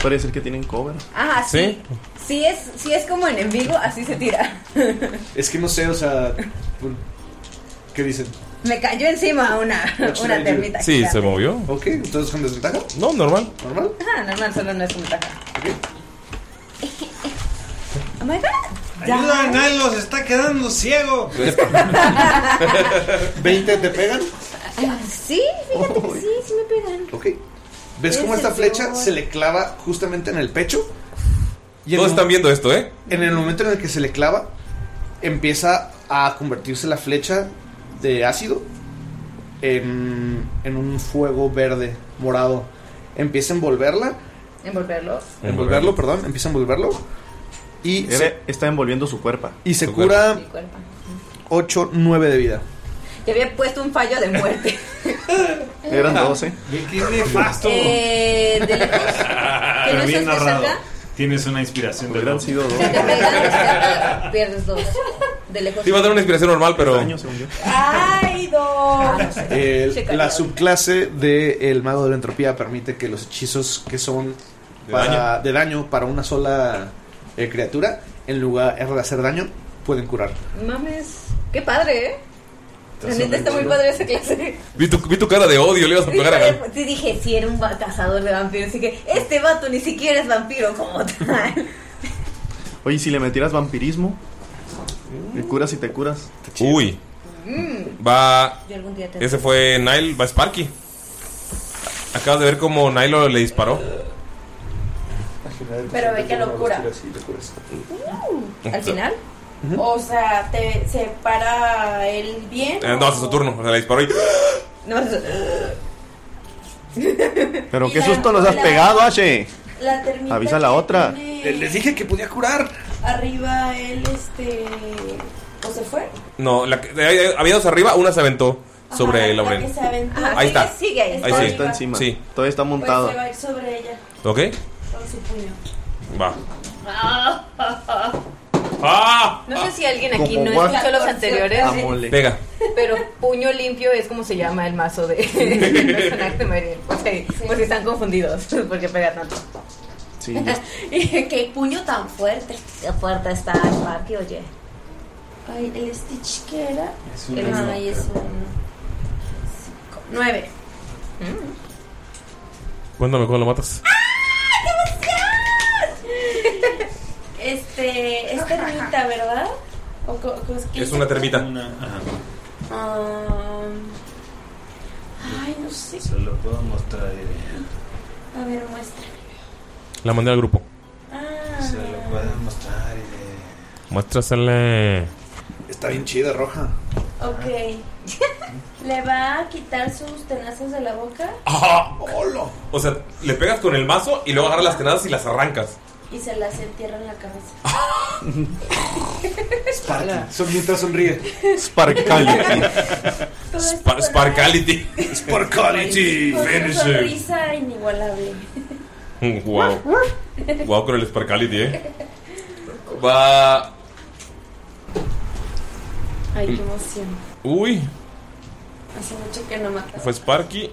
Parece ser que tienen cover.
Ajá, Ah, sí. Si es, si es como en en vivo, así se tira.
Es que no sé, o sea. ¿Qué dicen?
Me cayó encima una, una termita.
Sí, se movió.
Ok, entonces con desventaja.
No, normal.
¿Normal?
Ajá, normal, solo no es un taja. Oh my god. Ya.
Ayuda, Nilo se está quedando ciego.
20 te pegan.
Ah, Sí, fíjate que sí, sí me pegan.
Ok. ¿Ves cómo
Es
esta
el
flecha
peor.
se le clava justamente en el pecho?
Todos están viendo esto, ¿eh?
En el momento en el que se le clava, empieza a convertirse la flecha de ácido en, en un fuego verde, morado. Empieza a envolverla,
Envolverlo.
envolverlo, perdón, empieza a envolverlo. Y
Era- está envolviendo su cuerpo.
Y se
Su
cura
Mi cuerpo.
8, 9 de vida.
Te había puesto un fallo de muerte.
Eh.
Eran 12.
¡Qué nefasto!
Eh, de lejos.
Ah,
¿Que no
bien
estás muy
narrado.
cerca?
Tienes una inspiración de dos.
sido
Si te pegan, de cerca, pierdes dos. De lejos.
Te iba a dar una inspiración normal, pero.
¡Ay, dos!
El-
Checa
la
yo.
subclase del mago de la entropía permite que los hechizos que son
De
para-
daño.
de daño para una sola eh, criatura, en lugar de hacer daño, pueden curar.
Mames. Qué padre, ¿eh? La neta está muy
sobreviviendo.
padre esa clase.
Vi tu, vi tu cara de odio, le ibas a
Sí,
pegar a Gal.
te dije, si era un va- cazador de vampiros, así que este vato ni siquiera es vampiro como tal.
Oye, ¿y si le metieras vampirismo,
Mm.
te curas y te curas.
Uy.
Mm.
Va.
Yo algún día te-
Ah, Ese fue Nile, va Sparky. Acabas de ver cómo Nilo le disparó.
Pero ve qué locura.
Al final.
O sea, te, se para el bien.
Eh, no, hace su turno. O sea, le disparó y.
No,
Pero
Y
qué
la-
susto nos has
la-
pegado, Ashe.
La termita
Avisa a la
que
otra.
tiene
Les dije que podía curar.
Arriba él, este. ¿O se fue?
No, la que- eh, eh, había dos arriba, una se aventó sobre la
que
Lauren.
se aventó.
Ahí está. Ahí sí.
Todavía está encima.
Sí.
Todavía está
Pues
montado.
se va a ir sobre ella
¿Ok?
con su puño.
Va. ¡Ah!
No sé si alguien aquí
Como
no
guac-
escuchó los anteriores,
Ah,
Pega.
pero puño limpio es como se llama el mazo de del personaje de Mariel. Por si,
pues
por si están confundidos, porque pega tanto.
Sí,
Qué puño tan fuerte. Qué fuerte está el parque, oye.
Ay, el Stitch que era.
Es un
Era-
uno.
ay, es un. cinco- Nueve.
Mm.
Cuéntame cómo lo matas.
Este. Es termita, ¿verdad? ¿O co- co- qué
Es una termita.
Am, Ah, ay, no sé.
Se lo puedo mostrar. eh.
A ver, muestra. Ah,
La mandé al grupo.
Se lo puedo mostrar. eh.
Muéstrasele.
Está bien chida, roja.
Ok. Le va a quitar sus tenazas de la boca
¡Ah! O sea, le pegas con el mazo y luego agarras las tenazas y las arrancas.
y se las entierra en la cabeza.
Ah.
Sparky. Ah. Son- mientras sonríe.
Sparkality.
Todo esto
Spar- Sparkality. Sparkality.
con una
Finisher.
sonrisa inigualable.
Wow. Wow con el Sparkality, eh. Va.
Ay, qué emoción.
Uy,
Hace mucho que no mata.
fue Sparky.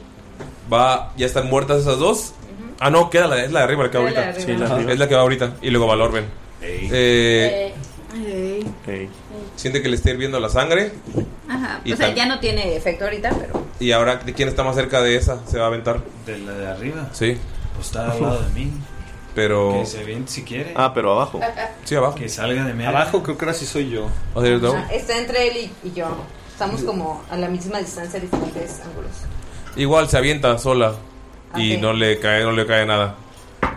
Va. Ya están muertas esas dos. Ah, no, queda la, es la de arriba la que va
Era la
ahorita.
de arriba. Sí, la de
Ajá.
arriba.
es la que va ahorita. Y luego va Lorben. Eh, siente que le está hirviendo la sangre.
Ajá.
Y
o sea,
tal-
ya no tiene efecto ahorita, pero.
Y ahora, ¿de quién está más cerca de esa? Se va a aventar.
¿De la de arriba?
Sí.
Pues está al lado de mí.
Pero.
Que se aviente si quiere.
Ah, pero abajo.
Sí, abajo.
Que salga de mí.
Abajo creo que ahora sí soy yo.
O sea, ¿no?
Ajá, Está entre él y, y yo. Estamos como a la misma distancia, diferentes ángulos.
Igual se avienta sola. Y
Ok.
no le cae, no le cae nada.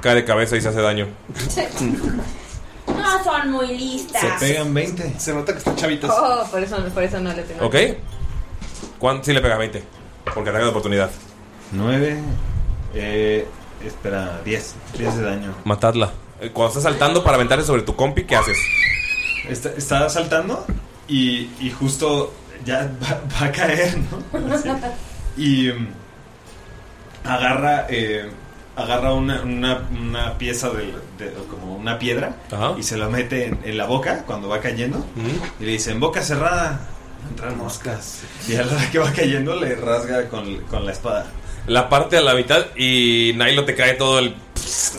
Cae de cabeza y se hace daño.
No son muy listas.
20.
Se nota que están chavitas.
Oh, por eso, por eso no le tengo.
¿Ok? ¿Cuán- Sí le pega 20. Porque ataca de oportunidad.
9. Eh, Espera, 10. 10 de daño.
Matadla. Eh, Cuando estás saltando para aventarle sobre tu compi, ¿qué haces?
Está, está saltando y, y justo ya va, va a caer, ¿no? Así. Y mm, agarra, eh, agarra una, una- una pieza del- de, como una piedra y se la mete en, en la boca cuando va cayendo. Y le dice, en boca cerrada, entran moscas. Y a la hora que va cayendo le rasga con, con la espada.
La parte a la mitad y Nailo te cae todo el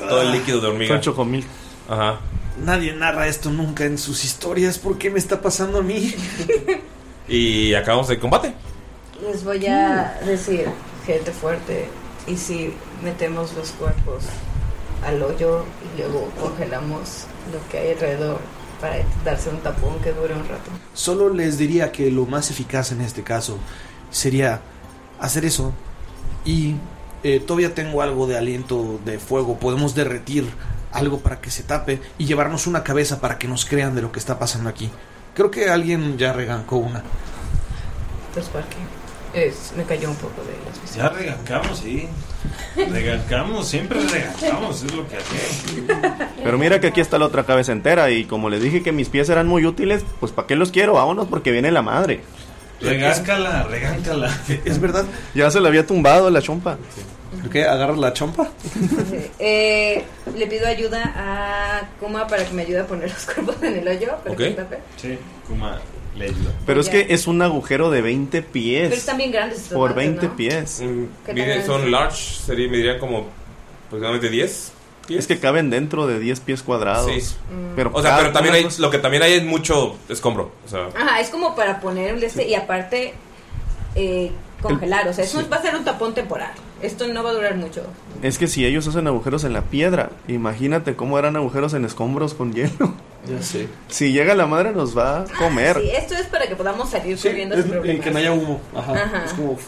todo el líquido de hormiga.
Son chocomil.
Ajá.
Nadie narra esto nunca en sus historias. ¿Por qué me está pasando a mí?
Y acabamos el combate.
Les voy a
Mm.
decir, gente fuerte, y si metemos los cuerpos al hoyo y luego congelamos lo que hay alrededor para darse un tapón que dure un rato.
Solo les diría que lo más eficaz en este caso sería hacer eso. Y eh, todavía tengo algo de aliento de fuego. Podemos derretir algo para que se tape y llevarnos una cabeza para que nos crean de lo que está pasando aquí. Creo que alguien ya regancó una.
Entonces, ¿para qué? Es- me cayó un poco de las
Ya regancamos, sí. Regancamos, siempre regancamos, es lo que hacemos.
Pero mira que aquí está la otra cabeza entera y como les dije que mis pies eran muy útiles, pues ¿para qué los quiero? Vámonos porque viene la madre.
Regáncala, regáncala.
Es verdad.
Ya se la había tumbado la chompa.
¿Por qué? ¿Agarras la chompa?
Eh, le pido ayuda a Kuma para que me ayude a poner los cuerpos en el hoyo. Para que
Ok.
se tape.
Sí, Kuma, le ayuda.
Pero es
Ya.
que es un agujero de 20
Pero
pies.
están bien grandes estos
Por
datos,
20
¿no?
pies.
¿Qué Mide- tal?
Son large, sería, me dirían como aproximadamente 10.
Es que caben dentro de 10 pies cuadrados.
Sí.
Mm.
Pero
o sea,
cada
pero también
una
hay,
cosa-
lo que también hay es mucho escombro. O sea,
Ajá, es como para poner un de este y aparte eh, congelar. O sea, eso va a ser un tapón temporal. Esto no va a durar mucho.
Es que si ellos hacen agujeros en la piedra, imagínate cómo eran agujeros en escombros con hielo.
Ya sé.
Si llega la madre nos va a comer.
Sí, esto es para que podamos salir corriendo
Es-
sin
eh,
problemas.
que no haya humo. Ajá.
Ajá.
Es como.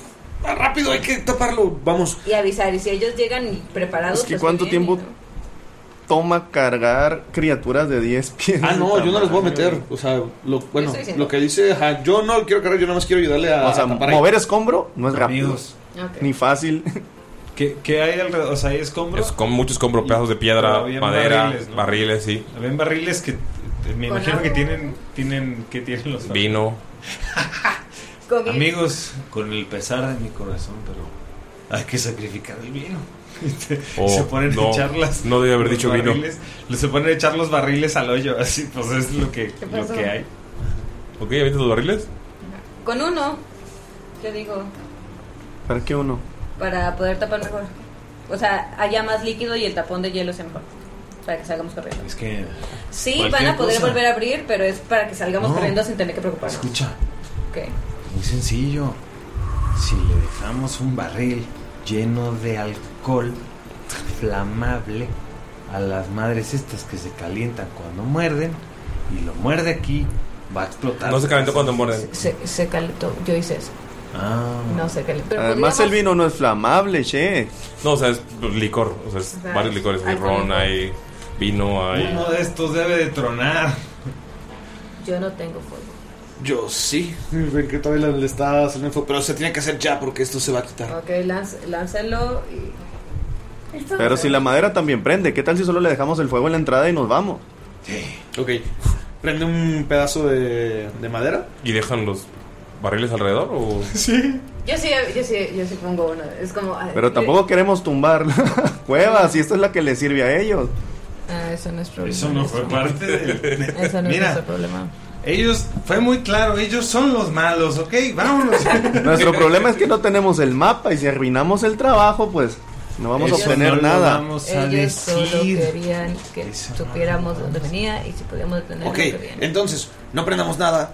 "Ah, rápido, hay que taparlo. Vamos.
Y avisar. Y si ellos llegan y preparados.
Es que
pues,
cuánto
muy bien,
tiempo toma cargar criaturas de 10 pies.
Ah, no, yo no los voy a meter. O sea, lo, bueno,
estoy diciendo.
lo que dice, ajá, yo no lo quiero cargar, yo nada más quiero ayudarle a.
O sea,
a tapar ahí.
mover escombro no es rápido.
Ok.
Ni fácil.
¿Qué, qué hay alrededor? O sea, hay escombros.
es con mucho escombro, pedazos de piedra,
Pero había
madera, barriles,
barriles, ¿no?
sí.
Ven barriles que eh, me
Con
imagino que
agua.
tienen, tienen, que tienen los
Vino.
Con-
amigos con el pesar de mi corazón, pero hay que sacrificar el vino.
Oh,
se ponen
no,
a echarlas.
no debí haber dicho vino.
vino. Se ponen a echar los barriles al hoyo, así pues es lo que, lo
pasó?
que hay.
Ok, ¿avientas los barriles?
Con uno, yo digo,
¿Para qué uno?
para poder tapar mejor. O sea, haya más líquido y el tapón de hielo sea mejor. Para que salgamos corriendo.
Es que.
Sí,
cualquier
van a poder
cosa.
volver a abrir, pero es para que salgamos
No.
corriendo sin tener que preocuparnos.
Escucha,
Ok.
muy sencillo. Si le dejamos un barril lleno de alcohol flamable a las madres estas que se calientan cuando muerden y lo muerde aquí, va a explotar.
No se calentó cuando muerden.
Se, se calentó. Yo hice eso.
Ah.
No se calentó.
Además el vino no es flamable, che.
No, o sea, es licor. O sea, es
Ajá,
varios licores. Hay
alcohol.
ron, hay vino, hay.
Uno de estos debe de tronar.
Yo no tengo fuego.
Yo sí. Ven que todavía le está haciendo fuego, pero se tiene que hacer ya porque esto se va a quitar.
Ok, lánz- láncenlo y.
Pero si la madera también prende, ¿qué tal si solo le dejamos el fuego en la entrada y nos vamos?
Ok. Prende un pedazo de, de madera.
¿Y dejan los barriles alrededor? O...
Sí.
Yo sí, yo sí, yo sí pongo uno. Es como. ay,
Pero tampoco queremos tumbar la cueva, si esto es la que les sirve a ellos.
Ah, eso no es problema.
Eso no fue parte del.
Eso no
Mira.
es nuestro problema.
Ellos, fue muy claro, ellos son los malos, ok, vámonos.
Nuestro problema es que no tenemos el mapa y si arruinamos el trabajo, pues no vamos
Eso
a obtener
no lo
nada.
vamos a
Ellos solo
decir.
querían que supiéramos dónde venía y si podíamos detener
Ok,
lo que viene.
entonces, no prendamos nada.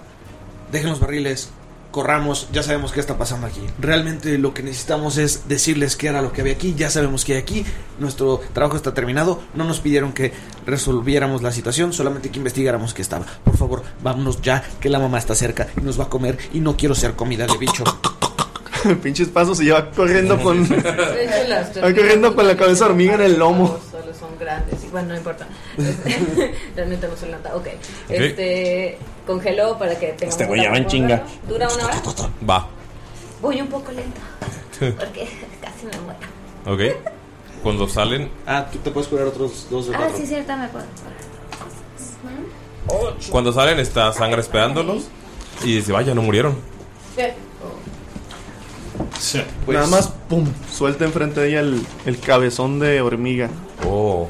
Dejen los barriles. Corramos, ya sabemos qué está pasando aquí. Realmente lo que necesitamos es decirles qué era lo que había aquí. Ya sabemos qué hay aquí. Nuestro trabajo está terminado. No nos pidieron que resolviéramos la situación, solamente que investigáramos qué estaba. Por favor, vámonos ya, que la mamá está cerca y nos va a comer. Y no quiero ser comida de bicho.
Pinches pasos se lleva corriendo con.
Eh,
De hecho, las
va corriendo con la cabeza hormiga en el lomo.
Solo son grandes. y Bueno, no importa. Este, Realmente no son nada. Ok.
Este. Congeló para que tengamos.
Este güey ya va en
tapón
chinga.
raro. Dura una hora.
Va.
Voy un poco lenta. Porque casi me muero.
Ok. Cuando salen,
Ah, tú te puedes curar otros dos de
Ah,
cuatro.
sí, cierta, me acuerdo.
cuando salen está sangre esperándolos y dice, vaya, no murieron.
Nada más, pum, Pues, suelta enfrente de ella el, el cabezón de hormiga.
Oh.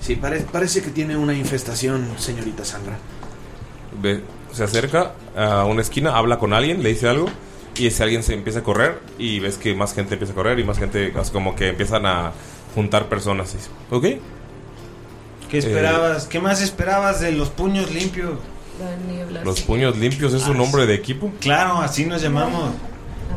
Sí, pare- parece que tiene una infestación, señorita Sangra.
Ve- se acerca a una esquina, habla con alguien, le dice algo y ese alguien se empieza a correr y ves que más gente empieza a correr y más gente, así como que empiezan a juntar personas. y dice, ¿Ok?
¿Qué
Eh,
esperabas? ¿Qué más esperabas de los puños limpios?
La niebla.
los puños limpios es un nombre de equipo.
Ah, Claro, así nos llamamos.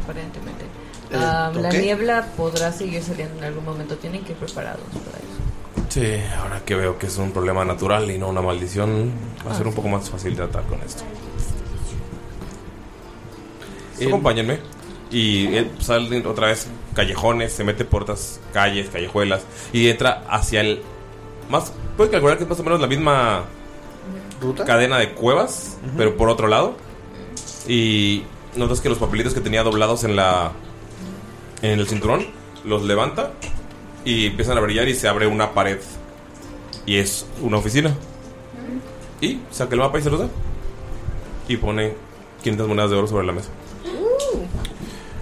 Aparentemente.
Eh,
Ah, La
ok.
niebla podrá seguir saliendo en algún momento. Tienen que ir preparados para eso.
Sí, ahora que veo que es un problema natural y no una maldición, va a ser un poco más fácil tratar con esto.
Em,
Acompáñenme. Y él sale otra vez callejones, se mete por otras calles, callejuelas y entra hacia el. Más, puede calcular que es más o menos la misma
¿Ruta?
cadena de cuevas,
Ujú.
pero por otro lado. Y notas que los papelitos que tenía doblados en la en el cinturón, los levanta y empiezan a brillar y se abre una pared. Y es una oficina. Y saca el mapa y se los da. Y pone 500 monedas de oro sobre la mesa.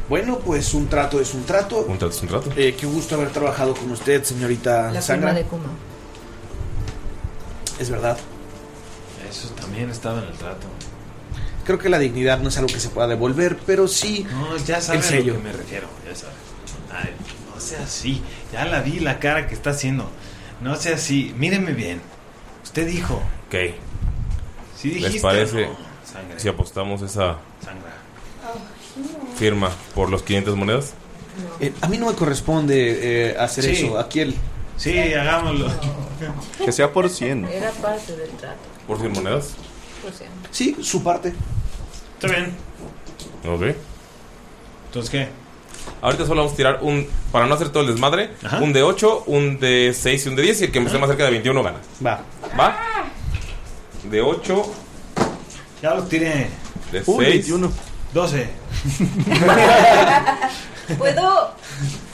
Bueno, pues un trato es un trato.
Un trato es un trato.
Eh, qué gusto haber trabajado con usted, señorita
La
Sangra.
firma de Kuma.
Es verdad.
Eso también estaba en el trato.
Creo que la dignidad no es algo que se pueda devolver, pero sí.
No, ya
el
sabes a lo
sello.
que me refiero, ya sabes. Ay, no sea así, ya la vi la cara que está haciendo. No sea así, míreme bien. Usted dijo,
Ok.
Sí dijiste,
¿Les parece
¿no? Sangre.
si apostamos esa
sangra.
firma por los 500 monedas?
Eh, a mí no me corresponde eh, hacer
Sí.
eso. Aquí el.
Sí, hagámoslo.
Que sea por 100.
Era parte del trato.
¿Por 100 monedas?
Por cierto.
Sí, su parte.
Está bien.
Ok.
Entonces, ¿qué?
Ahorita solo vamos a tirar un. Para no hacer todo el desmadre, un de 8, un de 6 y un de 10. Y el que esté más cerca de 21 gana.
Va.
Va. De 8.
Ya los tiré.
De
Uh,
6.
12.
¿Puedo,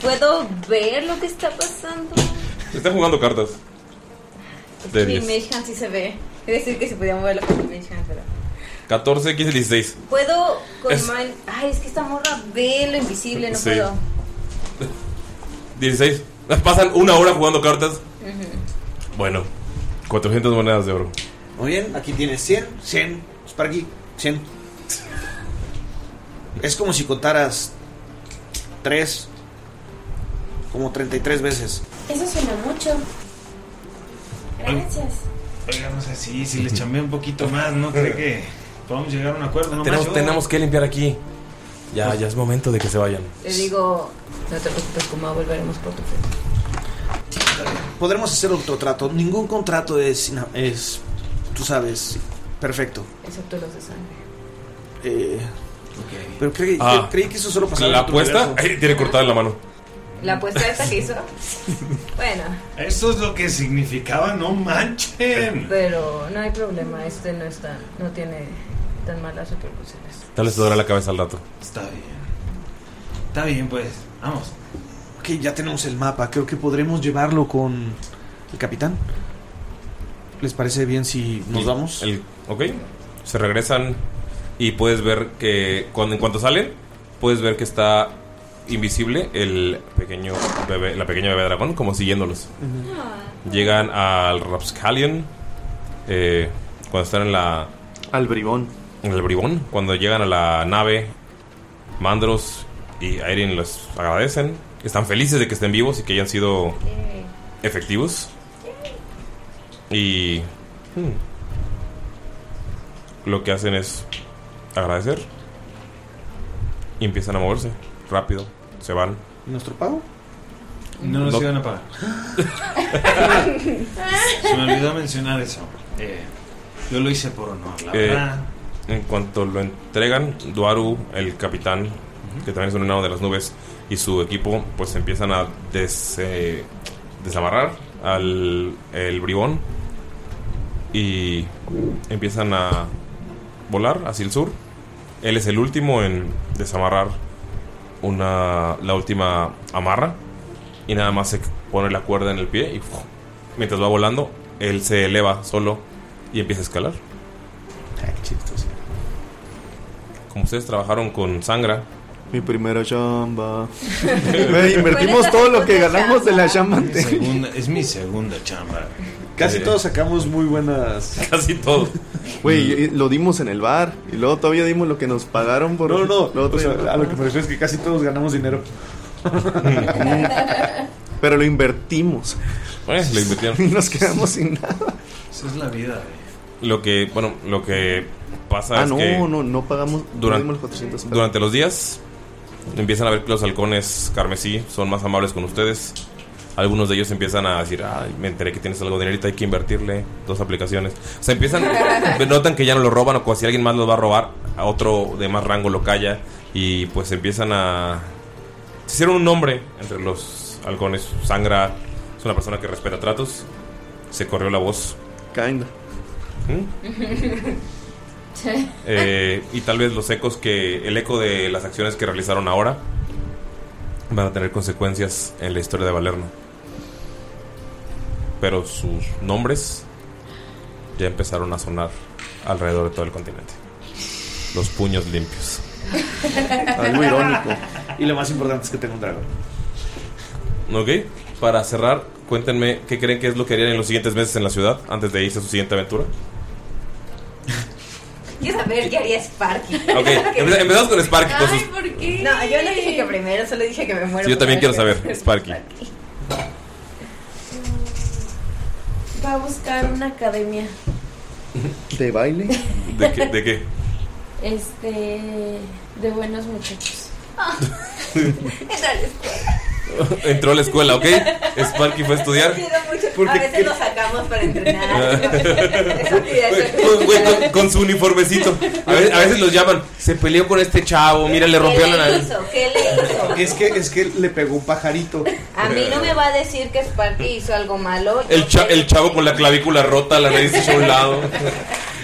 ¿Puedo ver lo que está pasando?
Se están jugando cartas. De
Mi
10.
Mage Hand sí se ve. Es decir, que se podía mover la con mi Mage Hand, pero...
14, 15, 16.
¿Puedo con
Es-
Mind- Ay, es que esta morra ve lo invisible, no
Sí.
puedo.
16. Pasan una hora jugando cartas.
Ujú.
Bueno, 400 monedas de oro.
Muy bien, aquí tienes 100, 100. Es para aquí, 100. Es como si contaras 3, como 33 veces.
Eso suena mucho. Gracias.
Oiga, no sé si, si les chambeé un poquito más, ¿no? Creo que podemos llegar a un acuerdo. No
Tenemos,
más yo.
tenemos que limpiar aquí. Ya, ya es momento de que se vayan.
Le digo, no te preocupes, Kuma, volveremos por tu firma.
Podremos hacer otro trato. Ningún contrato es, ina- es tú sabes, perfecto.
Excepto los de sangre.
Eh, Pero creí,
Ah.
creí que eso solo pasaba
La
en otro
apuesta
universo.
eh, tiene cortada en la mano.
La apuesta esta que hizo. Bueno,
Eso es lo que significaba, no manchen.
Pero no hay problema, este no está, no tiene tan malas repercusiones.
Tal vez te duele la cabeza al rato.
Está bien. Está bien, pues. Vamos.
Ok, ya tenemos el mapa. Creo que podremos llevarlo con el capitán. ¿Les parece bien si nos
El-
vamos?
el- ok. Se regresan y puedes ver que cuando en cuanto salen, puedes ver que está invisible el pequeño bebé, la pequeña bebé dragón, como siguiéndolos.
Ujú.
Llegan al Rapscallion eh, cuando están en la
al bribón.
En el bribón, cuando llegan a la nave, Mandros y Airin los agradecen. Están felices de que estén vivos y que hayan sido efectivos. Y hmm, lo que hacen es agradecer. Y empiezan a moverse rápido. Se van.
¿Nuestro pago?
No nos
No.
iban a pagar. Se me olvidó mencionar eso. Eh, yo lo hice por honor, la
Eh,
verdad.
en cuanto lo entregan, Duaru, el capitán, que también es un enano de las nubes, y su equipo, pues empiezan a des- eh, desamarrar al el bribón y empiezan a volar hacia el sur. Él es el último en desamarrar una, la última amarra Y nada más se pone la cuerda en el pie y ¡fuf! mientras va volando, él se eleva solo y empieza a escalar. Como ustedes trabajaron con Sangra.
Mi primera chamba. Güey, invertimos todo lo que ganamos de la chamba anterior.
Segunda- es mi segunda chamba.
Casi
Eh,
todos sacamos muy buenas.
Casi todos.
Güey, y- y lo dimos en el bar. Y luego todavía dimos lo que nos pagaron por.
No, no,
lo otro
o sea,
y-
a lo que me refiero es que casi todos ganamos dinero.
Pero lo invertimos.
Pues, lo invirtieron.
Y nos quedamos sin nada.
Esa es la vida.
Lo que, bueno, lo que pasa
Ah,
es
no,
que.
no, no pagamos. no
Durante,
dimos los 400 pesos.
durante los días empiezan a ver que los halcones carmesí son más amables con ustedes. Algunos de ellos empiezan a decir, ay, me enteré que tienes algo de dinerito, hay que invertirle dos aplicaciones. O sea, empiezan, notan que ya no lo roban o como si alguien más los va a robar, a otro de más rango lo calla y pues empiezan a... Se hicieron un nombre entre los halcones. Sangra es una persona que respeta tratos. Se corrió la voz. ¿Mm?
Kinda.
Eh, y tal vez los ecos que. El eco de las acciones que realizaron ahora. Van a tener consecuencias en la historia de Valerno. Pero sus nombres. Ya empezaron a sonar alrededor de todo el continente. Los puños limpios.
Algo irónico.
Y lo más importante es que tengo un dragón. Ok, para cerrar, cuéntenme qué creen que es lo que harían en los siguientes meses en la ciudad antes de irse a su siguiente aventura.
Quiero saber qué haría Sparky.
Ok, empe- empezamos con Sparky. con sus-
¿por qué? No, yo no dije que primero, solo dije que me muero.
Sí,
pues,
yo también quiero saber, Sparky.
Va a buscar una academia.
¿De baile?
¿De qué? ¿De qué?
Este. de buenos muchachos.
Entró a la escuela, ¿ok? Sparky fue a estudiar.
a veces lo sacamos para entrenar. Esa actividad es-
Ah. Güey, güey, con, con su uniformecito. A ve- a veces, los llaman. Se peleó con este chavo. Mira, le rompió la nariz.
¿Qué le hizo?
Es que, es que le pegó un pajarito.
A mí no me va a decir que Sparky hizo algo malo.
El, cha- el chavo con la clavícula rota, la nariz hecha a un lado.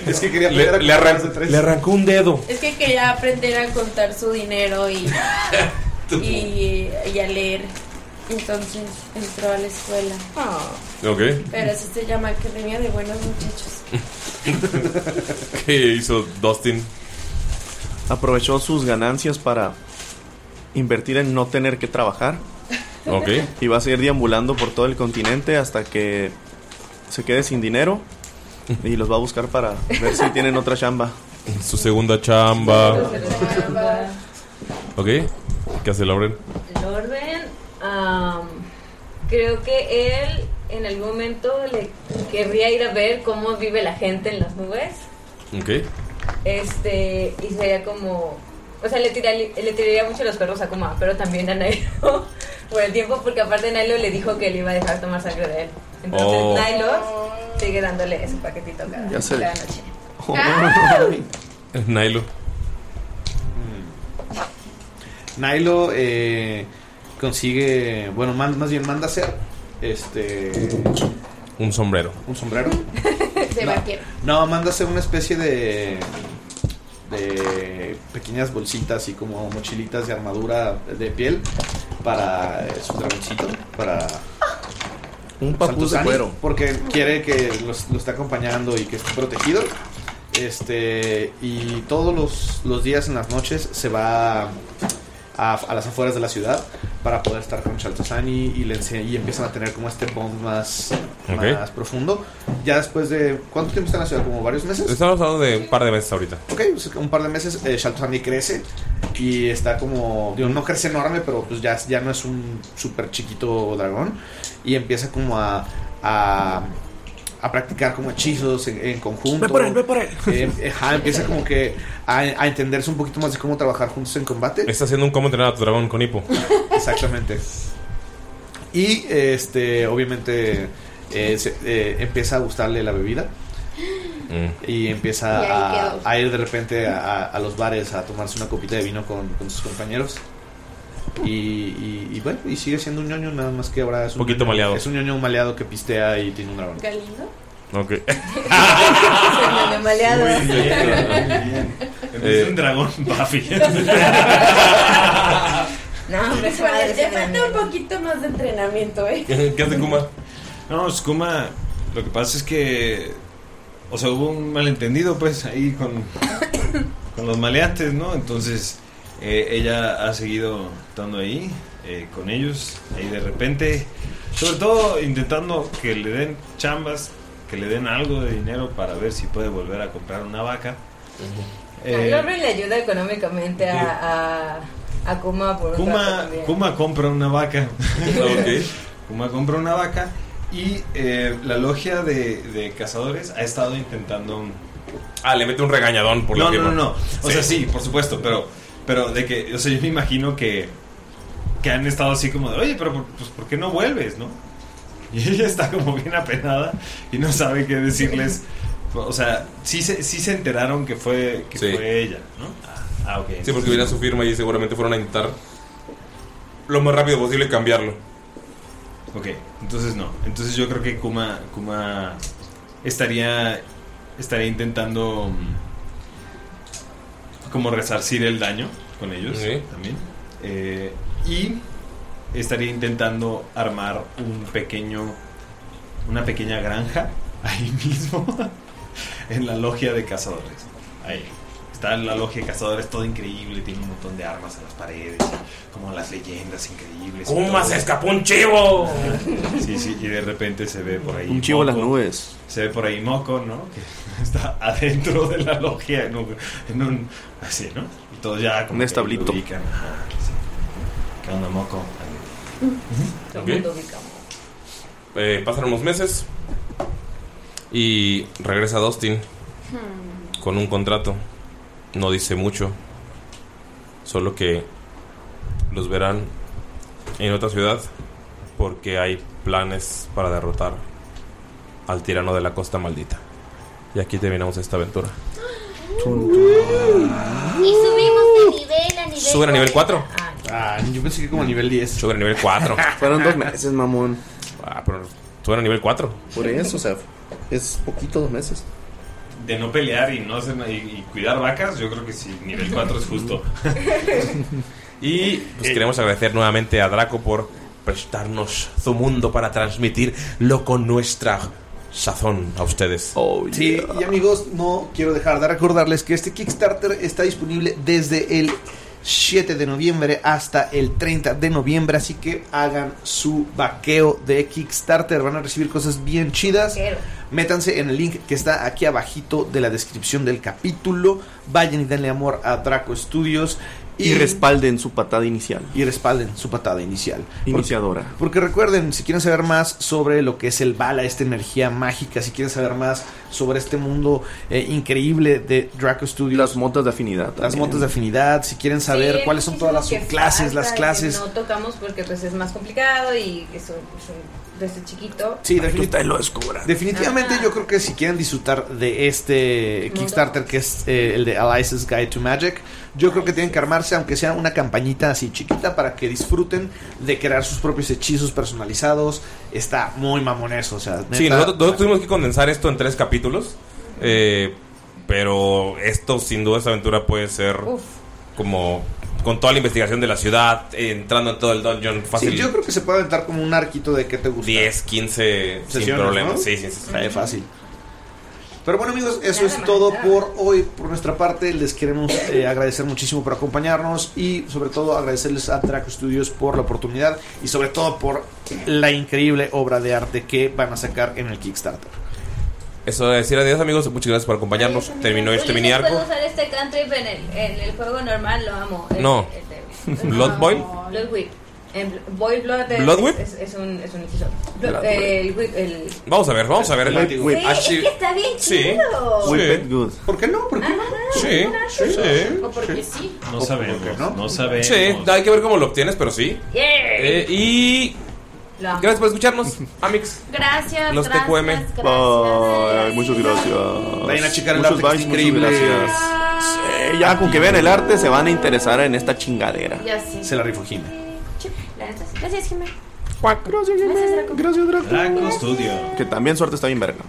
Es que quería le, le, arran- le arrancó un dedo.
Es que quería aprender a contar su dinero y, y, y a leer. Entonces entró a la escuela.
Ah. Ok.
Pero eso se llama Academia de Buenos Muchachos.
¿Qué hizo Dustin?
Aprovechó sus ganancias para invertir en no tener que trabajar.
Ok.
Y va a seguir deambulando por todo el continente hasta que se quede sin dinero. Y los va a buscar para ver si tienen otra chamba.
Su segunda chamba. Ok. ¿Qué hace Lauren?
Orden, am, creo que él en algún momento le querría ir a ver cómo vive la gente en las nubes.
Ok.
Este, y sería como. O sea, le, tiraría- le tiraría mucho los perros a Kuma, pero también a Nailo por el tiempo, porque aparte Nailo le dijo que le iba a dejar tomar sangre de él. Entonces
Oh.
Nailo sigue dándole ese paquetito cada,
Ya sé. Oh.
cada noche.
Ah.
Nailo.
Nailo eh, consigue, bueno, man- más bien manda hacer este
un sombrero.
Un sombrero.
De
No.
vaquero.
No, manda hacer una especie de de pequeñas bolsitas y como mochilitas de armadura de piel para eh, su dragoncito, para
Un papuz de
Santosani,
cuero.
Porque quiere que los- lo está acompañando y que esté protegido. Este, y todos los, los días en las noches se va a, a las afueras de la ciudad para poder estar con Shaltosani y, le ense- y empiezan a tener como este bond más,
Ok.
más profundo. Ya después de. ¿Cuánto tiempo está en la ciudad? ¿Como varios meses?
Estamos hablando de un par de meses ahorita.
Ok, pues, un par de meses eh, Shaltosani crece y está como, digo, no crece enorme, pero pues ya, ya no es un súper chiquito dragón y empieza como a, a, a practicar como hechizos en, en conjunto.
Ve por él, ve por él.
Eh, ajá, empieza como que a, a entenderse un poquito más de cómo trabajar juntos en combate.
Está haciendo un cómo entrenar a tu dragón con hipo.
Exactamente. Y este, obviamente, eh, se- eh, empieza a gustarle la bebida.
Mm.
Y empieza
Y ahí
a,
quedó.
a ir de repente a, a- a los bares a tomarse una copita de vino con, con sus compañeros. Y, y- y bueno, y sigue siendo un ñoño, nada más que ahora es un
Poquito
ñoño-
maleado.
Es un ñoño maleado que pistea y tiene un dragón.
Galindo.
Ok.
Se me maleado.
Muy bien.
En vez de un dragón, Buffy.
No, hombre, esa madre
Híjole,
se
te
me da
falta un poquito más de entrenamiento, ¿eh?
¿Qué hace Kuma? No, pues Kuma, lo que pasa es que. O sea, hubo un malentendido, pues, ahí con, con los maleantes, ¿no? Entonces, eh, ella ha seguido estando ahí, eh, con ellos, ahí de repente. Sobre todo intentando que le den chambas, que le den algo de dinero para ver si puede volver a comprar una vaca. Eh,
Lorre le ayuda económicamente a, a, a Kuma por un rato
Kuma,
también.
Kuma compra una vaca.
Ah,
Kuma compra una vaca y eh, la logia de, de cazadores ha estado intentando...
Ah, le mete un regañadón por la
no, no,
firma.
no, no. O sea, sí, por supuesto, pero, pero de que, o sea, yo me imagino que, que han estado así como de, oye, pero por- pues, ¿por qué no vuelves, no? Y ella está como bien apenada y no sabe qué decirles. O sea, sí se, sí se enteraron que fue, que
Sí.
fue ella, ¿no? Ah, ok.
Sí, porque viene a su firma y seguramente fueron a intentar lo más rápido posible cambiarlo.
Ok, entonces no. Entonces yo creo que Kuma, Kuma estaría, estaría intentando mm, como resarcir el daño con ellos
Ok.
también. Eh, y estaría intentando armar un pequeño, una pequeña granja ahí mismo en la logia de cazadores. Ahí. Está en la logia de cazadores, todo increíble, tiene un montón de armas a las paredes, como las leyendas increíbles. y
¡Kuma,
todo.
se escapó un chivo!
Sí, sí, y de repente se ve por ahí.
Un chivo en las
Moco.
nubes.
Se ve por ahí Moco, ¿no? Que está adentro de la logia, en un. en un- así, ¿no? Y todos ya como.
Un
que
establito.
lo ubican, ajá, sí. ¿Qué onda, Moco?
Todo el mundo Eh, pasan unos meses y regresa Dustin
Hmm.
con un contrato. No dice mucho, solo que los verán en otra ciudad porque hay planes para derrotar al tirano de la costa maldita. Y aquí terminamos esta aventura.
Y subimos de nivel a nivel.
Suben a nivel 4.
Ah, yo pensé que como a nivel 10.
Suben a nivel 4.
Fueron dos meses, mamón.
Ah, pero suben a nivel 4.
Por eso, o sea, es poquito dos meses.
De no pelear y no hacer na- y, y cuidar vacas, yo creo que sí, nivel 4 es justo.
Y pues queremos agradecer nuevamente a Draco por prestarnos su mundo para transmitirlo con nuestra sazón a ustedes.
Sí, y amigos, no quiero dejar de recordarles que este Kickstarter está disponible desde el 7 de noviembre hasta el 30 de noviembre, así que hagan su vaqueo de Kickstarter, van a recibir cosas bien chidas. Métanse en el link que está aquí abajito de la descripción del capítulo, vayan y denle amor a Draco Studios
Y respalden su patada inicial.
y respalden su patada inicial.
Iniciadora.
Porque recuerden, si quieren saber más sobre lo que es el bala, esta energía mágica, si quieren saber más sobre este mundo eh, increíble de Draco Studios. Las
motas de afinidad.
Las motas de afinidad, si quieren saber
Sí,
cuáles son todas las
muchísimo que
clases, las
falta y
clases.
No tocamos porque pues es más complicado y eso es un- desde chiquito.
Sí,
Ay,
definit-
lo descubra.
Definitivamente yo creo que si quieren disfrutar de este
Mundo.
Kickstarter que es eh, el de Allies Guide to Magic, yo creo que tienen que armarse aunque sea una campañita así chiquita para que disfruten de crear sus propios hechizos personalizados. Está muy mamón eso, o sea,
Sí,
neta,
nosotros, nosotros tuvimos que condensar esto en tres capítulos. eh, pero esto, sin duda, esta aventura puede ser
Uf.
como con toda la investigación de la ciudad, eh, entrando en todo el dungeon
Sí,
fácil.
yo creo que se puede aventar como un arquito de que te gusta.
10, 15 sin
Sesiones,
problemas.
¿no?
Sí, sí, sí.
Está fácil. Pero bueno amigos, eso es todo por hoy. Por nuestra parte, les queremos eh, agradecer muchísimo por acompañarnos y sobre todo agradecerles a Draco Studios por la oportunidad y sobre todo por la increíble obra de arte que van a sacar en el Kickstarter.
Eso es decir adiós, amigos. Muchas gracias por acompañarnos. Terminó este mini
Ulises,
arco.
Puedo usar este cantrip en el, en el juego normal, lo amo. El-
No.
el de-
Blood Boil.
Blood Whip. En Bl- Boil Blood es,
Blood Whip?
Es, es un, es un hechizo. Blo-
Blood
el whip, el.
Vamos a ver, vamos a ver. el-
Sí, es
Ashi-
que está bien
Sí.
chido.
Sí.
¿Por qué no?
Ah,
Sí, sí, sí.
O porque sí.
No sabemos, no, sabemos.
Sí, hay que ver cómo lo obtienes, pero sí.
Yeah.
Eh, y
Lo amo.
gracias por escucharnos, Amix.
Gracias.
Los
gracias,
TQM.
gracias.
Ay, muchas gracias.
Vayan a checar el
Muchos
arte que
likes,
está
muchas
increíble.
gracias. Sí, ya con que vean el arte se van a interesar en esta chingadera.
Ya sé.
Se la rifó Jimmy.
La neta sí. Gracias, Jimé.
Gracias, Jimé. Gracias, Draco.
Studio.
Que también suerte está bien verga.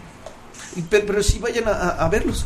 Pero, pero sí vayan a- a- a verlos.